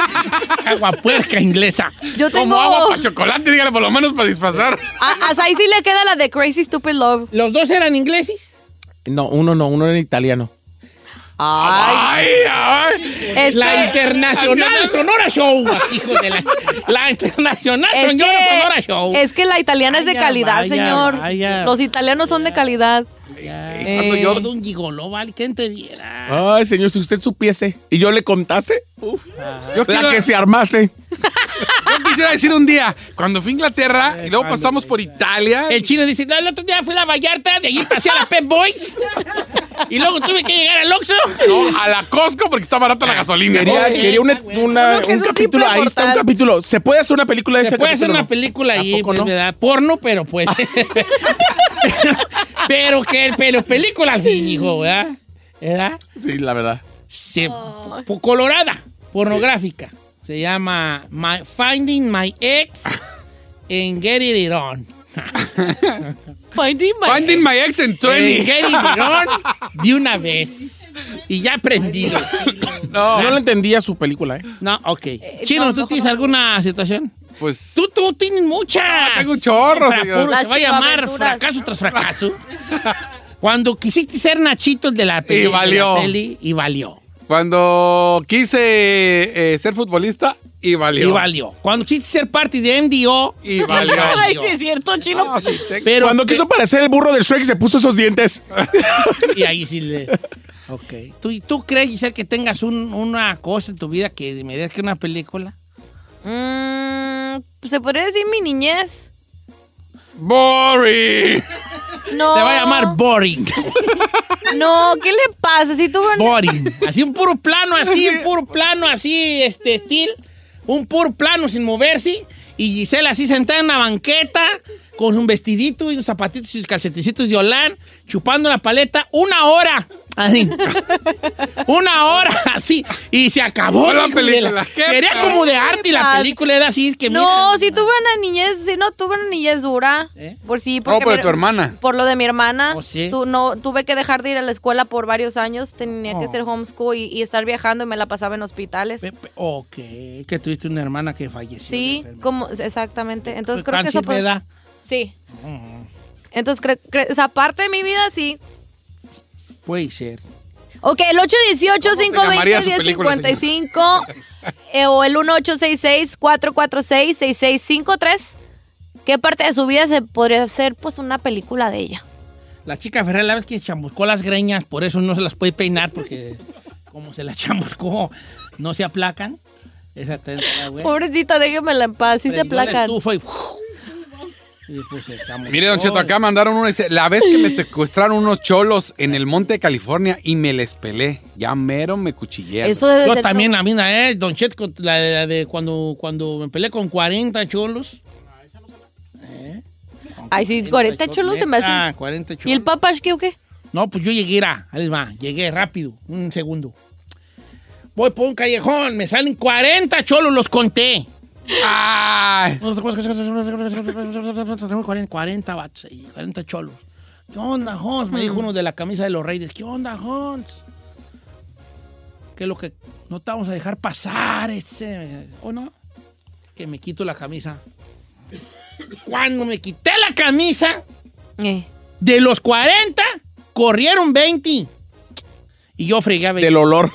[SPEAKER 2] Agua puerca inglesa.
[SPEAKER 4] Yo tengo.
[SPEAKER 3] Como
[SPEAKER 2] Oh.
[SPEAKER 3] agua para chocolate, dígale por lo menos para disfrazar.
[SPEAKER 4] A, a Sai Ah, sí le queda la de Crazy Stupid Love.
[SPEAKER 2] ¿Los dos eran ingleses?
[SPEAKER 10] No, uno no, uno era italiano.
[SPEAKER 3] Ay, ay.
[SPEAKER 4] Este-
[SPEAKER 2] La Internacional Sonora Show, hijo de la... La Internacional
[SPEAKER 4] Es
[SPEAKER 2] Sonora, Sonora Show.
[SPEAKER 4] que, es que la italiana es de
[SPEAKER 2] Oh. Vaya,
[SPEAKER 4] calidad,
[SPEAKER 2] vaya,
[SPEAKER 4] señor.
[SPEAKER 2] vaya.
[SPEAKER 4] Los italianos son de calidad.
[SPEAKER 2] Cuando
[SPEAKER 4] Eh.
[SPEAKER 2] yo de un gigoló, vale, ¿quién te viera?
[SPEAKER 10] Ay, señor, si usted supiese y yo le contase, uf,
[SPEAKER 3] Yo
[SPEAKER 10] la
[SPEAKER 3] quiero-
[SPEAKER 10] que se armaste.
[SPEAKER 3] Yo quisiera decir un día, cuando fui a Inglaterra y luego pasamos por Italia.
[SPEAKER 2] El chino dice, no, el otro día fui a la Vallarta, de allí pasé a la Pep Boys. y luego tuve que llegar al Oxxo.
[SPEAKER 3] No, a la Costco porque está barata la gasolina.
[SPEAKER 10] Quería, quería una- una-
[SPEAKER 4] Uno que
[SPEAKER 10] un
[SPEAKER 4] es un
[SPEAKER 10] capítulo,
[SPEAKER 4] simple
[SPEAKER 10] ahí está un
[SPEAKER 4] mortal.
[SPEAKER 10] capítulo. ¿Se puede hacer una película de
[SPEAKER 2] Se
[SPEAKER 10] ese
[SPEAKER 2] puede hacer
[SPEAKER 10] capítulo?
[SPEAKER 2] una película ahí,
[SPEAKER 10] poco
[SPEAKER 2] pues,
[SPEAKER 10] no?
[SPEAKER 2] ¿verdad? Porno, pero pues... pero que, pero película al fin, hijo, ¿verdad? ¿Verdad?
[SPEAKER 10] Sí, la verdad.
[SPEAKER 2] se-
[SPEAKER 10] Oh.
[SPEAKER 2] po- colorada, pornográfica. Se llama My- Finding My Ex and Get It On.
[SPEAKER 21] Finding my, Finding my ex en 20.
[SPEAKER 2] Eh, getting it on de una vez. Y ya aprendí.
[SPEAKER 10] No. Yo no entendía su película, ¿eh?
[SPEAKER 2] No, ok. Chino, ¿tú tienes alguna situación? Pues. Tú, tú tienes muchas.
[SPEAKER 21] tengo un chorro,
[SPEAKER 2] Fra-
[SPEAKER 21] señor.
[SPEAKER 2] puro, Se va a
[SPEAKER 21] Las
[SPEAKER 2] llamar
[SPEAKER 21] chivaventuras.
[SPEAKER 2] fracaso tras fracaso. Cuando quisiste ser Nachito el de la peli.
[SPEAKER 21] Y valió.
[SPEAKER 2] de la peli, y valió.
[SPEAKER 21] Cuando quise eh, ser futbolista y valió.
[SPEAKER 2] Y valió. Cuando quisiste ser parte de MDO.
[SPEAKER 21] Y valió.
[SPEAKER 1] Ay, sí es cierto, chino.
[SPEAKER 2] Pero
[SPEAKER 10] Cuando quiso parecer el burro del Shrek, se puso esos dientes.
[SPEAKER 2] Y ahí sí le. Ok. ¿Tú, tú crees, Giselle, que tengas un- una cosa en tu vida que merezca una película?
[SPEAKER 4] Mm, se podría decir mi niñez.
[SPEAKER 21] ¡Boring!
[SPEAKER 4] No.
[SPEAKER 2] Se va a llamar Boring.
[SPEAKER 4] No, ¿qué le pasa? Si tuve una-
[SPEAKER 2] Boring. Así un puro plano, así, un puro plano, así, este estilo. Un puro plano sin moverse. Y Giselle así sentada en una banqueta con un vestidito y unos zapatitos y sus calceticitos de Olan, chupando la paleta una hora. Así. una hora, así. Y se acabó
[SPEAKER 21] La
[SPEAKER 2] hijo de
[SPEAKER 21] película. ¿Qué
[SPEAKER 2] Sería
[SPEAKER 21] pasa?
[SPEAKER 2] como de arte y
[SPEAKER 4] ¿Qué
[SPEAKER 2] la
[SPEAKER 4] pasa?
[SPEAKER 2] película era así que
[SPEAKER 4] No, si tuve una niñez, si no tuve una niñez dura.
[SPEAKER 2] ¿Eh?
[SPEAKER 4] Por sí, porque
[SPEAKER 21] por
[SPEAKER 4] me-
[SPEAKER 21] tu hermana.
[SPEAKER 4] Por lo de mi hermana.
[SPEAKER 21] Oh, sí.
[SPEAKER 4] Tu- no, tuve que dejar de ir a la escuela por varios años. Tenía
[SPEAKER 2] Oh.
[SPEAKER 4] que ser homeschool y, y estar viajando y me la pasaba en hospitales.
[SPEAKER 2] mira. Ok, que tuviste una hermana que falleció.
[SPEAKER 4] Sí, como exactamente. Entonces creo que
[SPEAKER 2] Cáncer
[SPEAKER 4] eso
[SPEAKER 2] de
[SPEAKER 4] pod-
[SPEAKER 2] edad. Mm.
[SPEAKER 4] Sí. Entonces creo que esa parte de mi vida sí.
[SPEAKER 2] Puede ser.
[SPEAKER 4] Ok, el 818
[SPEAKER 2] llamaría su
[SPEAKER 4] 520
[SPEAKER 2] película,
[SPEAKER 4] 1055 eh, o el 1866 446 6653. ¿Qué parte de su vida se podría hacer pues una película de ella?
[SPEAKER 2] La chica Ferrer, la vez que chamuscó las greñas, por eso no se las puede peinar, porque como se las chamuscó, no se aplacan. Esa tensa, güey.
[SPEAKER 4] Pobrecita, déjenmela en paz, sí se
[SPEAKER 2] Prendió la
[SPEAKER 4] aplacan.
[SPEAKER 2] estufa y- Y pues se chamuscó.
[SPEAKER 21] Mire, Don Cheto, acá mandaron uno. Dice, la vez que me secuestraron unos cholos en el monte de California y me les pelé. Ya mero me cuchillearon.
[SPEAKER 2] Yo también, la mina, ¿eh? Don Chet, con- la, la de cuando, cuando me peleé con 40 cholos.
[SPEAKER 4] Ay, sí, 40 chulos se me
[SPEAKER 2] Ah,
[SPEAKER 4] hacen.
[SPEAKER 2] 40 cholos.
[SPEAKER 4] ¿Y el papá qué o qué?
[SPEAKER 2] No, pues yo llegué, era, ahí les va, llegué rápido, un segundo. Voy por un callejón, me salen 40 cholos, los conté. ¡Ay! 40 vatos ahí, 40 cholos. ¿Qué onda, Jones? Me dijo uno de la camisa de los reyes. ¿Qué onda, Jones? ¿Qué es lo que no te vamos a dejar pasar ese? ¿O no? Que me quito la camisa. Cuando me quité la camisa, de los 40, corrieron 20. Y yo fregué a 20.
[SPEAKER 10] Del olor.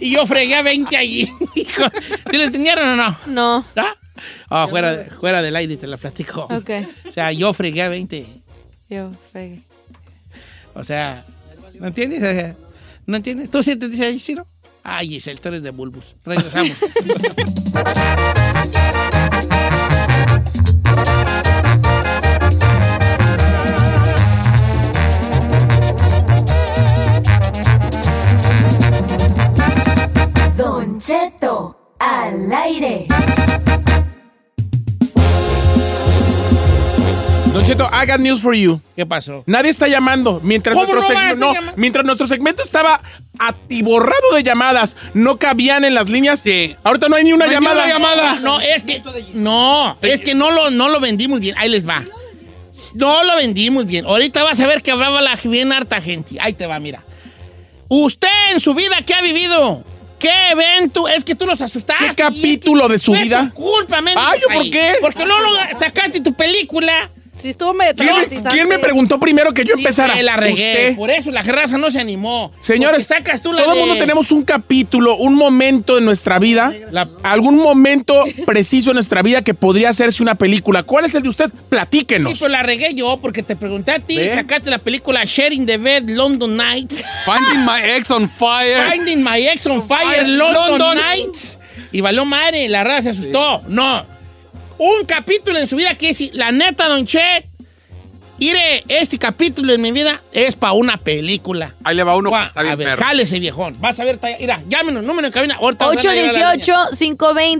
[SPEAKER 2] Y yo fregué a 20 allí. Hijo, ¿Sí lo entendieron o no?
[SPEAKER 4] No.
[SPEAKER 2] Ah, fuera, fuera del aire te la platico.
[SPEAKER 4] Ok.
[SPEAKER 2] O sea, yo fregué a 20.
[SPEAKER 4] Yo, fregué.
[SPEAKER 2] O sea, ¿no entiendes? O sea, ¿No entiendes? ¿Tú sí entendiste ahí, Ciro? Ay, Giselle, tú eres de Bulbus. Regresamos.
[SPEAKER 5] Don Cheto al aire.
[SPEAKER 10] Don Cheto, I got news for you.
[SPEAKER 2] ¿Qué pasó?
[SPEAKER 10] Nadie está llamando. Mientras
[SPEAKER 2] ¿Cómo
[SPEAKER 10] nuestro,
[SPEAKER 2] no van a
[SPEAKER 10] segmento,
[SPEAKER 2] estar llamando?
[SPEAKER 10] mientras nuestro segmento estaba atiborrado de llamadas, no cabían en las líneas. Ahorita no hay ni una
[SPEAKER 2] No hay ni
[SPEAKER 10] llamada.
[SPEAKER 2] una llamada. No, es que. No, es que no lo, no lo vendimos bien. Ahí les va. No lo vendimos bien. Ahorita vas a ver que hablaba la bien harta gente. Ahí te va, mira. Usted en su vida, ¿qué ha vivido? ¿Qué evento? Es que tú los asustaste.
[SPEAKER 10] ¿Qué capítulo de su
[SPEAKER 2] Fue
[SPEAKER 10] vida?
[SPEAKER 2] tu Culpa, mendigos,
[SPEAKER 10] Ay, ¿yo por
[SPEAKER 2] ahí.
[SPEAKER 10] qué?
[SPEAKER 2] Porque no lo sacaste tu película.
[SPEAKER 4] Si estuvo medio
[SPEAKER 10] ¿Quién me- quién me preguntó primero que yo empezara?
[SPEAKER 2] la regué.
[SPEAKER 10] Usted.
[SPEAKER 2] Por eso la raza no se animó.
[SPEAKER 10] Señores,
[SPEAKER 2] Porque sacas tú la
[SPEAKER 10] todo el
[SPEAKER 2] de-
[SPEAKER 10] mundo tenemos un capítulo, un momento en nuestra vida, algún momento preciso en nuestra vida que podría hacerse una película. ¿Cuál es el de usted?
[SPEAKER 2] Sí,
[SPEAKER 10] Platíquenos.
[SPEAKER 2] pero la regué yo porque te pregunté a ti
[SPEAKER 10] ¿Ve?
[SPEAKER 2] sacaste la película Sharing the Bed, London Nights.
[SPEAKER 21] Finding my ex on fire.
[SPEAKER 2] Finding my ex on fire,
[SPEAKER 21] Fire,
[SPEAKER 2] London,
[SPEAKER 21] London.
[SPEAKER 2] Nights. Y valió madre, la raza se asustó. No. Un capítulo en su vida que es, la neta, Don Che, iré, este capítulo en mi vida es para una película.
[SPEAKER 21] Ahí le va uno. que Está
[SPEAKER 2] A
[SPEAKER 21] bien,
[SPEAKER 2] ver,
[SPEAKER 21] perro.
[SPEAKER 2] jálese, viejón. Vas a ver, talla- mira, llámenos, número en cabina. Ahorita van a llegar a la doña.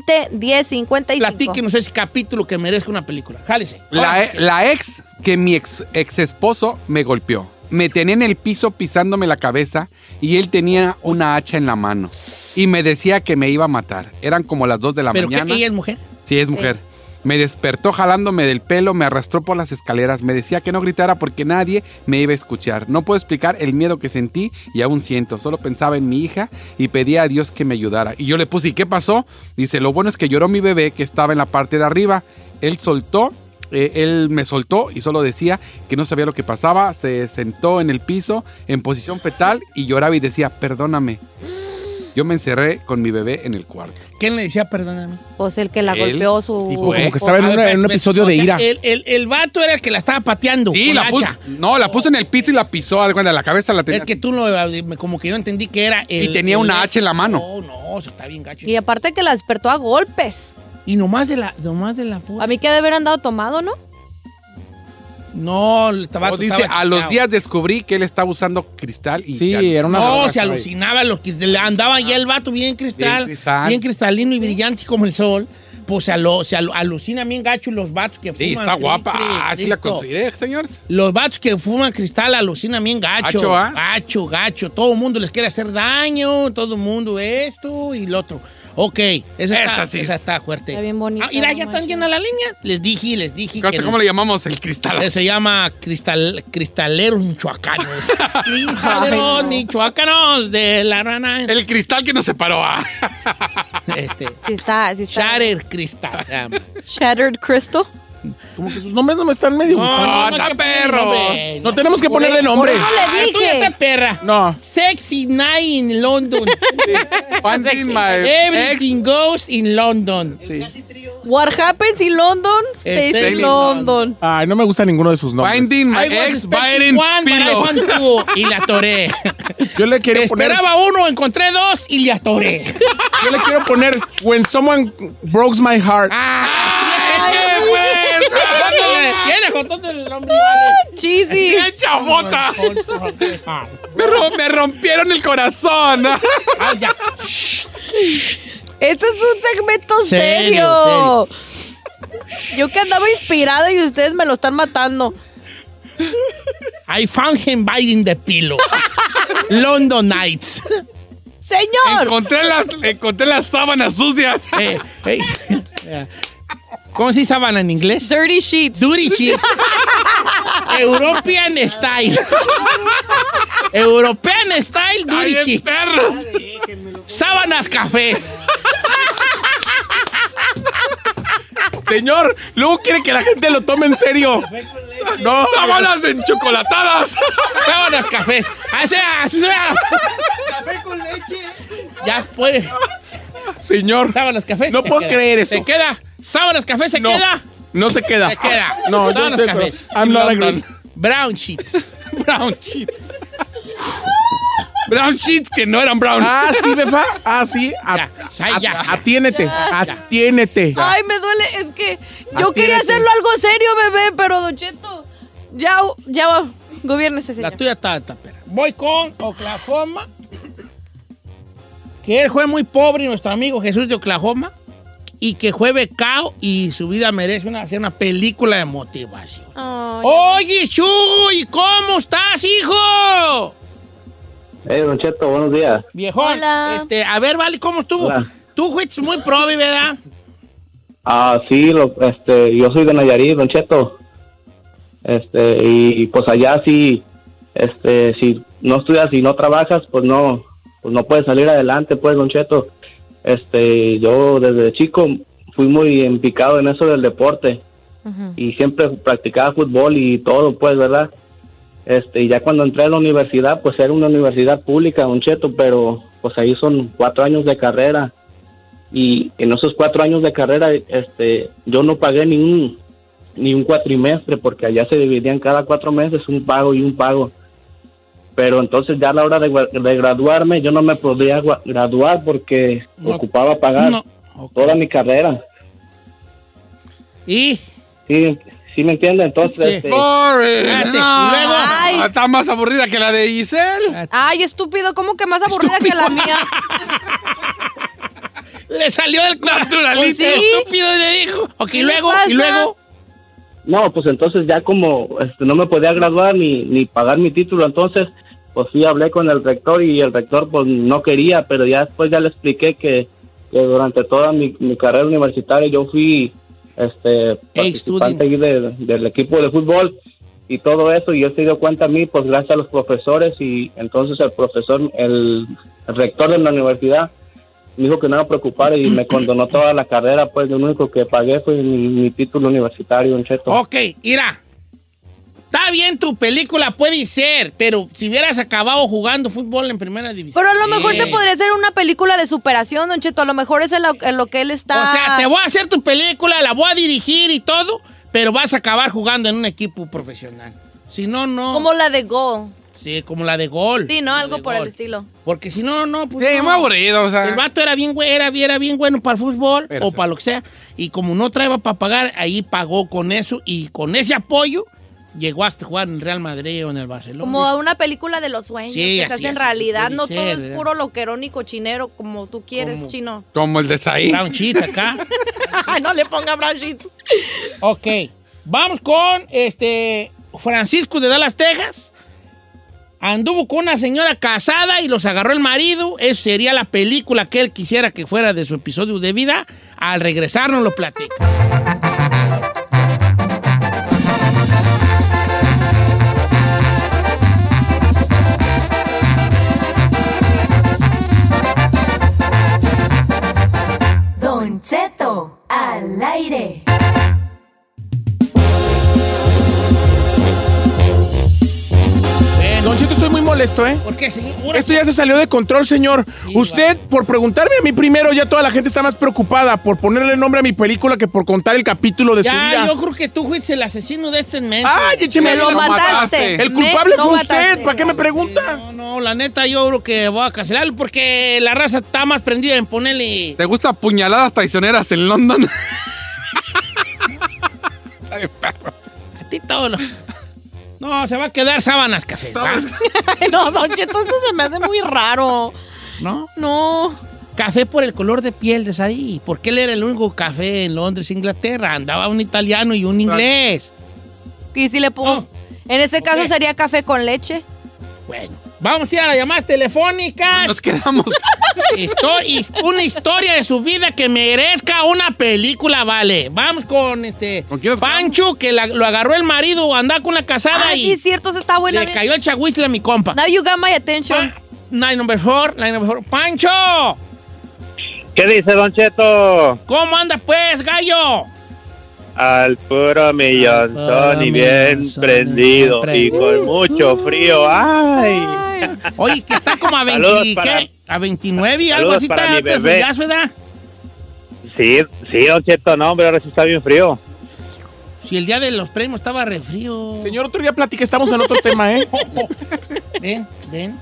[SPEAKER 4] 818-520-1055.
[SPEAKER 2] Platíquenos ese capítulo que merezca una película. Jálese.
[SPEAKER 21] La, e- la ex que mi ex, ex esposo me golpeó. Me tenía en el piso pisándome la cabeza y él tenía una hacha en la mano. Y me decía que me iba a matar. Eran como las 2 de la
[SPEAKER 2] ¿Pero qué?
[SPEAKER 21] mañana.
[SPEAKER 2] ¿Ella es mujer?
[SPEAKER 21] Sí, es mujer.
[SPEAKER 3] Me despertó jalándome del pelo, me arrastró por las escaleras, me decía que no gritara porque nadie me iba a escuchar. No puedo explicar el miedo que sentí y aún siento. Solo pensaba en mi hija y pedía a Dios que me ayudara. Y yo le puse, ¿y qué pasó? Dice, lo bueno es que lloró mi bebé que estaba en la parte de arriba. Él soltó eh, él me soltó y solo decía que no sabía lo que pasaba. Se sentó en el piso en posición fetal y lloraba y decía, perdóname. Yo me encerré con mi bebé en el cuarto.
[SPEAKER 2] ¿Quién le decía perdóname?
[SPEAKER 4] Pues el que la golpeó su...
[SPEAKER 10] Tipo, como que estaba en, una- en un episodio de ira.
[SPEAKER 2] Ah, El, el- el vato era el que la estaba pateando.
[SPEAKER 3] Sí,
[SPEAKER 2] con
[SPEAKER 3] la puso.
[SPEAKER 2] hacha.
[SPEAKER 3] No, la puso en el piso y la pisó. haz de cuenta, la cabeza la tenía.
[SPEAKER 2] Es que tú lo. Como que yo entendí que era. el-
[SPEAKER 3] y tenía
[SPEAKER 2] el-
[SPEAKER 3] una hacha en la mano.
[SPEAKER 2] No, no, eso está bien gacho.
[SPEAKER 4] Y aparte que la despertó a golpes.
[SPEAKER 2] Y nomás de la, nomás de la
[SPEAKER 4] A mí que ha de haber andado tomado, ¿no?
[SPEAKER 2] No, el
[SPEAKER 3] O
[SPEAKER 2] tabaco
[SPEAKER 3] dice,
[SPEAKER 2] estaba
[SPEAKER 3] a los
[SPEAKER 2] chingado".
[SPEAKER 3] días descubrí que él estaba usando cristal y
[SPEAKER 10] Sí,
[SPEAKER 3] ya-
[SPEAKER 10] era una
[SPEAKER 2] No,
[SPEAKER 10] droga,
[SPEAKER 2] se
[SPEAKER 10] caray.
[SPEAKER 2] alucinaba. Lo que le andaba ya el vato bien cristal, bien,
[SPEAKER 3] Bien cristal.
[SPEAKER 2] cristalino y brillante como el sol. Pues se, alo- se alo- alucina bien gacho los vatos que fuman.
[SPEAKER 3] Sí, está guapa.
[SPEAKER 2] cri- cri-
[SPEAKER 3] Ah, sí la
[SPEAKER 2] cristo.
[SPEAKER 3] conseguiré, señores.
[SPEAKER 2] Los vatos que fuman cristal alucinan bien gacho.
[SPEAKER 3] Gacho, ¿ah?
[SPEAKER 2] Gacho, gacho. Todo el mundo les quiere hacer daño. Todo el mundo esto y lo otro. Ok, esa, está,
[SPEAKER 3] Esa sí
[SPEAKER 2] esa
[SPEAKER 3] es.
[SPEAKER 2] está fuerte.
[SPEAKER 4] Está bien bonito.
[SPEAKER 2] Ah, mira, ya
[SPEAKER 4] no
[SPEAKER 2] están llenas la línea. Les dije, les dije.
[SPEAKER 3] ¿Cómo
[SPEAKER 2] que no.
[SPEAKER 3] le llamamos el cristal?
[SPEAKER 2] Se llama cristal, Cristaleros Michoacanos. cristaleros Michoacanos de la rana.
[SPEAKER 3] El cristal que nos separó. ah.
[SPEAKER 2] Este,
[SPEAKER 4] Sí está, sí está.
[SPEAKER 2] Shatter Cristal. se llama.
[SPEAKER 4] Shattered Crystal.
[SPEAKER 10] Como que sus nombres no me están medio
[SPEAKER 2] No,
[SPEAKER 10] gustando.
[SPEAKER 2] no, no hay que ponerle nombre.
[SPEAKER 10] No tenemos que
[SPEAKER 2] Por
[SPEAKER 10] ponerle
[SPEAKER 2] eso-
[SPEAKER 10] nombre.
[SPEAKER 2] por eso le dije. Ah, tú ya te perra.
[SPEAKER 10] No.
[SPEAKER 2] Sexy Night in London.
[SPEAKER 3] Fancy my ex.
[SPEAKER 2] Everything goes in London.
[SPEAKER 4] What happens in London
[SPEAKER 10] Este,
[SPEAKER 4] stays
[SPEAKER 2] Stays
[SPEAKER 4] in
[SPEAKER 2] in
[SPEAKER 4] London.
[SPEAKER 10] Ay, no me gusta ninguno de sus nombres.
[SPEAKER 3] Finding my
[SPEAKER 2] I was
[SPEAKER 3] ex
[SPEAKER 2] expecting
[SPEAKER 3] Biden
[SPEAKER 2] one, but I
[SPEAKER 3] pillow.
[SPEAKER 2] found two. Y la atoré.
[SPEAKER 10] Yo le quiero poner.
[SPEAKER 2] Esperaba uno, encontré dos y la atoré.
[SPEAKER 10] Yo le quiero poner When someone breaks my heart.
[SPEAKER 2] Ah, Tienes con todo el nombre. vale.
[SPEAKER 4] Cheesy.
[SPEAKER 3] ¡Qué chafota! Me, rom- me rompieron el corazón.
[SPEAKER 2] Ah, ya.
[SPEAKER 4] Esto Este es un segmento
[SPEAKER 2] Serio,
[SPEAKER 4] serio. Yo que andaba inspirada y ustedes me lo están matando.
[SPEAKER 2] I found him biting the pillow. London Nights.
[SPEAKER 4] Señor.
[SPEAKER 3] encontré, las, encontré las sábanas sucias.
[SPEAKER 2] Eh, eh, yeah. ¿Cómo se dice sábana en inglés?
[SPEAKER 4] Dirty sheets.
[SPEAKER 2] Duty sheet. European style. European style duty
[SPEAKER 3] Ay,
[SPEAKER 2] sheet.
[SPEAKER 3] perros.
[SPEAKER 2] Sábanas cafés.
[SPEAKER 10] Señor, luego quiere que la gente lo tome en serio. No.
[SPEAKER 3] Sábanas enchocolatadas.
[SPEAKER 2] Sábanas cafés. Así, así sea. Ya puede.
[SPEAKER 10] Señor.
[SPEAKER 2] Sábanas cafés.
[SPEAKER 10] No
[SPEAKER 2] se
[SPEAKER 10] puedo
[SPEAKER 2] queda.
[SPEAKER 10] creer eso.
[SPEAKER 2] Se queda. Sábanas cafés se
[SPEAKER 10] No.
[SPEAKER 2] queda.
[SPEAKER 10] No se queda.
[SPEAKER 2] Se queda.
[SPEAKER 10] No, yo
[SPEAKER 2] Sábanas
[SPEAKER 10] estoy- Ah,
[SPEAKER 2] cafés.
[SPEAKER 10] I'm not
[SPEAKER 3] London.
[SPEAKER 10] agreeing.
[SPEAKER 2] Brown sheets.
[SPEAKER 3] Brown sheets. Brown sheets que no eran brown.
[SPEAKER 10] Ah, sí, befa. Ah, sí.
[SPEAKER 2] Ya, ya,
[SPEAKER 10] A-
[SPEAKER 2] ya.
[SPEAKER 10] a- Atiénete. Atiénete.
[SPEAKER 4] Ay, me duele. Es que yo
[SPEAKER 10] Atiérate.
[SPEAKER 4] quería hacerlo algo serio, bebé, pero Don Cheto. Ya, ya, gobiernese,
[SPEAKER 2] La
[SPEAKER 4] señor.
[SPEAKER 2] tuya está alta, perra. Voy con Oklahoma. Que él fue muy pobre, nuestro amigo Jesús de Oklahoma. Y que fue becado y su vida merece una, hacer una película de motivación.
[SPEAKER 4] Ay.
[SPEAKER 2] Oye, Chuy, ¿cómo estás, hijo?
[SPEAKER 18] Eh, Don Cheto, buenos días.
[SPEAKER 2] Viejón.
[SPEAKER 4] Hola.
[SPEAKER 2] este, a ver, Vale, ¿cómo estuvo?
[SPEAKER 18] Hola.
[SPEAKER 2] Tú fuiste muy probi, ¿verdad?
[SPEAKER 18] Ah, sí, lo- este, yo soy de Nayarit, Don Cheto. Este, y pues allá sí, este, si no estudias y no trabajas, pues no, pues no puedes salir adelante, pues, Don Cheto. Este, yo desde chico fui muy empicado en eso del deporte y siempre practicaba fútbol y todo, pues, ¿verdad? Este, y ya cuando entré a la universidad, pues era una universidad pública, Don Cheto, pero pues ahí son cuatro años de carrera y en esos cuatro años de carrera este yo no pagué ni un ni un cuatrimestre porque allá se dividían cada cuatro meses un pago y un pago pero entonces ya a la hora de, gua- de graduarme yo no me podía gua- graduar porque
[SPEAKER 2] No.
[SPEAKER 18] ocupaba pagar
[SPEAKER 2] No. Ok.
[SPEAKER 18] toda mi carrera
[SPEAKER 2] Y,
[SPEAKER 18] sí sí me entiende entonces
[SPEAKER 2] Sí.
[SPEAKER 18] este,
[SPEAKER 3] Boring.
[SPEAKER 2] espérate, y luego.
[SPEAKER 4] Ay.
[SPEAKER 3] Ah, Está más aburrida que la de Giselle.
[SPEAKER 4] Ay, estúpido, ¿cómo que más aburrida que la mía?
[SPEAKER 2] Le salió del
[SPEAKER 3] Naturalito.
[SPEAKER 2] corazón, estúpido y le dijo. Pues Ok,
[SPEAKER 4] ¿Qué
[SPEAKER 2] y
[SPEAKER 4] le
[SPEAKER 2] luego,
[SPEAKER 4] pasa?
[SPEAKER 2] y luego.
[SPEAKER 18] No, pues entonces ya como este, no me podía graduar ni, ni pagar mi título, entonces pues sí hablé con el rector y el rector pues no quería, pero ya después ya le expliqué que, que durante toda mi, mi carrera universitaria yo fui
[SPEAKER 1] este participante ahí de- del equipo de fútbol y todo eso y él se dio cuenta a mí pues gracias a los profesores y entonces el profesor el rector de la universidad me dijo que no me preocupara y me condonó toda la carrera pues lo único que pagué fue mi, mi título universitario un cheto
[SPEAKER 2] Ok, mira. Está bien tu película, puede ser, pero si hubieras acabado jugando fútbol en primera división.
[SPEAKER 4] Pero a lo mejor
[SPEAKER 2] Eh,
[SPEAKER 4] se podría hacer una película de superación, Don Cheto. A lo mejor es en lo, en lo que él está.
[SPEAKER 2] O sea, te voy a hacer tu película, la voy a dirigir y todo, pero vas a acabar jugando en un equipo profesional. Si no, no.
[SPEAKER 4] Como la de Go.
[SPEAKER 2] Sí, como la de gol.
[SPEAKER 4] Sí, ¿no? Algo por el estilo.
[SPEAKER 2] Porque si no, no, pues.
[SPEAKER 3] Sí,
[SPEAKER 2] no.
[SPEAKER 3] muy aburrido, o sea.
[SPEAKER 2] El vato era bien, güe- era, era bien bueno para el fútbol
[SPEAKER 3] Pero
[SPEAKER 2] o
[SPEAKER 3] sí.
[SPEAKER 2] para lo que sea. Y como no traía para pagar, ahí pagó con eso y con ese apoyo llegó hasta jugar en el Real Madrid o en el Barcelona.
[SPEAKER 4] Como a una película de los sueños
[SPEAKER 2] Sí,
[SPEAKER 4] que
[SPEAKER 2] así,
[SPEAKER 4] se hace en
[SPEAKER 2] así,
[SPEAKER 4] realidad.
[SPEAKER 2] puede
[SPEAKER 4] No
[SPEAKER 2] ser,
[SPEAKER 4] todo
[SPEAKER 2] ¿verdad?
[SPEAKER 4] es puro loquerón y cochinero como tú quieres,
[SPEAKER 2] Como-
[SPEAKER 4] chino.
[SPEAKER 3] Como el de Saí.
[SPEAKER 2] Brown sheet acá.
[SPEAKER 4] Ay, no le ponga brown sheets.
[SPEAKER 2] ok. Vamos con este Francisco de Dallas, Texas. Anduvo con una señora casada y los agarró el marido. Eso sería la película que él quisiera que fuera de su episodio de vida. Al regresar nos lo platica.
[SPEAKER 5] Don Cheto al aire.
[SPEAKER 10] Don Cheto, estoy muy molesto, ¿eh?
[SPEAKER 2] ¿Por qué, señor?
[SPEAKER 10] Esto ya se salió de control, señor. Usted, por preguntarme a mí primero, ya toda la gente está más preocupada por ponerle nombre a mi película que por contar el capítulo de su
[SPEAKER 2] ya,
[SPEAKER 10] vida.
[SPEAKER 2] yo creo que tú fuiste el asesino de este men.
[SPEAKER 10] ¡Ay, écheme la- El culpable fue usted. ¿Para qué me pregunta?
[SPEAKER 2] No, no, la neta, yo creo que voy a cancelarlo porque la raza está más prendida en ponerle.
[SPEAKER 3] ¿Te gusta puñaladas traicioneras en London?
[SPEAKER 2] A ti todo lo- No, se va a quedar sábanas café. ¿va?
[SPEAKER 4] no, Don Cheto, esto se me hace muy raro.
[SPEAKER 2] ¿No?
[SPEAKER 4] No.
[SPEAKER 2] Café por el color de piel de ahí. Porque él era el único café en Londres, Inglaterra. Andaba un italiano y un inglés.
[SPEAKER 4] Y si le pongo. En ese caso sería café con leche.
[SPEAKER 2] Bueno, vamos a ir a las llamadas telefónicas. Nos
[SPEAKER 3] quedamos.
[SPEAKER 2] una historia de su vida que merezca una película, vale. Vamos con este Pancho, que la- lo agarró el marido, andaba con la casada
[SPEAKER 4] Ah,
[SPEAKER 2] y
[SPEAKER 4] sí, cierto, esa está buena.
[SPEAKER 2] le cayó el chagüisle a mi compa.
[SPEAKER 4] Now you got my attention.
[SPEAKER 2] Nine number four, nine number four. ¡Pancho!
[SPEAKER 7] ¿Qué dice Don Cheto?
[SPEAKER 2] ¿Cómo anda pues, gallo?
[SPEAKER 7] Al puro millón, Tony, bien prendido Uh. y con mucho frío. Ah, ¡Ay!
[SPEAKER 2] Oye, que está como a 20,
[SPEAKER 7] Saludos para-
[SPEAKER 2] ¿qué? A 29, y algo
[SPEAKER 7] Saludos
[SPEAKER 2] así
[SPEAKER 7] para
[SPEAKER 2] está
[SPEAKER 7] mi
[SPEAKER 2] pero
[SPEAKER 7] bebé.
[SPEAKER 2] ya su edad.
[SPEAKER 7] Sí, sí, Don Cheto, no, hombre, ahora sí está bien frío.
[SPEAKER 2] Si el día de los premios estaba re frío.
[SPEAKER 10] Señor, otro día platica, estamos en otro tema, ¿eh?
[SPEAKER 2] Ven, ven.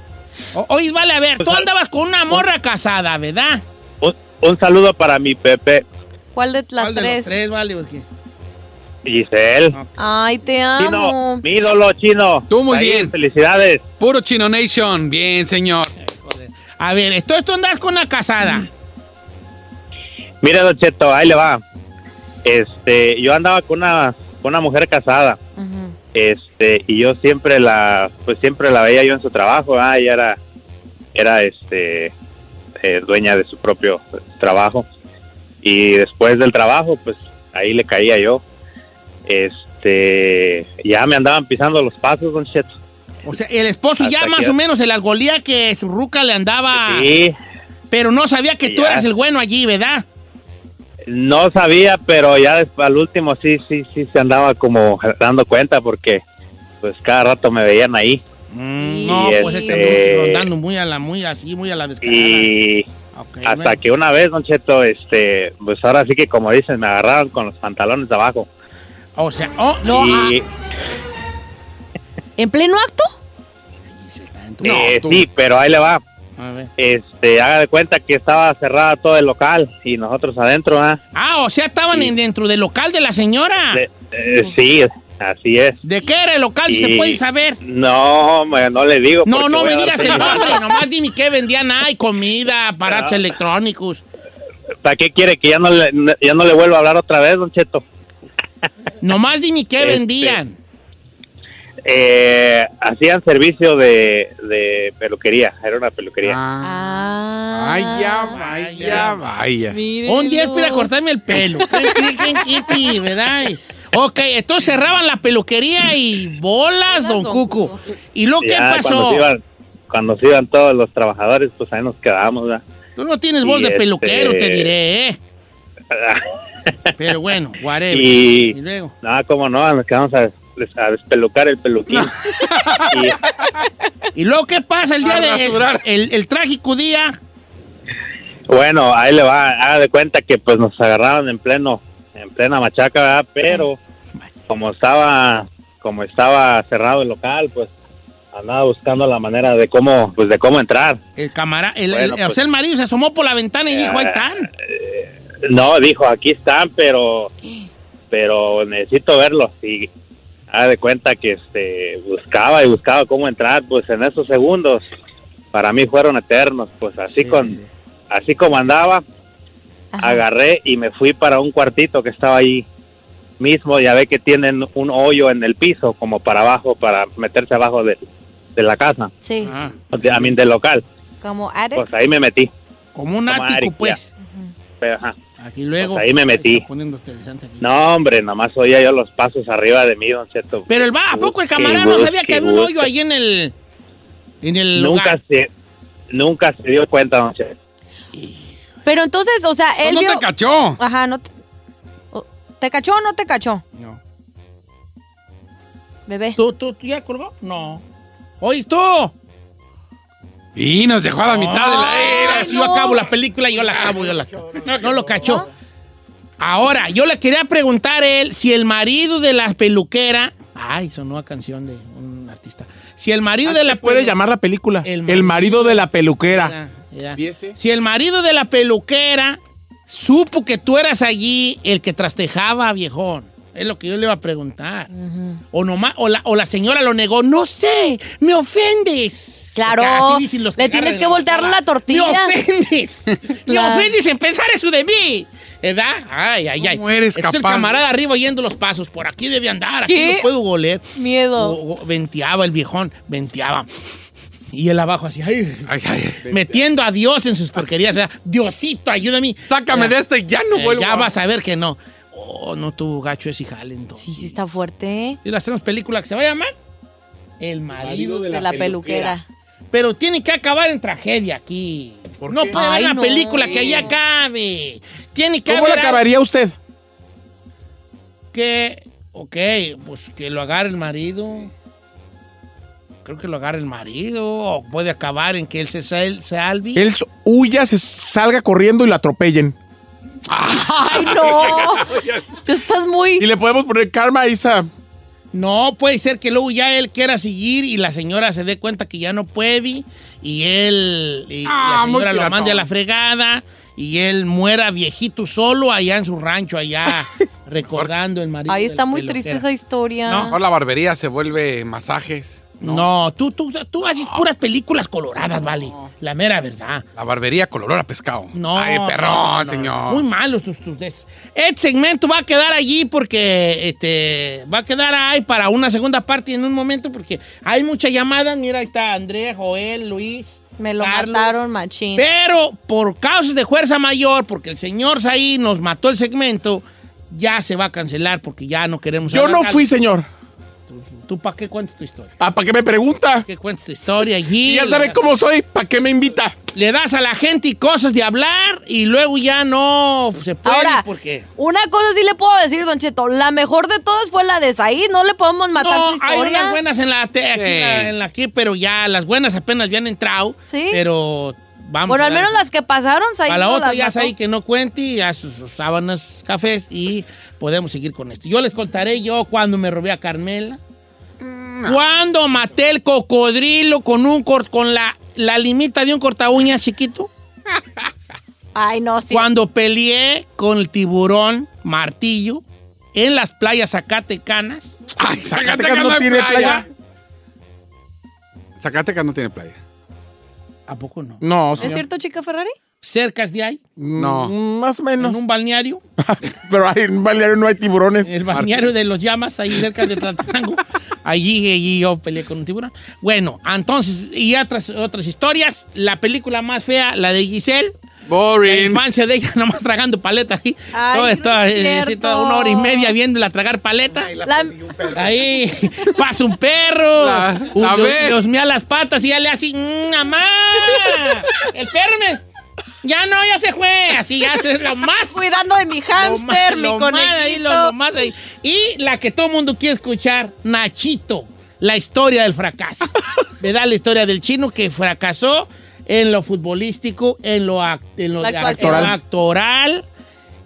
[SPEAKER 2] O- oye, vale, a ver, tú
[SPEAKER 7] Pues,
[SPEAKER 2] andabas con una morra casada, ¿verdad?
[SPEAKER 7] Un, un saludo para mi Pepe,
[SPEAKER 4] ¿Cuál de las
[SPEAKER 2] ¿Cuál de los
[SPEAKER 4] tres?
[SPEAKER 2] tres, vale, porque-
[SPEAKER 7] Giselle.
[SPEAKER 4] Ay, te amo.
[SPEAKER 7] Chino, mi ídolo chino.
[SPEAKER 3] Tú muy
[SPEAKER 7] Ahí,
[SPEAKER 3] bien.
[SPEAKER 7] Felicidades.
[SPEAKER 3] Puro Chino Nation. Bien, señor.
[SPEAKER 2] A ver, esto, esto andas con una casada.
[SPEAKER 7] Mira, Don Cheto, ahí le va. Este, yo andaba con una, con una mujer casada. Este, y yo siempre la, pues siempre la veía yo en su trabajo. Ah, ella era, era este, eh, dueña de su propio pues, trabajo. Y después del trabajo, pues ahí le caía yo. Este, ya me andaban pisando los pasos, Don Cheto.
[SPEAKER 2] O sea, el esposo
[SPEAKER 7] Hasta
[SPEAKER 2] ya
[SPEAKER 7] que
[SPEAKER 2] más
[SPEAKER 7] ya-
[SPEAKER 2] o menos se la golía que su ruca le andaba.
[SPEAKER 7] Sí.
[SPEAKER 2] Pero no sabía que tú
[SPEAKER 7] Ya.
[SPEAKER 2] eras el bueno allí, ¿verdad?
[SPEAKER 7] No sabía, pero ya des- al último sí, sí, sí se andaba como dando cuenta porque pues cada rato me veían ahí.
[SPEAKER 2] no,
[SPEAKER 7] Y
[SPEAKER 2] pues
[SPEAKER 7] este-
[SPEAKER 2] este andando muy a la, muy así, muy a la descarada.
[SPEAKER 7] Y hasta
[SPEAKER 2] bueno.
[SPEAKER 7] que una vez, Don Cheto, este, pues ahora sí que como dicen, me agarraron con los pantalones de abajo.
[SPEAKER 2] O sea, oh, no.
[SPEAKER 7] Y,
[SPEAKER 4] ah, ¿En pleno acto?
[SPEAKER 7] eh, sí, pero ahí le va.
[SPEAKER 2] A ver.
[SPEAKER 7] Este, haga de cuenta que estaba cerrada todo el local y nosotros adentro, ¿ah?
[SPEAKER 2] Ah, o sea, estaban en- dentro del local de la señora.
[SPEAKER 7] De- eh, sí, así es.
[SPEAKER 2] Ah. ¿De qué era el local? Si se
[SPEAKER 7] Y-
[SPEAKER 2] puede saber.
[SPEAKER 7] No, me- no le digo.
[SPEAKER 2] No,
[SPEAKER 7] porque
[SPEAKER 2] no
[SPEAKER 7] voy
[SPEAKER 2] me
[SPEAKER 7] a dar
[SPEAKER 2] digas el
[SPEAKER 7] señal.
[SPEAKER 2] nombre, nomás dime qué vendían ahí, comida, aparatos
[SPEAKER 7] Ah.
[SPEAKER 2] electrónicos.
[SPEAKER 7] ¿Para qué quiere que ya no le, ya no le vuelva a hablar otra vez, Don Cheto?
[SPEAKER 2] Nomás dime qué
[SPEAKER 7] Este,
[SPEAKER 2] vendían.
[SPEAKER 7] Eh, hacían servicio de, de peluquería, era una peluquería.
[SPEAKER 2] Ay,
[SPEAKER 7] Ah.
[SPEAKER 3] ya vaya, vaya.
[SPEAKER 2] Un día es para cortarme el pelo. Kitty, ¿verdad? Ok, entonces cerraban la peluquería y bolas, don Cuco. ¿Y lo que
[SPEAKER 7] Ya
[SPEAKER 2] pasó?
[SPEAKER 7] Cuando se, iban, cuando se iban todos los trabajadores, pues ahí nos quedábamos, ¿verdad?
[SPEAKER 2] Tú no tienes voz
[SPEAKER 7] Y
[SPEAKER 2] de peluquero,
[SPEAKER 7] este-
[SPEAKER 2] te diré, ¿eh? Pero bueno, whatever.
[SPEAKER 7] Y,
[SPEAKER 2] Eh, luego.
[SPEAKER 7] No, cómo no, nos quedamos a, des- a despelucar el peluquín.
[SPEAKER 2] ¿Y luego qué pasa el día
[SPEAKER 7] A
[SPEAKER 2] de el, el- el trágico día?
[SPEAKER 7] Bueno, ahí le va, haga de cuenta que pues nos agarraron en pleno, en plena machaca, ¿verdad? Pero como estaba, como estaba cerrado el local, pues andaba buscando la manera de cómo, pues de cómo entrar.
[SPEAKER 2] El camarada, el,
[SPEAKER 7] Bueno,
[SPEAKER 2] el- o sea,
[SPEAKER 7] pues. Ah,
[SPEAKER 2] el marido se asomó por la ventana y dijo, ahí están.
[SPEAKER 7] No, dijo, aquí están, pero, pero necesito verlos. Y haga de cuenta que este, buscaba y buscaba cómo entrar, pues en esos segundos, para mí fueron eternos, pues así con, así como andaba, agarré y me fui para un cuartito que estaba ahí mismo, ya ve que tienen un hoyo en el piso, como para abajo, para meterse abajo de, de la casa,
[SPEAKER 4] Sí,
[SPEAKER 2] Ah.
[SPEAKER 7] de- a mí del local.
[SPEAKER 4] como Arek.
[SPEAKER 7] Pues ahí me metí.
[SPEAKER 2] Como un
[SPEAKER 7] Como
[SPEAKER 2] ático,
[SPEAKER 7] Arik,
[SPEAKER 2] pues.
[SPEAKER 7] Pero, ajá.
[SPEAKER 2] Y luego.
[SPEAKER 7] Pues ahí me metí.
[SPEAKER 2] Está poniendo interesante aquí.
[SPEAKER 7] No, hombre, nomás oía yo los pasos arriba de mí, don Cheto.
[SPEAKER 2] Pero el va, ¿a poco el
[SPEAKER 7] Busque,
[SPEAKER 2] camarada no sabía
[SPEAKER 7] busque,
[SPEAKER 2] que había un hoyo
[SPEAKER 7] busque.
[SPEAKER 2] ahí en el. En el
[SPEAKER 7] Nunca
[SPEAKER 2] lugar?
[SPEAKER 7] se, nunca se dio cuenta, don Cheto.
[SPEAKER 4] Pero entonces, o sea,
[SPEAKER 2] Pues
[SPEAKER 4] él vio-
[SPEAKER 7] cachó?
[SPEAKER 4] Ajá, no te... o- ¿Te cachó o no te cachó?
[SPEAKER 2] No.
[SPEAKER 4] Bebé.
[SPEAKER 2] ¿Tú, tú, tú ya colgó? No. Oye, tú.
[SPEAKER 3] Y nos dejó a la mitad de la...
[SPEAKER 2] Eh, ahora sí yo acabo la película, yo la acabo, yo la acabo. No lo cachó. Ahora, yo le quería preguntar a él si el marido de la peluquera. Ay, sonó a canción de un artista. Si el marido de la
[SPEAKER 10] Puede llamar la película. El marido, de la peluquera.
[SPEAKER 2] Ya. Si el marido de la peluquera supo que tú eras allí el que trastejaba, viejón. Es lo que yo le iba a preguntar. O, nomás, o, la, o la señora lo negó. No sé, me ofendes.
[SPEAKER 4] Claro,
[SPEAKER 2] Porque así dicen los
[SPEAKER 4] le tienes
[SPEAKER 2] agarran
[SPEAKER 4] que
[SPEAKER 2] la
[SPEAKER 4] voltear
[SPEAKER 2] mala.
[SPEAKER 4] la tortilla.
[SPEAKER 2] Me ofendes. me
[SPEAKER 4] Claro.
[SPEAKER 2] ofendes en pensar eso de mí. ¿Verdad? Ay, ay, ay.
[SPEAKER 3] ¿Cómo eres
[SPEAKER 2] Entonces el
[SPEAKER 3] capaz?
[SPEAKER 2] camarada arriba oyendo los pasos. Por aquí debe andar, aquí
[SPEAKER 4] ¿Qué?
[SPEAKER 2] no puedo goler.
[SPEAKER 4] Miedo.
[SPEAKER 2] O- o- venteaba el viejón, venteaba. Y él abajo así, ay, metiendo a Dios en sus porquerías. ¿verdad? Diosito, ayúdame.
[SPEAKER 3] Sácame de este, ya no
[SPEAKER 2] Eh,
[SPEAKER 3] vuelvo
[SPEAKER 2] Ya
[SPEAKER 3] a-
[SPEAKER 2] vas a ver que no. Oh, no, tu gacho es hijal, entonces.
[SPEAKER 4] Sí, sí está fuerte.
[SPEAKER 2] Y le hacemos película que se va a llamar El marido,
[SPEAKER 4] De la peluquera.
[SPEAKER 2] Pero tiene que acabar en tragedia aquí. No
[SPEAKER 10] qué?
[SPEAKER 2] puede
[SPEAKER 10] Ay,
[SPEAKER 2] haber una
[SPEAKER 10] no.
[SPEAKER 2] película que ahí acabe. Tiene que
[SPEAKER 10] ¿Cómo la
[SPEAKER 2] haber algo
[SPEAKER 10] acabaría usted?
[SPEAKER 2] que, ok, pues que lo agarre el marido. Creo que lo agarre el marido. O puede acabar en que él se, sal- se albi.
[SPEAKER 10] Él s- huya, se salga corriendo y lo atropellen.
[SPEAKER 4] ¡Ay, no! Tú estás muy...
[SPEAKER 10] Y le podemos poner karma Isa.
[SPEAKER 2] No, puede ser que luego ya él quiera seguir y la señora se dé cuenta que ya no puede y él y
[SPEAKER 3] Ah,
[SPEAKER 2] la señora
[SPEAKER 3] muy
[SPEAKER 2] lo mande a
[SPEAKER 3] piratón.
[SPEAKER 2] la fregada y él muera viejito solo allá en su rancho allá recordando el marido.
[SPEAKER 4] Ahí está
[SPEAKER 2] del
[SPEAKER 4] muy
[SPEAKER 2] peluquero.
[SPEAKER 4] triste esa historia.
[SPEAKER 3] No, mejor la barbería se vuelve masajes.
[SPEAKER 2] No, tú, tú, tú haces puras películas coloradas, vale. La mera verdad.
[SPEAKER 3] La barbería con olor a pescado.
[SPEAKER 2] No.
[SPEAKER 3] Ay,
[SPEAKER 2] no,
[SPEAKER 3] perrón,
[SPEAKER 2] no,
[SPEAKER 10] Ah.
[SPEAKER 3] señor.
[SPEAKER 2] Muy malos tus, tus de- Este segmento va a quedar allí porque este, va a quedar ahí para una segunda parte en un momento porque hay muchas llamadas. Mira, ahí está Andrea, Joel, Luis.
[SPEAKER 4] Me lo
[SPEAKER 2] Carlos.
[SPEAKER 4] mataron, machín.
[SPEAKER 2] Pero por causas de fuerza mayor, porque el señor Saí nos mató el segmento, ya se va a cancelar porque ya no queremos
[SPEAKER 10] Yo no
[SPEAKER 2] abarcar.
[SPEAKER 10] fui, señor.
[SPEAKER 2] ¿Tú para qué cuentas tu historia?
[SPEAKER 10] Ah, ¿Para qué me pregunta?
[SPEAKER 2] Que cuentes tu historia allí.
[SPEAKER 10] Y ya sabe cómo soy, ¿para qué me invita?
[SPEAKER 2] Le das a la gente y cosas de hablar y luego ya no se puede
[SPEAKER 4] Ahora,
[SPEAKER 2] porque...
[SPEAKER 4] Una cosa sí le puedo decir, Don Cheto. La mejor de todas fue la de Said. No le podemos matar su
[SPEAKER 2] No, hay
[SPEAKER 4] historia.
[SPEAKER 2] unas buenas en la, te- aquí,
[SPEAKER 3] Sí.
[SPEAKER 2] la- en la aquí, pero ya las buenas apenas habían entrado.
[SPEAKER 4] Sí.
[SPEAKER 2] Pero vamos.
[SPEAKER 4] bueno,
[SPEAKER 2] a
[SPEAKER 4] al
[SPEAKER 2] dar-
[SPEAKER 4] menos las que pasaron, Said.
[SPEAKER 2] A la
[SPEAKER 4] no
[SPEAKER 2] otra
[SPEAKER 4] las
[SPEAKER 2] ya
[SPEAKER 4] mató.
[SPEAKER 2] es ahí que no cuente y a sus, sus sábanas cafés y podemos seguir con esto. Yo les contaré yo cuando me robé a Carmela. Cuando maté el cocodrilo con un cor- con la, la limita de un corta uñas chiquito.
[SPEAKER 4] Ay, no, sí.
[SPEAKER 2] Cuando peleé con el tiburón martillo en las playas Zacatecanas.
[SPEAKER 3] Ay, Zacatecas no tiene playa. Zacatecas no tiene playa.
[SPEAKER 2] ¿A poco no?
[SPEAKER 10] No,
[SPEAKER 4] ¿Es cierto, chica Ferrari?
[SPEAKER 2] Cercas de ahí. Mm,
[SPEAKER 3] No.
[SPEAKER 10] Más o menos.
[SPEAKER 2] En un balneario.
[SPEAKER 10] Pero hay- en un balneario no hay tiburones.
[SPEAKER 2] El balneario de los llamas ahí cerca de Tlatenango. Allí, allí yo peleé con un tiburón. Bueno, entonces, y otras, otras historias. La película más fea, la de Giselle.
[SPEAKER 3] Boring.
[SPEAKER 2] La infancia de ella nomás tragando paletas aquí.
[SPEAKER 4] Ay,
[SPEAKER 2] Todo
[SPEAKER 4] no
[SPEAKER 2] esto,
[SPEAKER 4] es
[SPEAKER 2] eh,
[SPEAKER 4] cierto.
[SPEAKER 2] sí, toda una hora y media viéndola tragar paleta.
[SPEAKER 4] La-
[SPEAKER 2] Ahí pasa un perro.
[SPEAKER 3] La-
[SPEAKER 2] un-
[SPEAKER 3] la
[SPEAKER 2] Dios,
[SPEAKER 3] ve.
[SPEAKER 2] Dios mía, las patas y ya le hace, "Mm, ¡Mamá! El perro me... Ya no, ya se fue. Así ya se lo más.
[SPEAKER 4] Cuidando de mi hámster, mi
[SPEAKER 2] lo más ahí, lo- lo
[SPEAKER 4] conejito.
[SPEAKER 2] más ahí. Y la que todo el mundo quiere escuchar, Nachito, la historia del fracaso. ¿Verdad? La historia del chino que fracasó en lo futbolístico, en lo, ac- en lo
[SPEAKER 4] La
[SPEAKER 2] de-
[SPEAKER 4] actuación.
[SPEAKER 2] en lo actoral,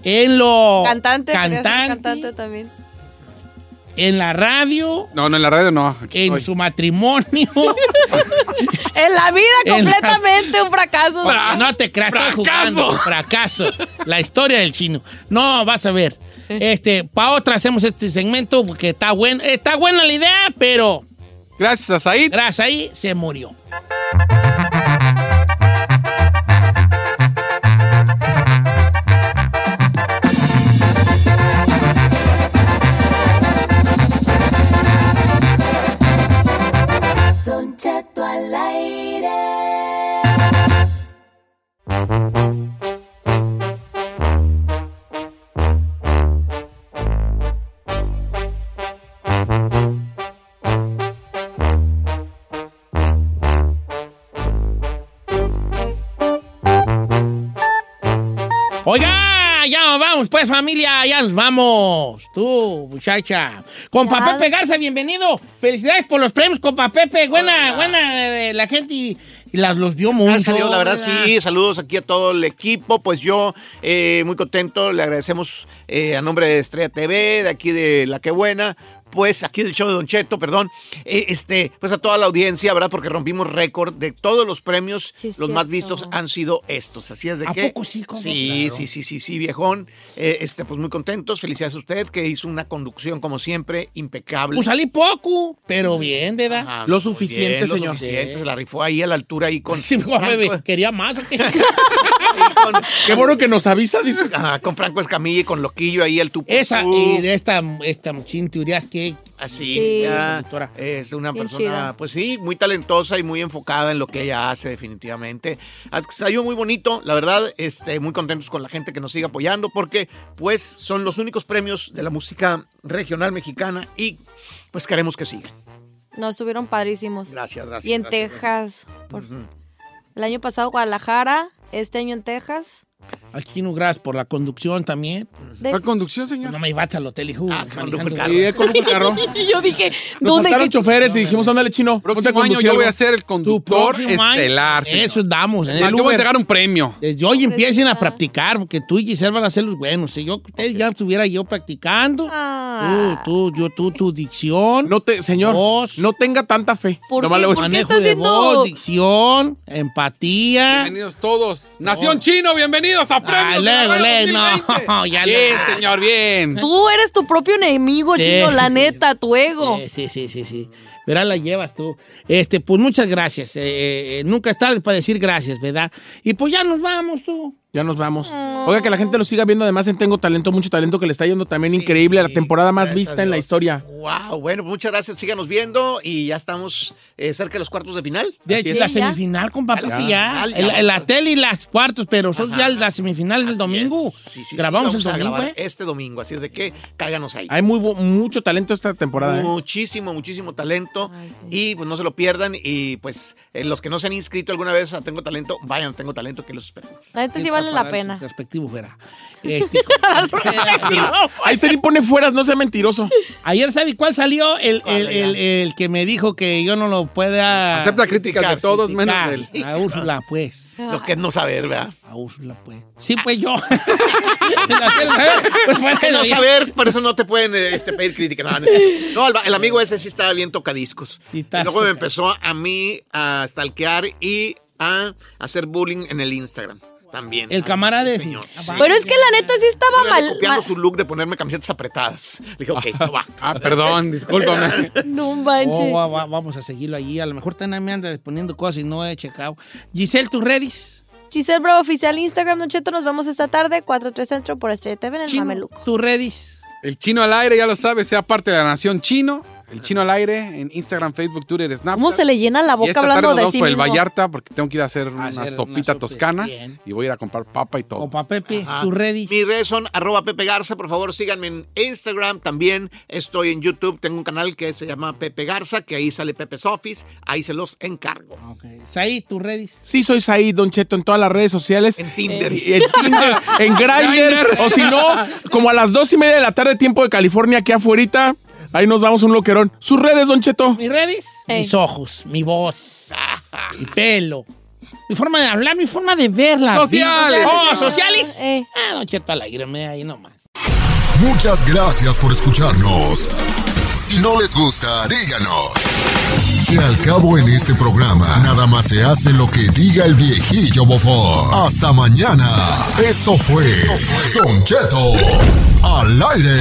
[SPEAKER 2] en lo
[SPEAKER 4] Cantante, quería ser
[SPEAKER 2] cantante,
[SPEAKER 4] cantante también.
[SPEAKER 2] en la radio,
[SPEAKER 3] No, no, en la radio no.
[SPEAKER 2] en su matrimonio.
[SPEAKER 4] En la vida
[SPEAKER 2] En la-
[SPEAKER 4] completamente un fracaso.
[SPEAKER 2] no te creas, estoy jugando. Fracaso. La historia del chino. No, vas a ver. Este, para otra hacemos este segmento porque está bueno. Está buena la idea, pero.
[SPEAKER 3] Gracias a Said.
[SPEAKER 2] Gracias ahí se murió.
[SPEAKER 5] Don Cheto al aire.
[SPEAKER 2] Oiga, ya nos vamos, pues familia, ya nos vamos. Tú, muchacha. Compa
[SPEAKER 4] Ya.
[SPEAKER 2] Pepe Garza, bienvenido. Felicidades por los premios, compa Pepe. Buena, buena, eh, la gente y- y las, los vio mucho.
[SPEAKER 8] Gracias a Dios, la verdad
[SPEAKER 2] ¿verdad?
[SPEAKER 8] sí. Saludos aquí a todo el equipo. Pues yo eh, muy contento, le agradecemos eh, a nombre de Estrella TV, de aquí de La Que Buena. Pues aquí del show de Don Cheto, perdón, eh, este, pues a toda la audiencia, ¿verdad? Porque rompimos récord de todos los premios, los más vistos han sido estos. Así es de
[SPEAKER 2] ¿A
[SPEAKER 8] que.
[SPEAKER 2] poco sí, cómo?
[SPEAKER 8] Sí,
[SPEAKER 2] Claro.
[SPEAKER 8] sí, sí, sí, sí, viejón. Eh, este, pues muy contentos. Felicidades a usted, que hizo una conducción, como siempre, impecable.
[SPEAKER 2] Pues salí poco, pero bien, ¿verdad?
[SPEAKER 8] Ah, muy bien, lo suficiente, se la rifó ahí a la altura ahí con.
[SPEAKER 2] Sí, guau, Pues, bebé, quería más. ¿o qué?
[SPEAKER 8] Qué bueno que nos avisa, dice. con Franco Escamilla y con Loquillo ahí el tupo.
[SPEAKER 2] Esa, y de esta, esta muchín teorías que...
[SPEAKER 8] Así,
[SPEAKER 2] Sí.
[SPEAKER 8] Ah, ya, es una
[SPEAKER 2] Bien
[SPEAKER 8] persona,
[SPEAKER 2] chida.
[SPEAKER 8] pues sí, muy talentosa y muy enfocada en lo que ella hace, definitivamente. Ah, Ha salido muy bonito, la verdad, este, muy contentos con la gente que nos sigue apoyando, porque pues son los únicos premios de la música regional mexicana y pues queremos que sigan.
[SPEAKER 4] No, estuvieron padrísimos.
[SPEAKER 8] Gracias, gracias.
[SPEAKER 4] Y en
[SPEAKER 8] gracias,
[SPEAKER 4] Texas. por-
[SPEAKER 8] Ujú.
[SPEAKER 4] El año pasado Guadalajara, este año en Texas.
[SPEAKER 2] Al Chino Gras por la conducción también.
[SPEAKER 4] De- ¿Cuál
[SPEAKER 2] conducción, señor? No me ibas al hotel, hijo. Ah,
[SPEAKER 10] condujo el carro. Sí, él condujo el carro.
[SPEAKER 4] Yo dije,
[SPEAKER 10] Nos
[SPEAKER 4] ¿dónde?
[SPEAKER 10] faltaron
[SPEAKER 4] qué-
[SPEAKER 10] choferes y dijimos, ándale, chino.
[SPEAKER 3] Próximo año yo voy a ser el conductor
[SPEAKER 2] próximo año.
[SPEAKER 3] estelar. señor.
[SPEAKER 2] Eso damos. ¿eh?
[SPEAKER 3] Ah, yo voy a
[SPEAKER 2] Uber.
[SPEAKER 3] entregar un premio.
[SPEAKER 2] Desde hoy empiecen a practicar, porque tú y Giselle van a ser los buenos. Si yo usted ya estuviera yo practicando, tú, tú, yo, tú, tu dicción.
[SPEAKER 10] No te, señor, no tenga tanta fe.
[SPEAKER 2] ¿Por
[SPEAKER 10] Nomás
[SPEAKER 2] qué?
[SPEAKER 10] le voy a
[SPEAKER 2] ¿Por
[SPEAKER 10] decir.
[SPEAKER 2] qué Manejo estás de voz, siendo- dicción, empatía. Oh. Ah,
[SPEAKER 3] Bienvenidos todos. Nación Chino, bienvenidos a Premios. de la
[SPEAKER 2] luego,
[SPEAKER 3] Radio
[SPEAKER 2] luego, no,
[SPEAKER 3] 2020.
[SPEAKER 2] ya
[SPEAKER 3] Bien,
[SPEAKER 2] no.
[SPEAKER 3] señor, bien.
[SPEAKER 4] Tú eres tu propio enemigo,
[SPEAKER 2] Sí.
[SPEAKER 4] chino, la neta, tu ego.
[SPEAKER 2] Eh, Sí, sí, sí, sí. Verá, la llevas tú. Este, pues muchas gracias. Eh, eh, nunca es tarde para decir gracias, ¿verdad? Y pues ya nos vamos tú.
[SPEAKER 10] Ya nos vamos. Oiga, que la gente lo siga viendo además en Tengo Talento, mucho talento que le está yendo también increíble. La temporada más
[SPEAKER 8] Gracias a
[SPEAKER 10] vista en la
[SPEAKER 8] Dios.
[SPEAKER 10] historia.
[SPEAKER 8] Wow, bueno, pues muchas gracias, síganos viendo y ya estamos eh, cerca de los cuartos de final.
[SPEAKER 2] De hecho, es la semifinal, compa,
[SPEAKER 8] Ya.
[SPEAKER 2] pues sí, ya.
[SPEAKER 8] Al-
[SPEAKER 2] El,
[SPEAKER 8] ya.
[SPEAKER 2] el hotel y las cuartos, pero son ya las semifinales del domingo. Grabamos el
[SPEAKER 8] vamos a
[SPEAKER 2] domingo,
[SPEAKER 8] grabar
[SPEAKER 2] ¿eh?
[SPEAKER 8] Este domingo, así es de que cáiganos ahí.
[SPEAKER 10] Hay muy bu- mucho talento esta temporada. ¿eh?
[SPEAKER 8] Muchísimo, muchísimo talento. Y pues no se lo pierdan. Y pues eh, los que no se han inscrito alguna vez a Tengo Talento, vayan a Tengo Talento que los esperamos.
[SPEAKER 4] La neta sí vale la pena.
[SPEAKER 2] Respectivo, verá. Este,
[SPEAKER 10] Ahí se le pone fueras, no sea mentiroso.
[SPEAKER 2] pues. Ayer, ¿sabe cuál salió? El, el, el- el que me dijo que yo no lo pueda.
[SPEAKER 3] Acepta críticas de todos, menos
[SPEAKER 2] de él. A Úrsula, pues.
[SPEAKER 8] Lo que es no saber, ¿verdad?
[SPEAKER 2] A Úrsula, pues. Sí, pues yo. pues
[SPEAKER 8] Que no
[SPEAKER 2] ya.
[SPEAKER 8] saber, por eso no te pueden eh, este, pedir crítica. No, no, no, el, el amigo ese sí estaba bien tocadiscos. Y luego me empezó a mí a stalkear y a hacer bullying en el Instagram también.
[SPEAKER 2] El camarada ese. Ah,
[SPEAKER 4] Pero es que la neta sí estaba
[SPEAKER 8] Yo le ando
[SPEAKER 4] mal.
[SPEAKER 8] copiando
[SPEAKER 4] mal-
[SPEAKER 8] su look de ponerme camisetas apretadas. Le dije, ok, no va.
[SPEAKER 3] Ah, perdón, discúlpame.
[SPEAKER 4] No
[SPEAKER 2] Oh,
[SPEAKER 4] manches.
[SPEAKER 2] va- va- vamos a seguirlo allí. A lo mejor también me anda poniendo cosas y no he checado. Giselle, ¿tus redis?
[SPEAKER 4] Giselle Bravo Oficial, Instagram, Don Cheto, nos vemos esta tarde, 4-3 Centro, por Estrella TV en el Mameluco.
[SPEAKER 2] ¿Tus redis?
[SPEAKER 3] El chino al aire, ya lo sabe, sea parte de la Nación Chino.
[SPEAKER 21] El chino al aire en Instagram, Facebook, Twitter, Snapchat.
[SPEAKER 4] ¿Cómo se le llena la boca hablando de
[SPEAKER 21] vamos
[SPEAKER 4] sí
[SPEAKER 21] por el
[SPEAKER 4] mismo?
[SPEAKER 21] Vallarta porque tengo que ir a hacer una
[SPEAKER 4] Hacer una
[SPEAKER 21] sopita
[SPEAKER 4] sopa,
[SPEAKER 21] toscana
[SPEAKER 8] bien.
[SPEAKER 21] y voy a ir a comprar papa y todo.
[SPEAKER 2] Opa, Pepe,
[SPEAKER 8] Ajá.
[SPEAKER 2] sus redes.
[SPEAKER 8] Mis redes son arroba Pepe Garza, por favor síganme en Instagram también. Estoy en YouTube, tengo un canal que se llama Pepe Garza, que ahí sale Pepe's Office, ahí se los encargo.
[SPEAKER 2] Saí, tus redes.
[SPEAKER 10] Sí, soy Said, Don Cheto, en todas las redes sociales. En
[SPEAKER 8] Tinder.
[SPEAKER 10] En, Tinder, en Grindr.
[SPEAKER 8] Grindr.
[SPEAKER 10] o si no, como a las dos y media de la tarde, tiempo de California, aquí afuera. Ahí nos vamos un loquerón. Sus redes, Don Cheto.
[SPEAKER 2] ¿Mis redes? Mis ojos, mi voz, mi pelo, mi forma de hablar, mi forma de verla.
[SPEAKER 12] Sociales.
[SPEAKER 2] ¡Oh, sociales! Ah, don Cheto al aire, me ahí nomás.
[SPEAKER 12] Muchas gracias por escucharnos. Si no les gusta, díganos. Que al cabo en este programa, nada más se hace lo que diga el viejillo bofón. Hasta mañana. Esto fue Don Cheto al aire.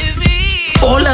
[SPEAKER 9] Hola